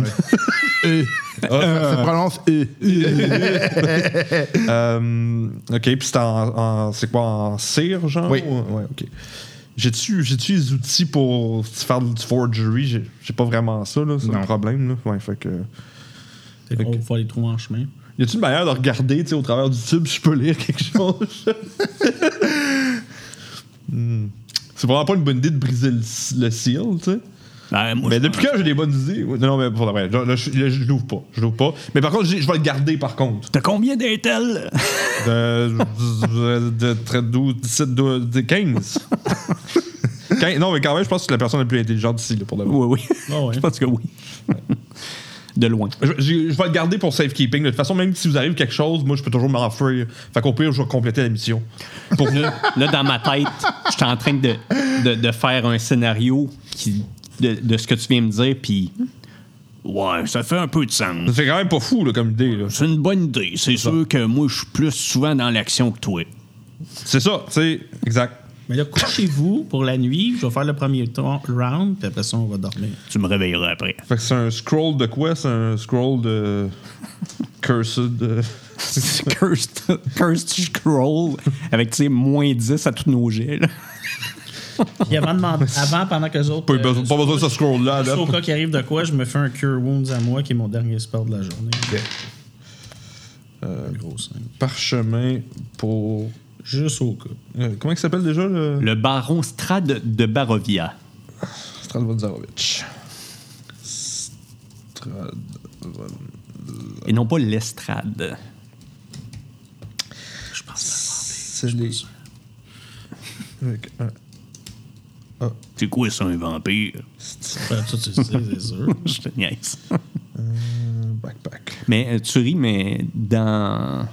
Ça se prononce E. Euh, OK, puis c'est en, en- C'est quoi, en cire, genre? Oui. Ou- Ouais, OK. J'ai-tu j'ai-tu les outils pour faire du forgery? J'ai- J'ai pas vraiment ça, là. C'est Non. un problème, là. Ouais, fait que. Fait qu'on va les trouver en chemin. Y a-tu une manière de regarder, tu sais, au travers du tube, si je peux lire quelque chose? Hmm. C'est vraiment pas une bonne idée de briser le, le seal, tu sais. Ben, moi, Mais je- depuis quand j'ai des bonnes idées? Ouais, Non, non, mais pour de vrai, là, là, je là, je l'ouvre pas. Je l'ouvre pas. Mais par contre, j'ai- je vais le garder, par contre. T'as combien d'intels? De, de, de, de 12, 17, 12, 15. Quin- Non, mais quand même, je pense que c'est la personne la plus intelligente ici, là, pour de vrai. Oui, oui. Ah ouais. Je pense que oui. De loin. Je, j'ai- je vais le garder pour safekeeping. De toute façon, même si vous arrive quelque chose, moi, je peux toujours m'enfuir. Fait qu'au pire, je vais compléter la mission. Pour Là, dans ma tête, je suis en train de, de, de faire un scénario qui, de, de ce que tu viens me dire, puis Ouais, ça fait un peu de sens. C'est quand même pas fou là, comme idée. là. C'est une bonne idée. C'est sûr que moi, je suis plus souvent dans l'action que toi. C'est ça, tu sais, exact. Mais là, couchez-vous pour la nuit. Je vais faire le premier tour- round, puis après ça, on va dormir. Tu me réveilleras après. Fait que c'est un scroll de quoi? C'est un scroll de. Cursed. euh, cursed, cursed scroll avec, tu sais, moins 10 à tous nos jets. là. Puis avant, de m'en- avant pendant que les autres. Pas, euh, besoin, pas besoin de ce scroll-là. là. Juste au cas qu'il arrive de quoi, je me fais un Cure Wounds à moi, qui est mon dernier sport de la journée. Euh, Un gros cinq. Parchemin pour. Juste au cas. euh, comment il s'appelle déjà le. Le baron Strad de Barovia. Stradvonzarovitch. Et non pas l'estrade. C'est les. Avec un. C'est quoi ça, un vampire? Ben, ça, tu le sais, c'est sûr. Je te niaise. Backpack. Mais euh, tu ris, mais dans,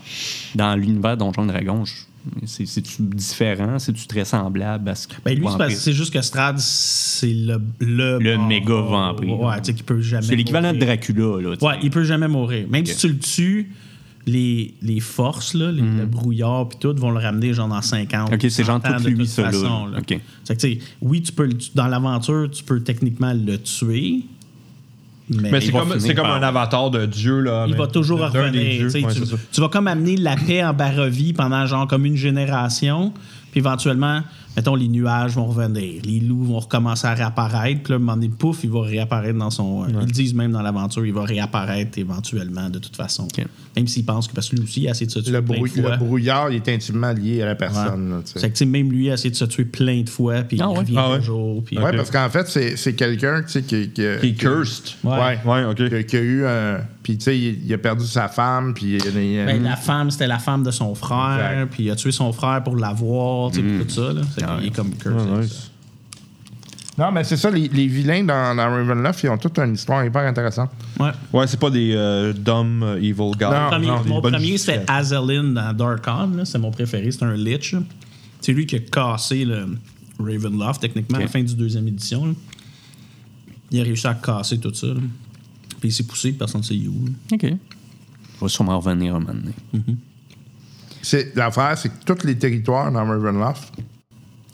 dans l'univers Donjon Dragon, je- c'est- c'est-tu différent? C'est-tu très semblable à ce que. Ben, lui, c'est vampire? parce que c'est juste que Strad, c'est le. Le, Le mort. méga vampire. Ouais, tu sais, qu'il peut jamais. C'est l'équivalent de mourir. Dracula. Là, tu sais. Ouais, il peut jamais mourir. Même Ok. si tu le tues, les, les forces, là, les, le brouillard puis tout, vont le ramener genre dans 50. Hmm. Ok, c'est genre 100 ans, tout de lui, toute ça, là. façon, là. Ok. Fait que, tu sais, oui, tu peux le tu- dans l'aventure, tu peux techniquement le tuer, mais, Mais c'est il, va, comme, finir c'est comme par- un avatar de dieu. Là, il mais- va toujours d'un des revenir. dieux. tu sais, Ouais, tu, c'est ça. tu vas comme amener la paix en Barovie pendant genre comme une génération, puis éventuellement, mettons, les nuages vont revenir, les loups vont recommencer à réapparaître, puis là, à un moment donné, pouf, il va réapparaître dans son... euh, Ils le disent même dans l'aventure, il va réapparaître éventuellement, de toute façon. Même s'il pense que... Parce que lui aussi, il a essayé de se tuer Le, plein de brou- fois. le brouillard, il est intimement lié à la Ouais. personne. là, tu sais. C'est que, tu sais, même lui, il a essayé de se tuer plein de fois, puis Ah il ouais? revient Ah ouais? toujours, puis... Ouais, parce qu'en fait, c'est c'est quelqu'un tu sais, qui, qui, Qui est qui- cursed. Ouais. Ouais, ok. qui, qui a eu un. Puis, tu sais, il, il a perdu sa femme, puis il, il- il- Ben, La femme, c'était la femme de son frère, Exact. puis il a tué son frère pour l'avoir, tu Mm. sais, puis tout ça. Là. Ah Fait qu'il est comme cursed, ça. Non, mais c'est ça, les, les vilains dans, dans Ravenloft, ils ont toute une histoire hyper intéressante. Ouais. Ouais, c'est pas des euh, dumb euh, evil guys. Non, Premier- des mon bonnes premier, justices. c'était Azalin dans Darkon. là. C'est mon préféré. C'est un Lich. là. C'est lui qui a cassé le Ravenloft, techniquement, à la fin du deuxième édition. là. Il a réussi à casser tout ça. là. Puis il s'est poussé, personne ne sait où. là. OK. Je vais sûrement revenir un moment donné. C'est- L'affaire, c'est que tous les territoires dans Ravenloft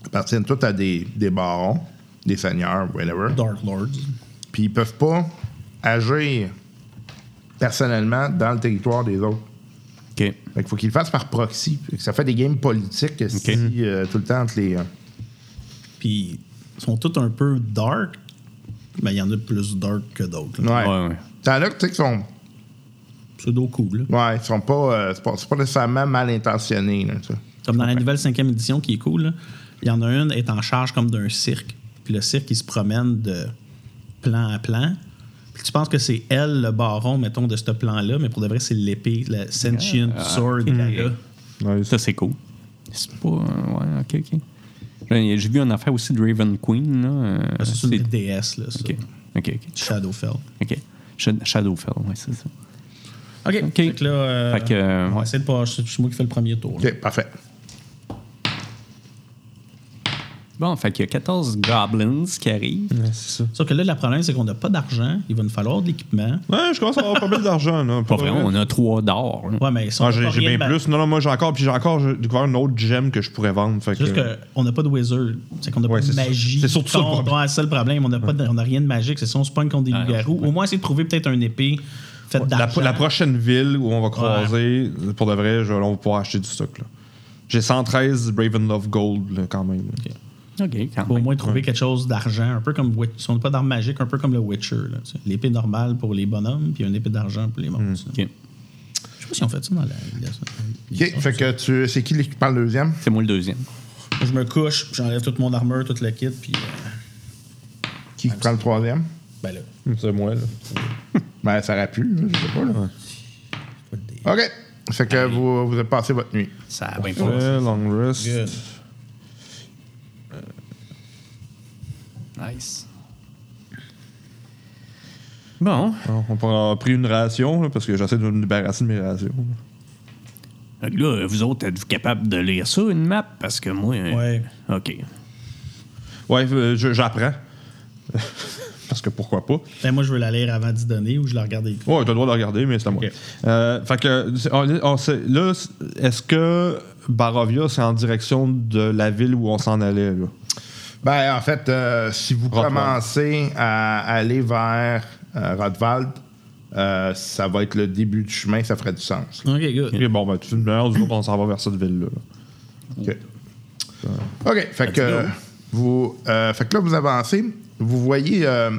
appartiennent tous à des, des barons, des seigneurs, whatever. Dark Lords. Puis ils peuvent pas agir personnellement dans le territoire des autres. Fait qu'il faut qu'il le fasse par proxy. Fait que Ça fait des games politiques si, euh, tout le temps entre les. euh, Puis, ils sont tous un peu dark. Mais il y en a plus dark que d'autres. là. ouais. Ouais, ouais. T'en as que, tu sais, qui sont. Pseudo cool. là. Ouais, ils sont pas. euh, c'est pas, c'est pas nécessairement mal intentionnés, là, ça. Comme dans la nouvelle cinquième édition qui est cool, là, il y en a une est en charge comme d'un cirque. Puis le cirque, il se promène de plan à plan. Puis tu penses que c'est elle, le baron, mettons, de ce plan-là, mais pour de vrai, c'est l'épée, la sentient Ah. sword qu'elle a. Ça, c'est cool. C'est pas. euh, Ouais, ok, ok. Ben, J'ai j'ai vu une affaire aussi de Raven Queen. Là. euh, Ah, Ça, C'est une déesse, là, ça. Ok, ok, ok. Shadowfell. ok. Shad- Shadowfell, ouais, c'est ça. OK. Fait que là, euh, Fait que, euh, on va ouais. essayer de pas. C'est c'est moi qui fais le premier tour. là. Ok, parfait. Bon, fait qu'il y a 14 goblins qui arrivent. Sauf que là, le problème, c'est qu'on n'a pas d'argent. Il va nous falloir de l'équipement. Ouais, je commence à avoir pas mal d'argent, là. Pas vrai, on a 3 d'or. là. Ouais, mais si on Ah, n'a j'ai pas j'ai rien de bien ma- plus. Non, non, moi j'ai encore, puis j'ai encore j'ai découvert une autre gemme que je pourrais vendre. Fait C'est juste que- qu'on n'a pas de wizard. C'est qu'on n'a Ouais, pas de c'est ça. magie. C'est surtout ça le Ton- problème. Ah, ouais, c'est ça le problème. On n'a pas de- on n'a rien de magique. C'est ça, on se pogne contre des loups-garous. Au moins, essayer de trouver peut-être un épée faite la, d'argent. la prochaine ville où on va croiser, pour de vrai, je, on va pouvoir acheter du stock. là. J'ai 113 Ravenloft Gold là, quand même. là. Ok, quand Pour au même. moins trouver quelque chose d'argent. Un peu comme. Witch- Si on n'a pas d'arme magique, un peu comme le Witcher. là, tu sais. L'épée normale pour les bonhommes, puis une épée d'argent pour les Hmm. monstres. Ok. Je sais pas si on fait ça dans la. la- Ok, fait que tu. C'est qui qui parle deuxième? C'est moi le deuxième. Je me couche, puis j'enlève toute mon armure, tout le kit, puis. euh, Qui prend le troisième? ben là. C'est moi. Là. Ben, ça aurait pu, là, je sais pas, là. OK. Fait que vous, vous avez passé votre nuit. Ça a bien Ouais, long rest. Good. Nice. Bon, Bon, On pourra pris une ration là, parce que j'essaie de me débarrasser de mes rations. Fait que là, vous autres, êtes-vous capables de lire ça, une map? Parce que moi. euh, Ouais. OK. Ouais, euh, je- j'apprends. parce que pourquoi pas. Ben, moi, je veux la lire avant d'y donner ou je la regarde écrire. Ouais, t'as le droit de regarder, mais c'est à moi. Ok. Euh, fait que, c'est- on est- on sait- là, c'est- est-ce que Barovia, c'est en direction de la ville où on s'en allait, là? Ben, en fait, euh, si vous Rothwald. commencez à aller vers euh, Rothwald, euh, ça va être le début du chemin, ça ferait du sens. là. Ok, good. Ok, bon, ben, tu une manière ou d'une autre, on s'en va vers cette ville-là. là. OK. OK. Fait que, euh, vous, euh, fait que là, vous avancez. Vous voyez euh,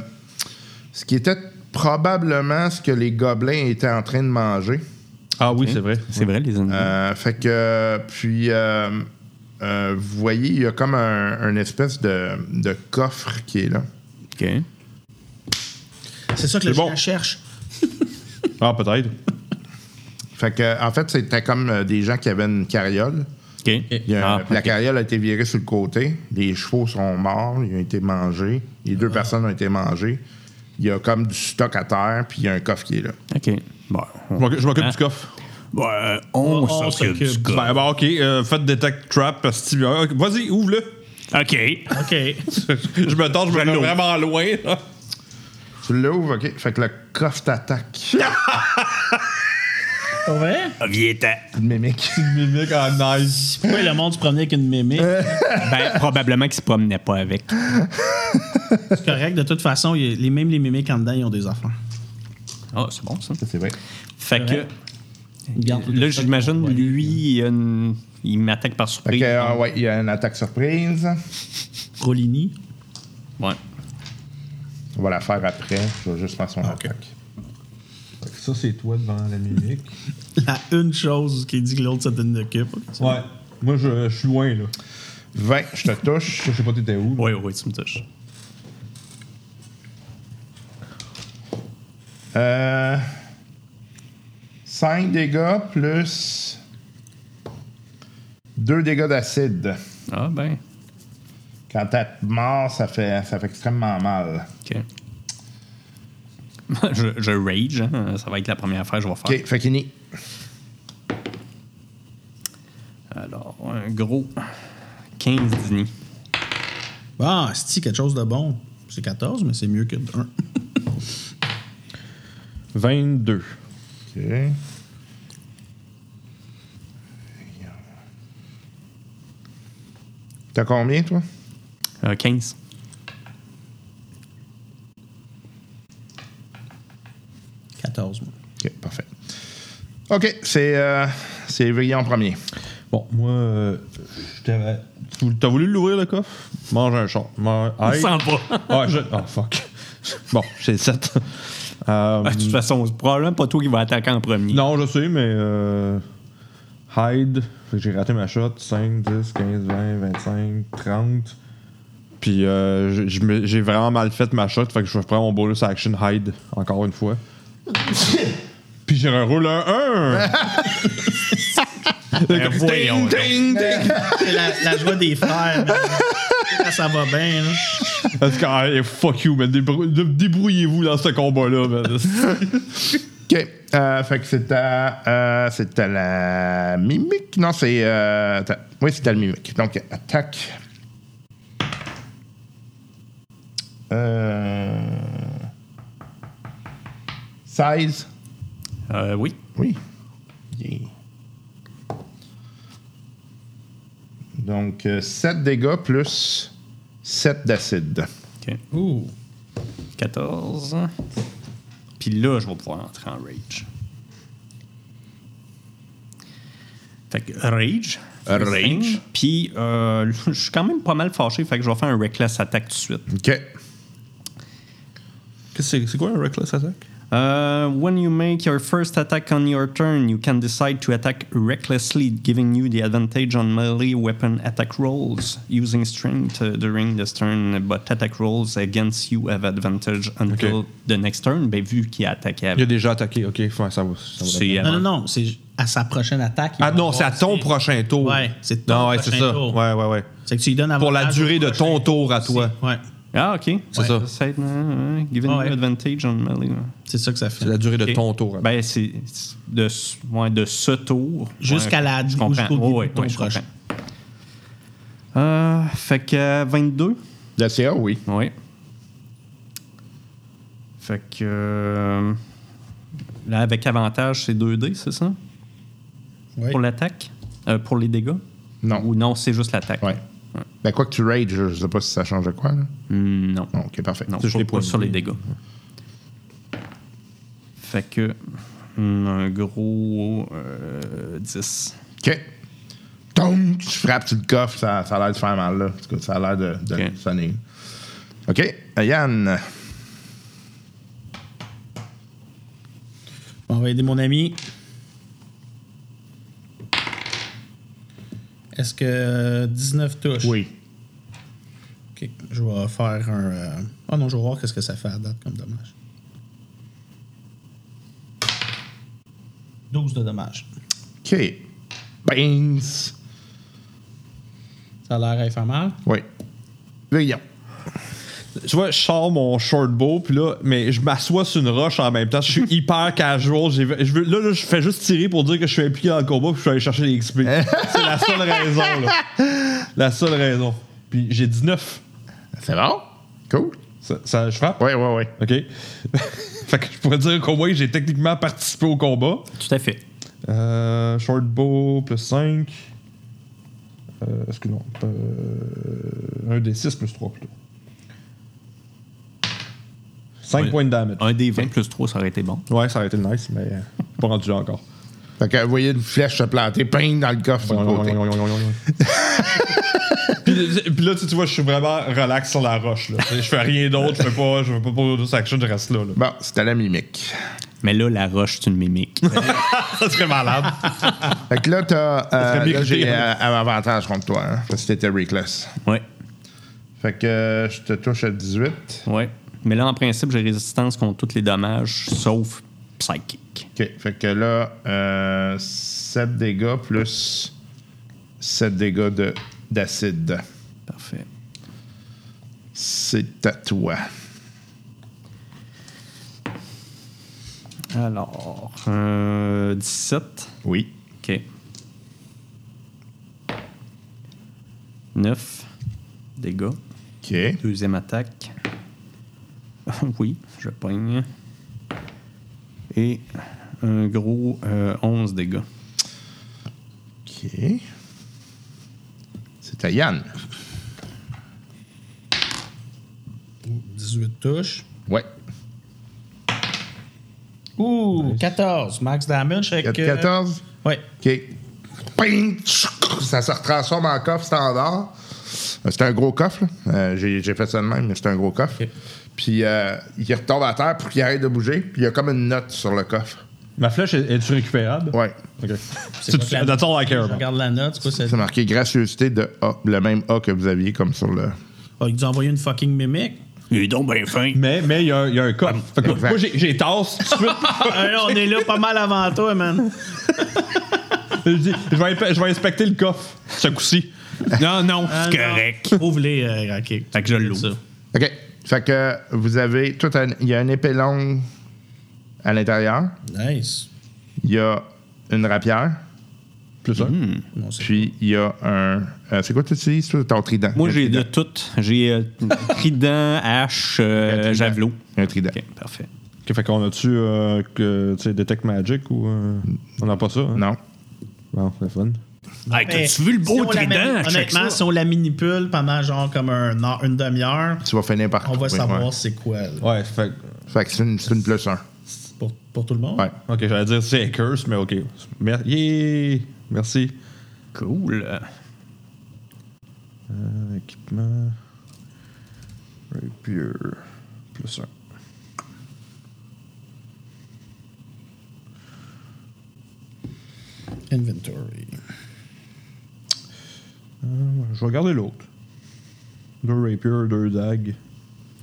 ce qui était probablement ce que les gobelins étaient en train de manger. Ah oui, c'est vrai. C'est vrai, les amis. Euh, fait que, euh, puis, euh, euh, vous voyez, il y a comme un, un espèce de, de coffre qui est là. OK. C'est ça que le C'est bon. chien cherche. Ah, peut-être. Fait que, en fait, c'était comme euh, des gens qui avaient une carriole. OK. Il y a- Ah, puis La carriole a été virée sur le côté. Les chevaux sont morts. Ils ont été mangés. Les Ah. deux personnes ont été mangées. Il y a comme du stock à terre, puis il y a un coffre qui est là. OK. Bon. Je m'occupe- Je m'occupe Hein? du coffre. Bon, euh, on On s'occupe s'occupe. du Ben, gars. ben, ok, euh, faites Detect Trap, parce que Stevie- ah, Vas-y, ouvre-le. OK. Ok. je me tente, je me mets vraiment loin. là. Tu l'ouvres, OK? Fait que le coffre t'attaque. Ah! Pour vrai? Viens-t'en. Mimique. Mimique, ah, nice. Pourquoi le monde se promenait avec une mémé? Euh, C'est Ben, probablement qu'il se promenait pas avec. correct. De toute façon, il y a- les, même les mémés quand dedans, ils ont des affaires. Ah, c'est bon, ça. C'est vrai. Fait que. vrai. Ils gardent tout Là, le stock j'imagine, pour- lui, il, a une- il m'attaque par Fait surprise. que, euh, ouais, il y a une attaque surprise. Rolini. Ouais. On va la faire après. Je vais juste faire son Ah, attaque. Ça, c'est toi devant la mimique. La une chose qui dit que l'autre, ça te occupe. Ouais. Moi, je, je suis loin, là. 20, je te touche. Je sais pas, t'étais où. Ouais, ouais, tu me touches. Euh, 5 dégâts plus 2 dégâts d'acide. Ah, ben. Quand t'es mort, ça fait, ça fait extrêmement mal. OK. je, je rage. hein. Ça va être la première affaire que je vais faire. Ok, fait qu'il nie. Alors, un gros 15 dini. Bon, si quelque chose de bon. C'est 14, mais c'est mieux que 1. 22. Ok. T'as combien, toi? Euh, 15. Ok, parfait. Ok, c'est euh, c'est C'est éveillé en premier. Bon, moi, euh, je t'avais- tu vou- T'as voulu l'ouvrir le coffre? Mange un chat. Mange... Aïe. pas. Ah, je- ah, fuck. Bon, c'est 7. Ben, De toute façon, c'est probablement pas toi qui va attaquer en premier. non, je sais, mais. Euh, hide. Fait que J'ai raté ma shot. 5, 10, 15, 20, 25, 30. Puis euh, je- je me- j'ai vraiment mal fait ma shot. Fait que je prends mon bonus action hide encore une fois. Puis j'ai un roule un 1. Ben, voyons. donc. C'est la, la joie des frères. man. Quand ça va bien, là. Parce que, ah, fuck you, man. Débrou- dé- Débrouillez-vous dans ce combat-là, man. OK. Euh, fait que c'est à, euh, c'est à la mimique. Non, c'est. euh, attends. oui, c'est à la mimique. Donc, attaque. Euh, 16. Euh, oui. Oui. Yeah. Donc, 7 dégâts plus 7 d'acide. OK. 14. Puis là, je vais pouvoir entrer en rage. Fait que euh, rage. Rage. Puis euh, je suis quand même pas mal fâché, fait que je vais faire un reckless attack tout de suite. OK. C'est quoi un reckless attack? Uh, when you make your first attack on your turn, you can decide to attack recklessly, giving you the advantage on melee weapon attack rolls using strength uh, during this turn. But attack rolls against you have advantage until Ok. the next turn. Ben, vu qu'il a attaqué Il a avec. déjà attaqué, ok. Ouais, ça va. ça va C'est bien. Non, avant. non, non. C'est à sa prochaine attaque. il Ah va non, avoir c'est à ton ses- prochain tour. Ouais, c'est ton Non, ouais, prochain c'est ça. tour. Ouais, ouais, ouais. C'est que tu lui donnes Pour la avantage au durée de ton prochain. tour à toi. Ouais. Ah, ok. C'est ça. Decide, uh, uh, giving Ouais. you advantage on melee. C'est ça que ça fait. C'est la durée de Ok. ton tour. Ben, c'est c'est de, ce- ouais, de ce tour. Jusqu'à Ouais, la- je comprends. jusqu'au Ouais, début ouais, de ton ouais, je prochain. comprends. Euh, fait que euh, 22. La CA, ah oui. Oui. Fait que. euh, là, avec avantage, c'est 2D, c'est ça? Oui. Pour l'attaque? Euh, pour les dégâts? Non. Ou non, c'est juste l'attaque? Ouais. Ben, quoi que tu rages, je sais pas si ça change de quoi, là. Mm, Non. Non, ok, parfait. Non, C'est juste sur, les pas sur points de les dégâts. Fait que. mm, un gros. euh, 10. Ok. Donc, tu frappes, tu le coffres, ça, ça a l'air de faire mal, là. En tout cas, ça a l'air de, de Ok. sonner. Ok, euh, Yann. On va aider mon ami. Est-ce que euh, 19 touches? OK. Je vais faire un... euh, Ah non, je vais voir qu'est-ce que ça fait à date comme dommage. 12 de dommages. Ok. Bings. Ça a l'air à faire mal. Oui. Veillons. Tu vois, je sors mon short bow, puis là, mais je m'assois sur une roche en même temps. Je suis hyper casual. J'ai- Je veux, là, là, je fais juste tirer pour dire que je suis impliqué dans le combat, puis je suis allé chercher les XP. c'est la seule raison, là. La seule raison. Puis j'ai 19. C'est bon? Cool. Ça, ça- je frappe? Oui, oui, oui. OK. fait que je pourrais dire qu'au moins, j'ai techniquement participé au combat. Tout à fait. Euh, short bow plus 5. Euh, Est-ce que non? Euh, un des 6 plus 3 plutôt. 5 Ouais. points de damage. Un des 20 plus 3, ça aurait été bon. Ouais, ça aurait été nice, mais euh, pas rendu là encore. Fait que vous voyez une flèche se planter, ping, dans le coffre sur le côté. puis, puis là, tu, tu vois, je suis vraiment relax sur la roche. Là. Je fais rien d'autre, je fais pas, je fais pas bonus action, je reste là. là. Bon, c'était la mimique. Mais là, la roche, c'est une mimique. Ça serait malade. Fait que là, t'as. serait Euh, mieux là, que j'ai j'ai- euh, un avantage contre toi, hein, parce que t'étais reckless. ouais. Fait que euh, je te touche à 18. Ouais. Mais là, en principe, j'ai résistance contre tous les dommages, sauf psychic. OK. Fait que là, euh, 7 dégâts plus 7 dégâts de- d'acide. Parfait. C'est à toi. Alors, euh, 17. Oui. OK. 9 dégâts. OK. Deuxième attaque. oui, je pogne. Et un gros euh, 11 dégâts. OK. C'est à Yann. 18 touches. Ouais. Ouh, 14. Max damage avec... Quatre- 14. Euh, ouais. OK. ping, tchouk, ça se retransforme en coffre standard. Euh, C'était un gros coffre. là. Euh, J'ai j'ai fait ça de même, mais c'était un gros coffre. Puis euh, il retombe à terre pour qu'il arrête de bouger. Puis il y a comme une note sur le coffre. Ma flèche, est- est-tu récupérable? Ouais. Ok. C'est quoi que la- That's all I care Je about. regarde la note, c'est quoi ça? C'est marqué gracieuseté de A, le même A que vous aviez comme sur le. Ah, il nous a envoyé une fucking mimique. Mais mais il y, a un- il y a un coffre. Fait que Exact. moi, j'ai j'ai tasse tout de suite. Ah, Hey, on est là pas mal avant toi, man. je dis, je vais, impe- je vais inspecter le coffre, ce coup-ci. Non, non, Ah, c'est non. correct. Ouvre-les, euh, ok. Fait que je l'ouvre. Ça. OK. Fait que vous avez tout un. Il y a une épée longue à l'intérieur. Nice. Il y a une rapière. Plus un. Mm. Non, c'est- Puis il y a un. euh, c'est quoi que tu utilises, toi, ton trident? Moi, Un j'ai trident. de tout. J'ai euh, trident, hache, euh, Un trident. javelot. Un trident. Ok, parfait. Ok, fait qu'on a-tu euh, que, tu sais, Detect Magic ou. euh, on n'a pas ça? Hein? Non. Bon, c'est le fun. Hey, t'as-tu vu le Si beau on la trident? mani- Check Honnêtement, ça. si on la manipule pendant genre comme un heure- une demi-heure, Tu vas finir par. on va trouver, savoir ouais. c'est quoi là, Ouais, fait. Fait que c'est une, c'est une plus 1. pour, pour tout le monde. Ouais. Ok, j'allais dire c'est un curse, mais ok. Mer- yeah! Merci. Cool. Euh, équipement. Rapier. Plus un. Inventory. Je vais regarder l'autre. Deux rapiers, deux dagues,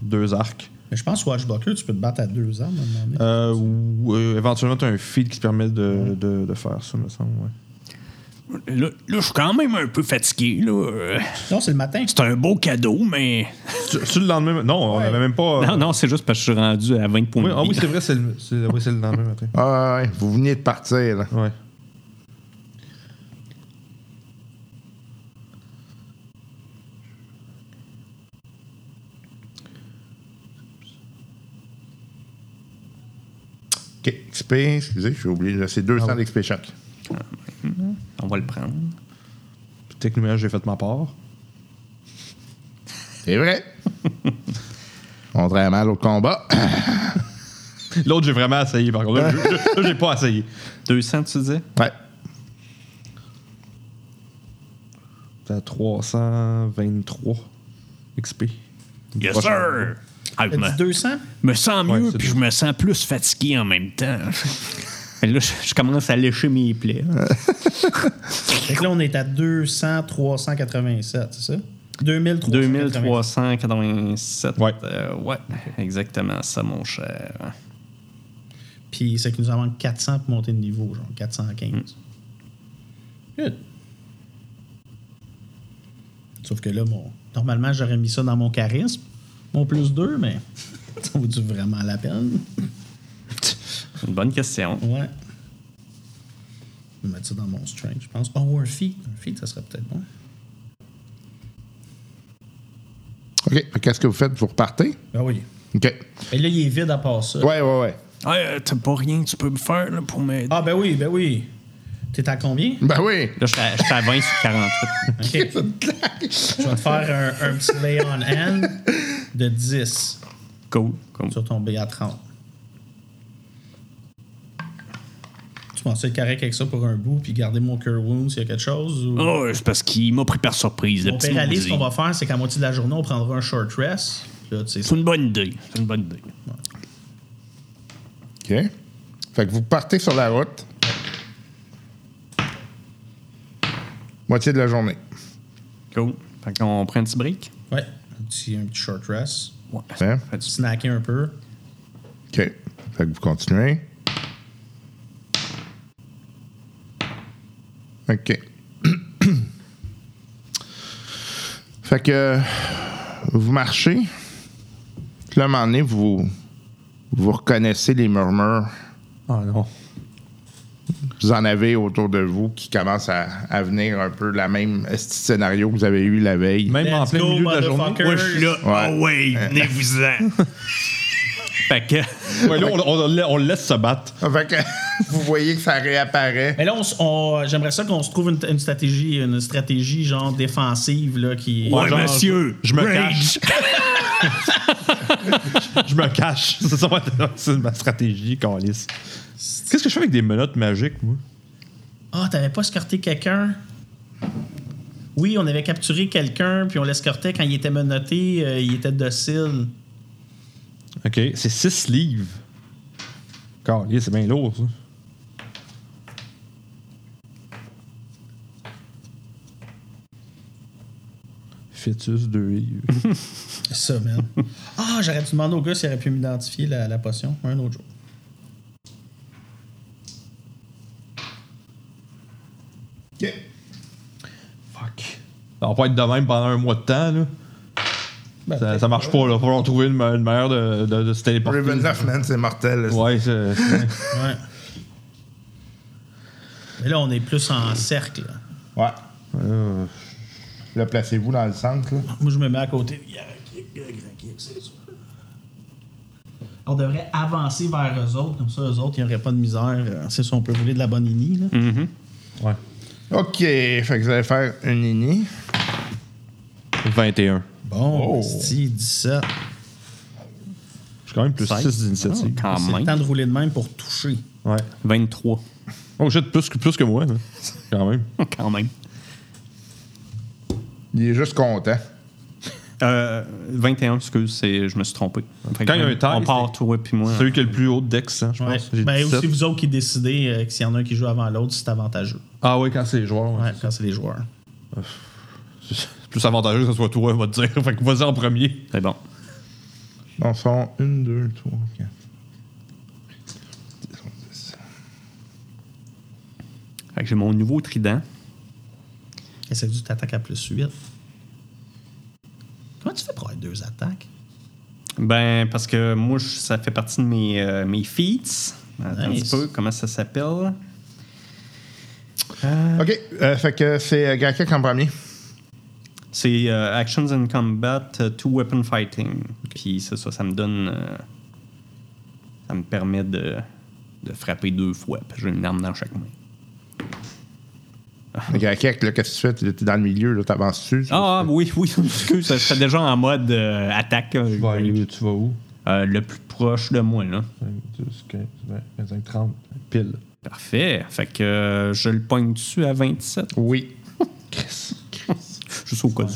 deux arcs. Mais je pense que Watchblocker, tu peux te battre à deux ans, à un moment donné. Euh, ou, euh, éventuellement, tu as un feed qui te permet de, de, de faire ça, me semble. Ouais. Là, là, je suis quand même un peu fatigué. là. Euh, Non, c'est le matin. C'est un beau cadeau, mais. Tu, tu le lendemain. Non, on n'avait même pas. Non, non, c'est juste parce que je suis rendu à 20 points. Oui, de ah oui, vie. c'est vrai, c'est le, c'est- oui, c'est le lendemain matin. Ah ouais, vous venez de partir, là. Ouais. OK. XP, excusez, j'ai oublié. là, C'est 200 d'XP chaque. On va le prendre. Puis, Techniquement, j'ai fait ma part. C'est vrai. Contrairement à l'autre combat. L'autre, j'ai vraiment essayé, par contre. Là, je- je- là, j'ai pas essayé. 200, tu disais? Ouais. T'as 323 XP. Yes, sir! Ah, je T'as me, dit 200? me sens mieux, Ouais, c'est puis bien. je me sens plus fatigué en même temps. Mais là, je, je commence à lécher mes plaies. hein. Fait que là, on est à 200, 387, c'est ça? 2300. 2387. Ouais. Euh, ouais, exactement ça, mon cher. Puis c'est qu'il nous en manque 400 pour monter de niveau, genre 415. Good. Sauf que là, mon... normalement, j'aurais mis ça dans mon charisme, mon plus 2, mais ça vaut-tu vraiment la peine? Une bonne question. Ouais. Je vais mettre ça dans mon strength, je pense. Oh, ou un feat. Un feat, ça serait peut-être bon. OK. Fait que Qu'est-ce que vous faites? Vous repartez? Ah oui. OK. Mais là, il est vide à part ça. Ouais, ouais, ouais. Ah, euh, t'as pas rien que tu peux me faire là, pour m'aider? Ah, ben oui, ben oui. T'es à combien? Ben oui. Là, je suis à- je suis à 20 sur 48. Ok. Je vais te faire un, un petit lay on hand de 10 Cool. cool. sur ton B à 30. Tu pensais être correct avec ça pour un bout puis garder mon cure wound s'il y a quelque chose? Ah, Ou... Oh, c'est parce qu'il m'a pris par surprise, le Mon petit père Ali, ce maudit. qu'on va faire, c'est qu'à moitié de la journée, on prendra un short rest. Là, tu sais, C'est une bonne idée. C'est une bonne idée. OK. Fait que vous partez sur la route. Moitié de la journée. Cool. Fait qu'on prend un petit break. Ouais, un petit, un petit short rest. Ouais. Hein? Fait du- Snacker un peu. OK. Fait que vous continuez. OK. fait que vous marchez. Puis là, à un moment donné, vous, vous reconnaissez les murmures. Ah non. Vous en avez autour de vous qui commencent à, à venir un peu la même esti de scénario que vous avez eu la veille. Même en Let's plein go, milieu de la journée. motherfuckers. Moi, je suis là. Ouais. Oh, ouais, venez-vous-en. fait que. Ouais, là, on, on le la- on le laisse se battre. Fait que vous voyez que ça réapparaît. Mais là, on s- on- j'aimerais ça qu'on se trouve une, une stratégie, une stratégie genre défensive là, qui. Ouais, Ouais, genre, monsieur. je- je me rage. Je me cache. C'est ça, ma- c'est ma stratégie, Calis. Qu'est-ce que je fais avec des menottes magiques, moi Ah, t'avais pas escorté quelqu'un? Oui, on avait capturé quelqu'un, puis on l'escortait quand il était menotté, euh, il était docile. Ok, c'est 6 livres. Carlier, c'est bien lourd, ça. Fœtus 2 livres. C'est ça, man. Ah, j'aurais dû demander au gars s'il aurait pu m'identifier la, la potion un autre jour. Ok. Fuck. Ça va pas être de même pendant un mois de temps, là. ça, ça marche pas, là. Faut en trouver une, ma- une manière de, de, de se téléporter. Ravenloft, man, c'est mortel. là. Ouais, c'est. c'est- Ouais. Mais là, on est plus en cercle. là. Ouais. Le placez-vous dans le centre, là. Moi, je me mets à côté. de Yann. On devrait avancer vers eux autres, comme ça, eux autres, il n'y aurait pas de misère. euh, C'est ça, on peut voler de la bonne inie. Là. ouais. OK, fait que vous allez faire une nini. 21. Bon, si 17. Je suis quand même plus 6 d'initiative. Quand C'est le même. temps de rouler de même pour toucher. Ouais. 23. Oh shit, plus, que- plus que moi, là. Quand même. Quand même. Il est juste content. Euh, 21, excuse, c'est- je me suis trompé. Fait que Quand il y a un taille, On part, c'est- toi puis moi. Celui qui a le plus haut de Dex, hein, je Ouais. pense. J'ai Ben, 17. aussi, vous autres qui décidez euh, que s'il y en a un qui joue avant l'autre, c'est avantageux. Ah oui, quand c'est les joueurs, ouais. Ouais, quand c'est les joueurs. C'est plus avantageux que ce soit toi, on va te dire. Fait que vas-y en premier. C'est bon. Dans son 1, 2, 3, 4. Fait que j'ai mon nouveau trident. Essaye que tu t'attaques à plus 8. Comment tu fais pour avoir deux attaques? Ben, parce que moi, je- ça fait partie de mes, euh, mes feats. Attends Nice. un petit peu, comment ça s'appelle? OK, euh, fait que c'est euh, Gakek en premier. C'est euh, Actions in Combat euh, to Weapon Fighting. Puis c'est ça, ça me donne. euh, ça me permet de, de frapper deux fois. Puis j'ai une arme dans chaque main. Gakek, là, qu'est-ce que tu fais? T'es dans le milieu, là, t'avances dessus. tu- Ah, ah, oui, oui, excuse, je serais déjà en mode euh, attaque. euh, tu vas où? euh, le plus proche de moi, là. 5, 10, 15, 20, 25, 30. Pile. Parfait. Fait que euh, je le pogne dessus à 27. Oui. Juste au cas où.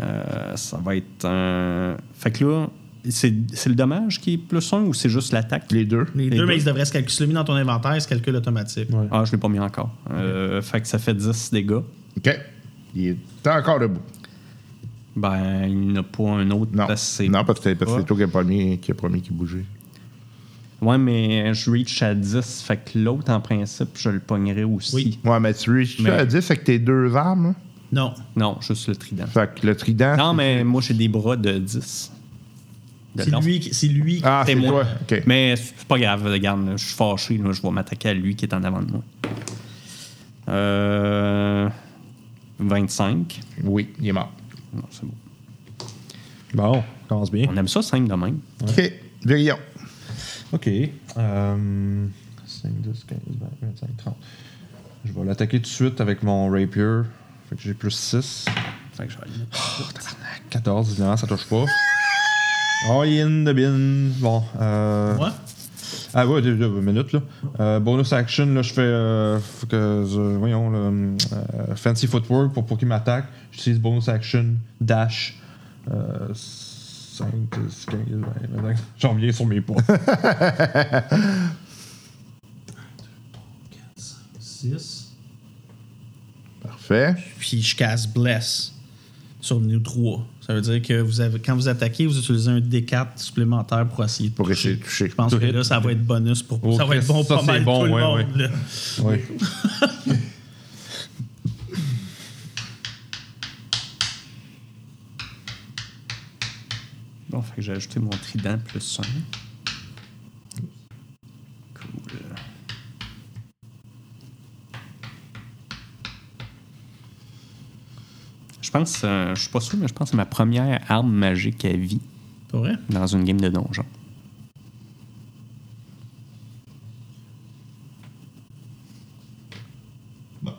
Euh, ça va être un. Fait que là, c'est c'est le dommage qui est plus 1 ou c'est juste l'attaque? Les deux. Les deux, deux. mais ils devraient se calculer. Si tu l'as mis dans ton inventaire, c'est calcul automatique. Ah, je l'ai pas mis encore. Euh, Fait que ça fait 10 dégâts. OK. Il est t'es encore debout. Ben, il n'y en a pas un autre. Non. parce que c'est- non, parce que parce que c'est toi qui as promis qui a promis qu'il bougeait. Ouais, mais je reach à 10. Fait que l'autre, en principe, je le pognerai aussi. Oui. Ouais, mais tu réussis Mais- à 10 avec tes deux armes. là. Non. Non, juste le trident. Fait que le trident. Non, mais moi, j'ai des bras de 10. De C'est long. lui, qui- c'est lui. qui- Ah, c'est c'est toi. moi. OK. Mais c'est pas grave, regarde, là, je suis fâché, là, je vais m'attaquer à lui qui est en avant de moi. Euh, 25. Oui, il est mort. Non, c'est bon. Bon, commence bien. On aime ça simple de même. OK. Virillon. OK. Euh, 5, 10, 15, 20, 25, 30. Je vais l'attaquer tout de suite avec mon rapier. Fait que j'ai plus 6. Fait que je vais aller. 14, évidemment, ça touche pas. Oh, in the bin. Bon. Euh, Moi? Ah ouais, deux, deux minutes là. Euh, bonus action, là, je fais euh, faut que, euh, voyons, le, hum, euh, fancy footwork pour, pour qu'il m'attaque. J'utilise bonus action, dash. Euh, 5, 10, 15, 20, 25. J'en viens sur mes pas. 6. Parfait. Puis je casse Bless sur nous trois. Ça veut dire que vous avez, quand vous attaquez, vous utilisez un D4 supplémentaire pour essayer de Pour toucher. essayer de toucher. Je pense que là, ça va être bonus pour Oh, Ça va être bon ça, pour pas c'est mal bon, tout le ouais, monde. ouais. là. Oui. Bon, fait que j'ai ajouté mon trident plus 1. Cool. Je pense, euh, je suis pas sûr, mais je pense que c'est ma première arme magique à vie Pour vrai? dans une game de donjon.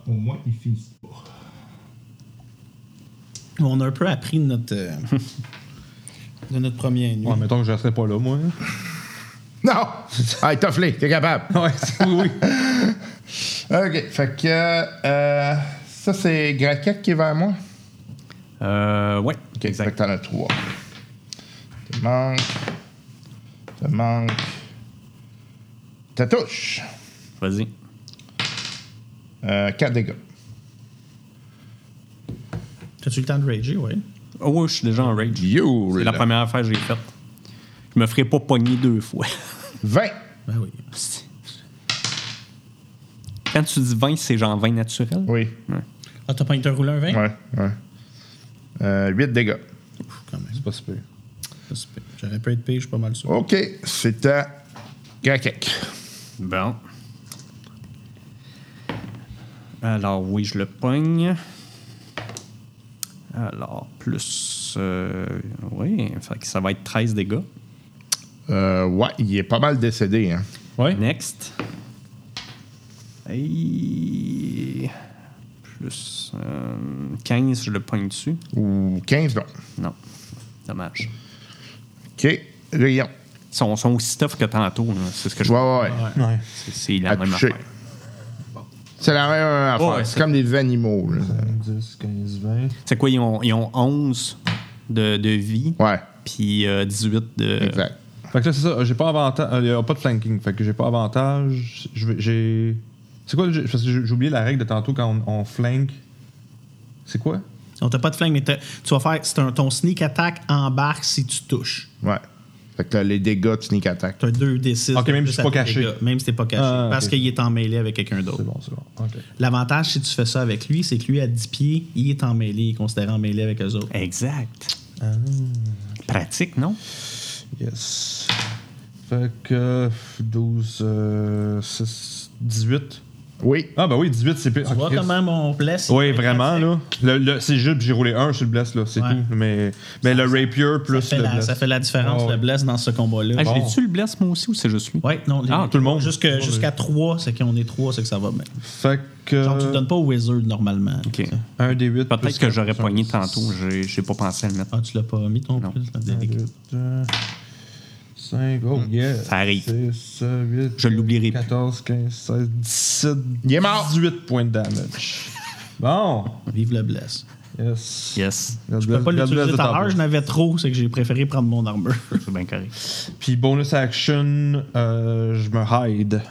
au moins, il finissent pas. On a un peu appris de notre, euh, de notre premier ennemi. hein. Ouais, mettons que je resterai pas là, moi. Non! Hey, tofflé, t'es capable. Ouais, oui, oui. OK, fait que... euh, ça, c'est Graquette qui est vers moi? Euh, ouais. OK, fait que t'en as trois. Te manque... Te manque... Te touche. Vas-y. Euh, quatre dégâts. T'as-tu le temps de rager, ouais? Oh, ouais, je suis déjà en rage. You, C'est la là. première affaire que j'ai faite. Je me ferai pas pogner deux fois. 20. Ben oui. Quand tu dis 20, c'est genre 20 naturel. Oui, Ah, t'as pas un roulant un 20? ouais, ouais. Euh, 8 dégâts. Ouf, quand même. C'est pas super. pas si pire. J'aurais pu être pire, je suis pas mal sûr. OK, c'est à Graquette. Bon. Alors oui, je le pogne. Alors, plus. euh, oui, fait que ça va être 13 dégâts. Euh, ouais, il est pas mal décédé, hein. Next. Hey. Plus euh, 15, je le pogne dessus. Ou 15, bon. Non. Dommage. OK, Léon. Ils sont, sont aussi tough que tantôt. là. C'est ce que je Ouais, ouais, ouais. C'est- C'est À la même toucher. affaire. C'est la même affaire. Ouais, c'est comme des animaux, là. 10, 15, 20. C'est quoi, ils ont, ils ont 11 de, de vie, Ouais, puis euh, 18 de. exact. Fait que là, c'est ça. J'ai pas avantage. Il n'y a pas de flanking. Fait que j'ai pas avantage. Je vais- J'ai. C'est quoi le jeu? Parce que j'ai j'ai oublié la règle de tantôt quand on, on flank. C'est quoi? On t'a pas de flingue, mais t'as- tu vas faire. C'est un, ton sneak attack embarque si tu touches. Ouais. Fait que là, les dégâts de sneak attack. T'as 2 D6. Ok, même de plus si c'est à pas tes caché. dégâts, Même si t'es pas caché. Ah, ok. Parce qu'il est emmêlé avec quelqu'un d'autre. C'est bon, c'est bon. Ok. L'avantage, si tu fais ça avec lui, c'est que lui, à 10 pieds, il est emmêlé. Il est considéré emmêlé avec eux autres. Exact. Pratique, non? Yes. Fait que euh, 12, euh, 6, 18. Oui. Ah, bah oui, 18, c'est pire. Tu vois comment mon bless. Oui, vraiment, là. Le, le- c'est juste, j'ai roulé un sur le bless, là, c'est Ouais. tout. Mais, mais le rapier Ça plus fait, le la, bless. ça fait la différence, Ah ouais. le bless, dans ce combat-là. Ah, Bon. Je l'ai-tu le bless, moi aussi, ou c'est juste lui? Ouais, non. les- Ah, tout le monde. Jusque- Jusqu'à 3, c'est qu'on est 3, c'est que ça va bien. Fait que. Genre, tu le donnes pas au wizard normalement. OK. Un des 8. Peut-être que j'aurais poigné tantôt. J'ai j'ai pas pensé à le mettre. Ah, tu l'as pas mis ton Non. plus. Ah, là, des- 5, oh yeah. Ça arrive. 6, 8. Je l'oublierai plus. 14, 15, 16, 17. Il est mort. 18 points de damage. Bon. Vive le bless. Yes. Yes. God Je bless- peux pas God bless l'utiliser the tout à l'heure, Temple. j'en avais trop, c'est que j'ai préféré prendre mon armure. C'est bien correct. Puis bonus action, euh, je me hide.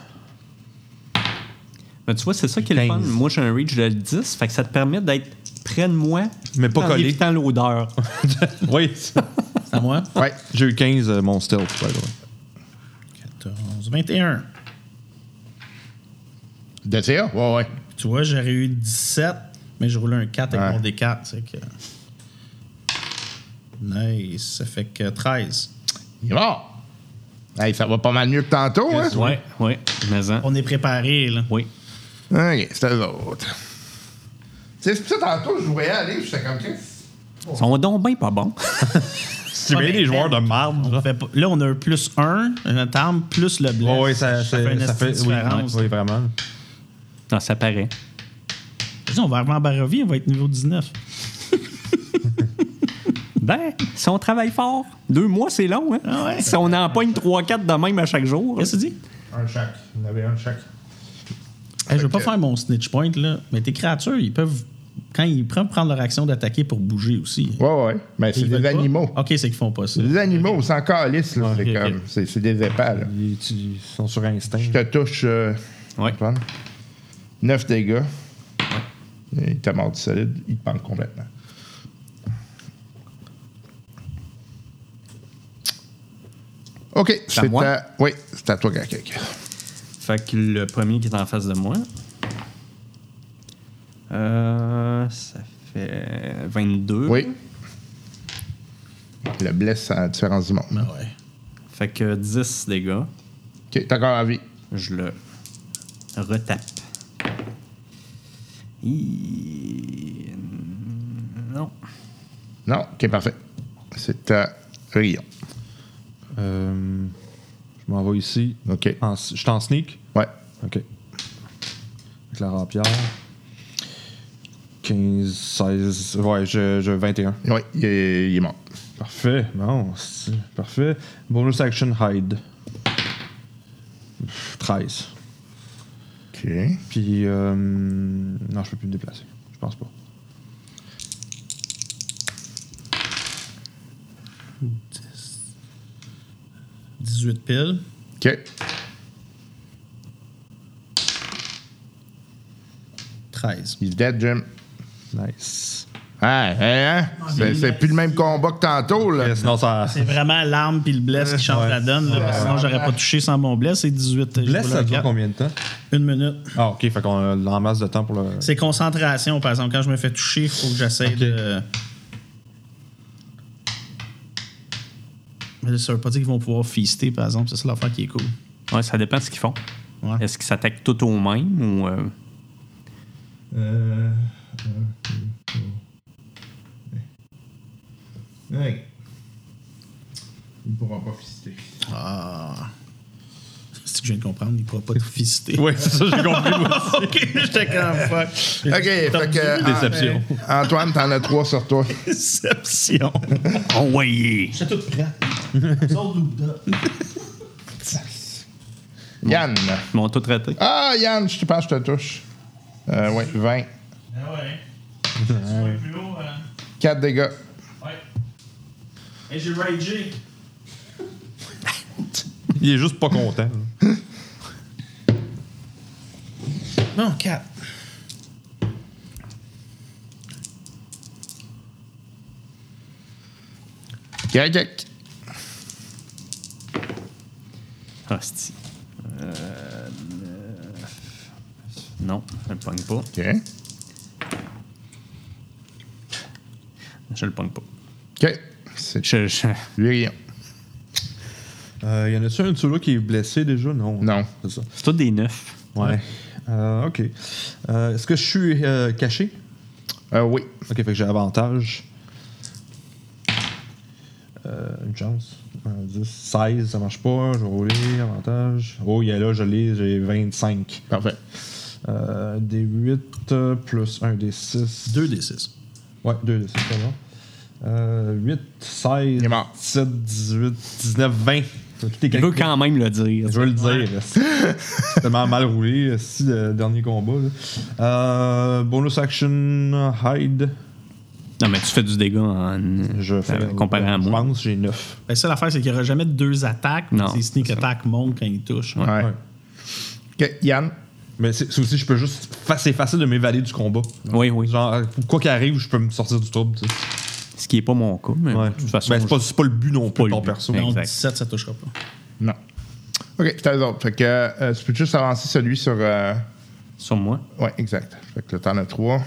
Mais tu vois, c'est ça qui est le fun. 15. Moi, j'ai un reach de 10, fait que ça te permet d'être près de moi. Mais pas en collé. évitant l'odeur. Oui. C'est à moi? Ah. ouais. J'ai eu 15, euh, mon stealth, by the way. 14, 21. De tir? Ouais, ouais. Tu vois, j'aurais eu 17, mais je roulais un 4 avec Ouais. mon D4. C'est que... Nice. Ça fait que 13. Il est mort. Hey, ça va pas mal mieux que tantôt, hein? Ouais, ouais. Mais hein. en. On est préparé, là. Oui. OK, c'était l'autre. C'est pour ça, tantôt, je voyais aller, j'étais comme... Qu'est-ce Ils sont donc bien pas bons. Si tu mets des joueurs de marbre, ben, On là. fait pas- Là, on a un plus 1, notre arme, plus le bless. oui, ça, ça, fait une ça fait. petite Oui, différence. oui, vraiment. non, Ah, ça paraît. Vas-y, On va arriver en Barovie, on va être niveau 19. Ben, si on travaille fort, deux mois, c'est long. Hein? Ah ouais? Si on en pogne 3-4 de même à chaque jour. Qu'est-ce que tu dis? Un chaque. Il y en avait un chaque. Hey, je veux pas que- faire mon snitch point, là, mais tes créatures, ils peuvent, quand ils prennent prendre leur action d'attaquer pour bouger aussi. Ouais, ouais. Mais c'est Ils veulent des pas? animaux. Ok, c'est qu'ils font pas ça. C'est des Ah. animaux, c'est encore calice, là. c'est ok, comme... ok. C'est c'est des épais, là. Ils, ils sont sur instinct. Je te touche... euh, Ouais. Antoine. 9 dégâts. Il t'a mordu solide, il te pend complètement. OK, à c'est moi? Euh. à... Oui, c'est à toi, Gakek. Fait que le premier qui est en face de moi. Euh, ça fait 22. Oui. Le blesse à la différence du monde. Ben ouais. Fait que 10 dégâts. OK, t'es encore en vie. Je le retape. Hi- Non. Non? OK, parfait. C'est à Rion. Euh, je m'en vais ici. OK. Ah. En- je suis en sneak. Ouais. OK. Avec la rapière. 15, 16. Ouais, je, je 21. Oui, il est, il est mort. Parfait. Non, c'est- parfait. Bonus action hide. 13. OK. Puis, euh, non, je peux plus me déplacer. Je pense pas. 18 piles. OK. 13. He's dead, Jim. Nice. Ah, hein, hein? C'est- C'est plus le même combat que tantôt, là. Yes, non, ça. C'est vraiment l'arme puis le bless qui change Ouais. la donne. là, parce que sinon, j'aurais pas touché sans mon bless. C'est 18. je Laisse roule ça un dure quatre. combien de temps? Une minute. Ah, ok, fait qu'on a en masse de temps pour le. C'est concentration, par exemple. Quand je me fais toucher, il faut que j'essaie de. Mais là, ça veut pas dire qu'ils vont pouvoir feaster, par exemple. C'est ça l'affaire qui est cool. Ouais, ça dépend de ce qu'ils font. Ouais. Est-ce qu'ils s'attaquent tout au même ou. euh, Euh. un, deux, trois. euh. Ouais. Il ne pourra pas fister. Ah. C'est que je viens de comprendre, il pourra pas tout feaster. Ouais, c'est ça, j'ai compris. ah, ok, j'étais comme fuck. OK, fait que... Déception. An- Antoine, t'en as trois sur toi. Déception. Envoyé! J'étais tout prêt. Sauf Louda. Yann. Ils m'ont tout traité. Ah, Yann, je te pense que je te touche. Euh, oui, 20. Ah ouais. hein. 4 dégâts. Et j'ai ragé. Il est juste pas content. Non, 4. Gagak. Hostie. Euh, non, je le pogne pas. OK. Je le pogne pas. OK. C'est Je, je- lui. Euh, y en a-tu un de ceux-là qui est blessé déjà? Non. Non. C'est ça. C'est tout des neufs. Ouais. Euh, ok. Euh, Est-ce que je suis euh, caché? Euh, oui. Ok, fait que j'ai avantage. Euh, une chance. Un 10, 16, ça marche pas. Je vais rouler, avantage. Oh, il y a là, je l'ai, j'ai 25. Parfait. Euh, des 8 euh, plus 1 des 6. 2 des 6. Ouais, 2 des 6, pardon. Euh, 8, 16, Il est mort. 17, 18, 19, 20. Tout est Je calculé. veux quand même le dire. Je veux le dire. là. C'est tellement mal roulé, euh, si le dernier combat. là. Euh, bonus action, hide. Non, mais tu fais du dégât en. Je fais euh, comparé à je moi. pense, j'ai 9. Ben ça, l'affaire, c'est qu'il n'y aura jamais deux attaques. Non, C'est sneak c'est ça. attack monte quand il touche. Ouais. OK, Yann. Mais c'est c'est aussi, je peux juste. fa- C'est facile de m'évader du combat. Oui, oui. Genre, euh, quoi qu'il arrive, je peux me sortir du trouble. tu sais. Ce qui n'est pas mon cas, mais Ouais. de toute façon. Ben, c'est pas, c'est pas le but non plus pas de le ton but. hein. perso. Non, Exact. 17, ça touchera pas. Non. OK, c'est à eux autres. Fait que euh, tu peux juste avancer celui sur... euh, Sur moi. Ouais, exact. Fait que là, t'en as trois.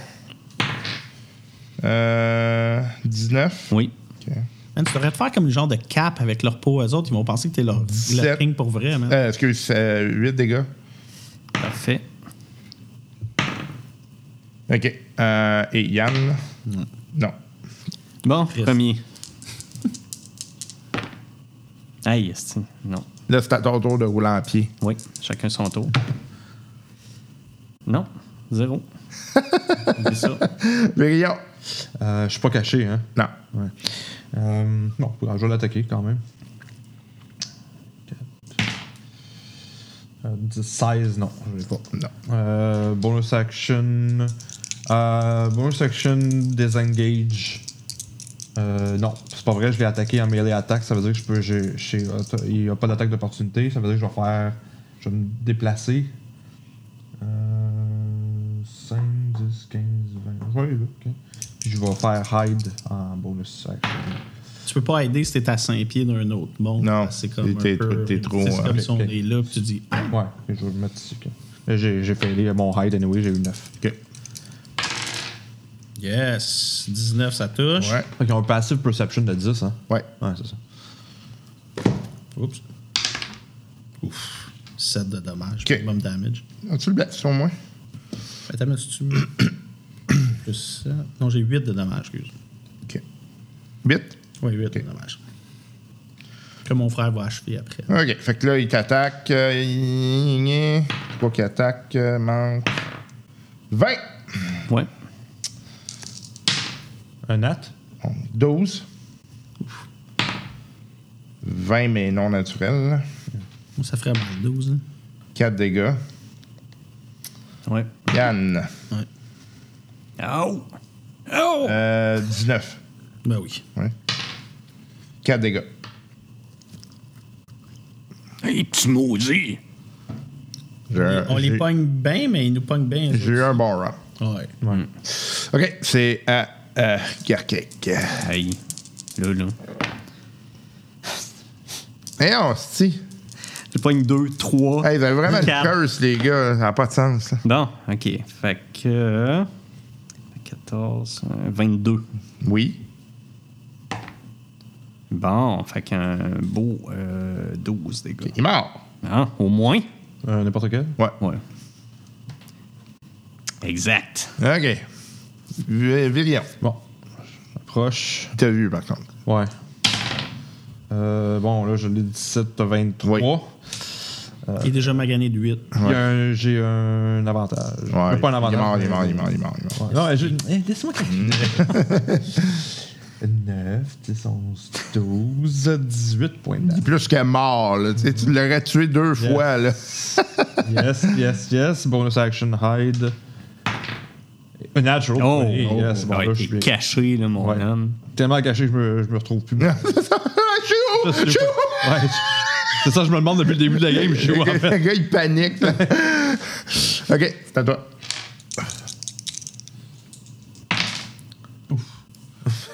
Euh, 19. Oui. OK. Man, tu devrais te faire comme le genre de cap avec leur peau aux autres. Ils vont penser que t'es leur, leur 17. king pour vrai, man. Euh, excuse, euh, 8 dégâts. Parfait. OK. Euh, et Yann. Non. Bon, premier. Aïe, esti. Non. Là, c'est à ton tour de rouler en pied. Oui, chacun son tour. Non, zéro. Oublie ça. Vérillon. Euh, je suis pas caché, hein. Non. Ouais. Euh, non, je vais l'attaquer quand même. 4. 16, Euh, non, je l'ai pas. Non. Euh, bonus action. Euh, bonus action, disengage. Euh, non, c'est pas vrai, je l'ai attaqué en melee attaque, ça veut dire que je peux. j'ai- j'ai- il n'y a pas d'attaque d'opportunité, ça veut dire que je vais faire. Je vais me déplacer. Euh, 5, 10, 15, 20. Ouais, là, ok. Puis je vais faire hide en bonus action. Tu peux pas aider si t'es à 5 pieds d'un autre monde. Non, C'est comme. t'es- un peu- t'es trop, C'est comme euh, si on ok. est là, puis tu dis. Ah, Ouais, je vais le mettre ici. ok. Mais J'ai j'ai fait les- mon hide anyway, j'ai eu 9. OK. Yes, 19, ça touche. Ouais. Fait qu'ils ont un passive perception de 10, hein? Ouais. Ouais, c'est ça. Oups. Ouf. 7 de dommage. Ok. Minimum damage. Ben, As-tu le blesses au moins? Attends, mais tu Plus ça. Non, j'ai 8 de dommage, excuse. OK. Vite. Oui, 8 de dommage. Que mon frère va achever après. OK. Fait que là, il t'attaque. Euh, il- il- il- Trois qui attaquent. euh, manque. 20. Ouais. Un nat? 12. 20, mais non naturel. Moi, ça ferait mal 12. hein. 4. 4 dégâts. Ouais. Yann, Oh! Oh! euh, 19. Ben oui. 4 dégâts. Hey, petit maudit! J'ai un- On les Euh, j'ai- pogne bien, mais ils nous pognent bien. J'ai eu un bon round. Ouais. OK, c'est à euh, Garkek. Hey, là, là. Et on se dit. Je pogne deux, trois. Eh oh, Hey, vous avez vraiment Quatre. une curse, les gars. Ça n'a pas de sens. là. Bon, ok. Fait que. euh, 14, euh, 22. Oui. Bon, fait qu'un beau euh, 12 dégâts. Il est mort. Hein, au moins. Euh, N'importe quel. Ouais. Exact. OK. Vi- Virion. Bon. J'approche. T'as vu, par contre. Ouais. Euh, bon, là, je l'ai 17, t'as 23. Oui. Il est déjà magané de 8. Il y a un- J'ai un avantage. Ouais, Mais pas un il est mort, avantage. il est mort, il est mort, il est mort. il est mort. Ouais. Non, mais j'ai. Eh, Laisse-moi calculer. 9, 10, 11, 12, 18 points de Il est plus que mort, là. Tu sais, tu l'aurais tué deux fois, là. Yes, yes, yes. Bonus action, hide. A natural. Oh! Hey, oh, yes, bon, ouais, là, je t'es suis bien. caché, là, mon Ouais. homme. Tellement caché que je me, je me retrouve plus. Je suis où? Je sais pas. Ouais, je- C'est ça, je me demande depuis le début de la game. Je suis où, en Le gars- fait? le gars, il panique. là. OK, c'est à toi.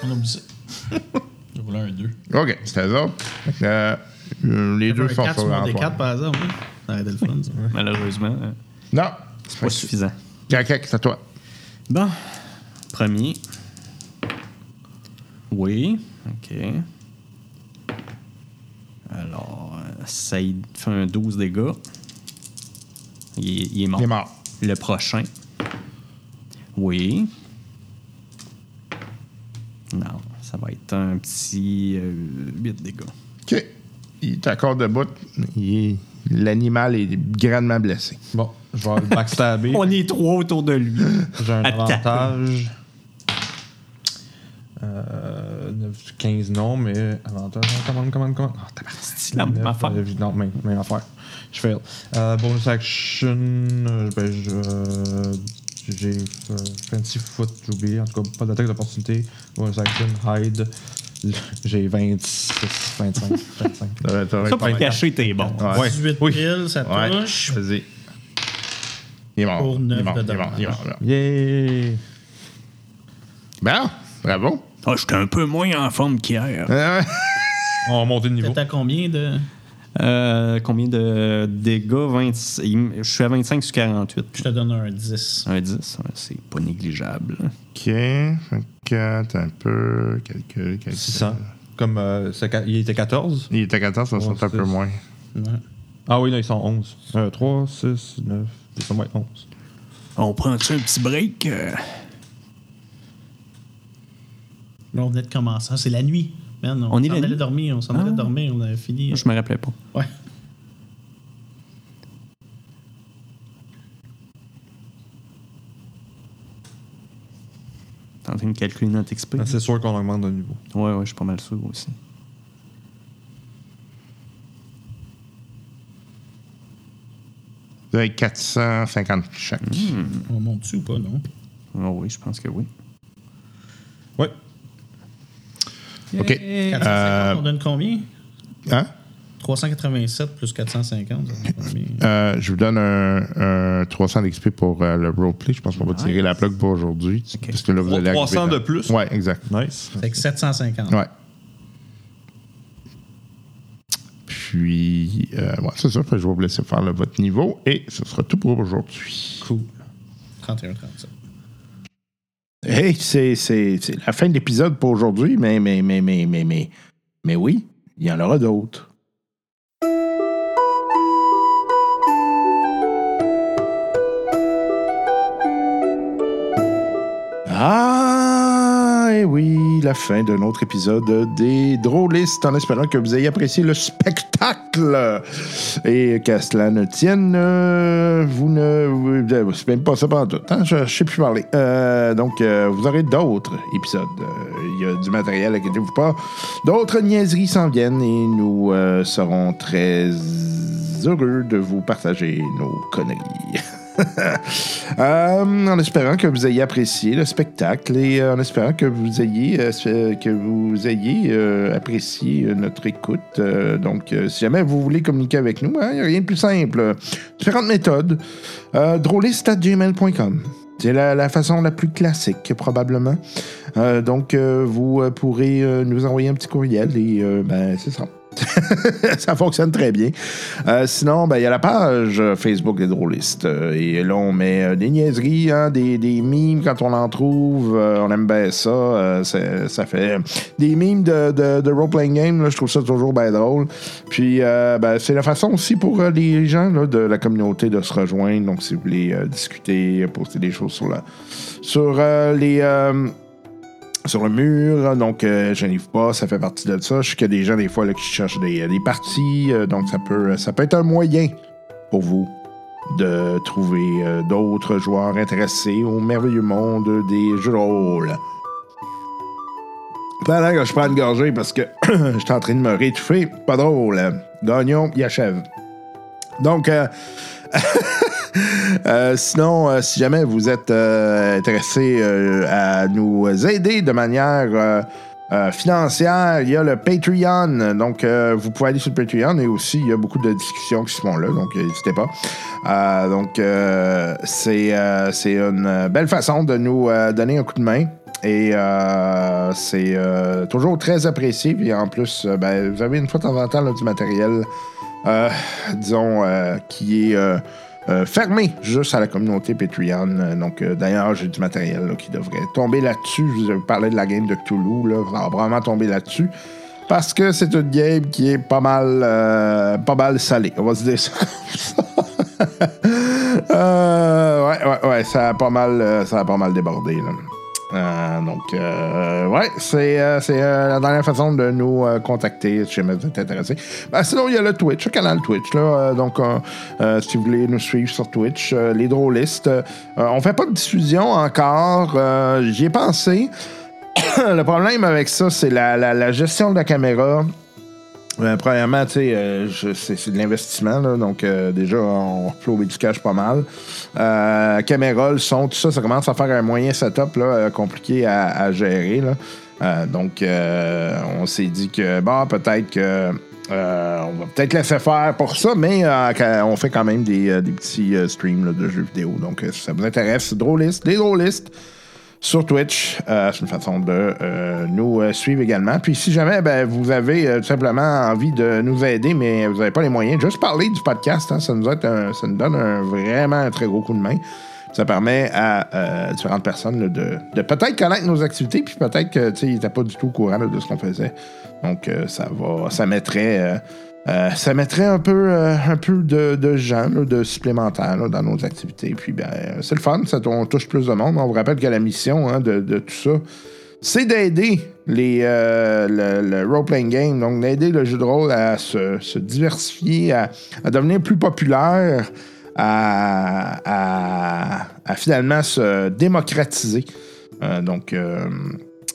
On a oublié. J'ai roulé un 2. OK, c'est à toi. Euh, euh, les deux Un sont 4 sur sur mon l'emploi. D4, par exemple. oui. Ça aurait été le fun, ça. Malheureusement, euh, Non. c'est pas suffisant. Garkek, c'est à toi. Bon. Premier. Oui. OK. Alors, euh, ça y fait un 12 dégâts. Il, est- il est mort. Il est mort. Le prochain. Oui. Non, ça va être un petit euh, 8 dégâts. OK. Il t'accorde de bout. Il est- L'animal est grandement blessé. Bon, je vais le backstabber. On est trois autour de lui. J'ai un Attaque. avantage. Euh, 9, 15 non, mais avantage. Commande, commande, commande. Oh, C'est la même affaire. euh, Non, même, même affaire. Je fail. Euh, bonus action. euh, ben, je, euh, j'ai euh, 26 foot, j'ai oublié. En tout cas, pas d'attaque d'opportunité. Bonus action, hide. J'ai 26, 25, 25. T'aurais- t'aurais- Ça, pour cacher, t'es bon. Ouais. 18 000, ça Ouais. touche. Vas-y. Il est mort. Pour il neuf est mort. de Il est mort. Il est mort. il est mort. Yeah! Bon, bravo. Ah, j'étais un peu moins en forme qu'hier. Euh, On va monter de niveau. T'es à combien de. Euh, combien de dégâts 20 il me- Je suis à 25 sur 48. Je te donne un 10. Un 10, ouais, c'est pas négligeable. OK. Fait que, attends un peu. Calcul, calcul. 600. Comme euh, c'est qua- il était 14. Il était 14, ça Ouais, sont un peu six. moins. Ah oui, non, ils sont Euh, 11. 3, 6, 9. Ils sont ouais, 11. On prend-tu un petit break? euh? Là, on venait de commencer. Ah, C'est la nuit. Man, on On est s'en la allait nuit? dormir. On s'en allait Ah. dormir. On avait fini. Je me rappelais pas. Ouais. T'es en train de calculer notre XP? Ah, C'est sûr qu'on augmente de niveau. Ouais, ouais, je suis pas mal sûr aussi. Vous avez 450 chaque. Hmm. On monte dessus ou pas, non? Ah oui, je pense que oui. Ouais. OK. 450, Euh, on donne combien? Hein? 387 plus 450, ça donne combien? Euh, je vous donne un, un 300 d'XP pour euh, le roleplay. Je pense qu'on va tirer la plaque pour aujourd'hui. Parce que là, vous Oh, allez arriver 300 de dans- plus? Ouais, exact. Nice. Fait que 750. Ouais. Puis, euh, ouais, c'est ça. Après, je vais vous laisser faire le- votre niveau et ce sera tout pour aujourd'hui. Cool. 31, 37. Hey, c'est c'est- c'est la fin de l'épisode pour aujourd'hui, mais, mais, mais, mais, mais, mais, mais oui, il y en aura d'autres. Ah, et oui, la fin d'un autre épisode des Drôlistes, en espérant que vous ayez apprécié le spectacle. Et qu'à cela ne tienne, euh, vous ne. vous- euh, C'est même pas ça pendant tout. hein, je ne sais plus parler. Euh, donc, euh, vous aurez d'autres épisodes. Euh, Il y a du matériel, inquiétez-vous pas. D'autres niaiseries s'en viennent et nous euh, serons très heureux de vous partager nos conneries. Euh, en espérant que vous ayez apprécié le spectacle et euh, en espérant que vous ayez, euh, ce- que vous ayez euh, apprécié euh, notre écoute. Euh, donc, euh, si jamais vous voulez communiquer avec nous, hein, il n'y a rien de plus simple. Différentes méthodes. Euh, drôliste@gmail.com. C'est la, la façon la plus classique, probablement. Euh, donc, euh, vous euh, pourrez euh, nous envoyer un petit courriel et euh, ben, c'est ça. ça fonctionne très bien. Euh, sinon, ben, il y a la page euh, Facebook des drôlistes. Euh, et là, on met euh, des niaiseries, hein, des, des mimes quand on en trouve. Euh, on aime bien ça. Euh, c'est- ça fait des mimes de, de, de role-playing game. là, je trouve ça toujours bien drôle. Puis, euh, ben, c'est la façon aussi pour euh, les gens là, de la communauté de se rejoindre. Donc, si vous voulez euh, discuter, poster des choses sur, la, sur euh, les. euh, sur le mur, donc euh, je n'y vais pas, ça fait partie de ça. Je sais qu'il y a des gens des fois là, qui cherchent des, des parties, euh, donc ça peut, ça peut être un moyen pour vous de trouver euh, d'autres joueurs intéressés au merveilleux monde des jeux de rôle. Pendant que je prends une gorgée parce que je suis en train de me rétouffer, pas drôle. Gagnon, il achève. Donc, euh, euh, sinon, euh, si jamais vous êtes euh, intéressé euh, à nous aider de manière euh, euh, financière, il y a le Patreon. Donc, euh, vous pouvez aller sur le Patreon et aussi, il y a beaucoup de discussions qui se font là, donc euh, n'hésitez pas. Euh, donc, euh, c'est euh, c'est une belle façon de nous euh, donner un coup de main. Et euh, c'est euh, toujours très apprécié. Puis en plus, euh, ben, vous avez une fois de temps en temps là, du matériel, euh, disons, euh, qui est euh, euh, fermé juste à la communauté Patreon. Euh, Donc, euh, d'ailleurs, j'ai du matériel là, qui devrait tomber là-dessus. Je vous parlais de la game de Cthulhu. Là, ça va probablement tomber là-dessus. Parce que c'est une game qui est pas mal, euh, pas mal salée. On va se dire ça. Euh, ouais, ouais, ouais, ça a pas mal, euh, ça a pas mal débordé. Là. Euh, donc, euh, ouais, c'est euh, c'est, euh, la dernière façon de nous euh, contacter si jamais vous êtes intéressé. Ben, sinon, il y a le Twitch, le canal Twitch. Là, euh, donc, euh, euh, si vous voulez nous suivre sur Twitch, euh, les drôlistes. euh, euh, on fait pas de diffusion encore. euh, J'y ai pensé. le problème avec ça, c'est la, la- la gestion de la caméra. Euh, premièrement, tu sais, euh, je- c'est c'est de l'investissement, là, donc euh, déjà, on reploube du cash pas mal. Euh, caméra, le son, tout ça, ça commence à faire un moyen setup là, euh, compliqué à, à gérer. là. Euh, donc, euh, on s'est dit que, bon, peut-être que. euh, on va peut-être laisser faire pour ça, mais euh, quand- on fait quand même des, euh, des petits euh, streams là, de jeux vidéo. Donc, euh, si ça vous intéresse, drôliste, les drôlistes, sur Twitch. Euh, c'est une façon de euh, nous euh, suivre également. Puis si jamais ben, vous avez euh, tout simplement envie de nous aider, mais vous n'avez pas les moyens, juste parler du podcast, hein, ça, nous aide un- ça nous donne un- vraiment un très gros coup de main. Ça permet à euh, différentes personnes là, de, de peut-être connaître nos activités, puis peut-être qu'ils n'étaient pas du tout au courant là, de ce qu'on faisait. Donc euh, ça va, ça mettrait, euh, euh, ça mettrait un peu, euh, un peu de, de gens, là, de supplémentaires là, dans nos activités. Puis ben, euh, c'est le fun, ça, on touche plus de monde. On vous rappelle que la mission hein, de, de tout ça, c'est d'aider les euh, le, le role-playing game, donc d'aider le jeu de rôle à se, se diversifier, à, à devenir plus populaire, à, à- à finalement se démocratiser. Euh, donc, euh,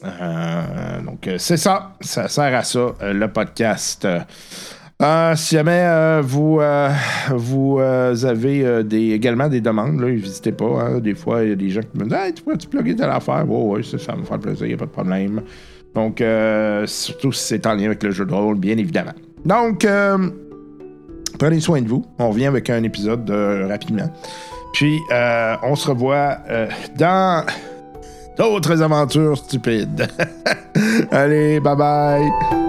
euh, donc euh, c'est ça. Ça sert à ça, euh, le podcast. Euh, si jamais euh, vous, euh, vous euh, avez euh, des, également des demandes, là, n'hésitez pas. hein. Des fois, il y a des gens qui me disent Hey, tu pourrais-tu plugger telle affaire Oui, oui, ça, ça va me faire plaisir, il n'y a pas de problème. Donc, euh, surtout si c'est en lien avec le jeu de rôle, bien évidemment. Donc, euh, prenez soin de vous. On revient avec un épisode euh, rapidement. Puis, euh, on se revoit euh, dans d'autres aventures stupides. Allez, bye bye.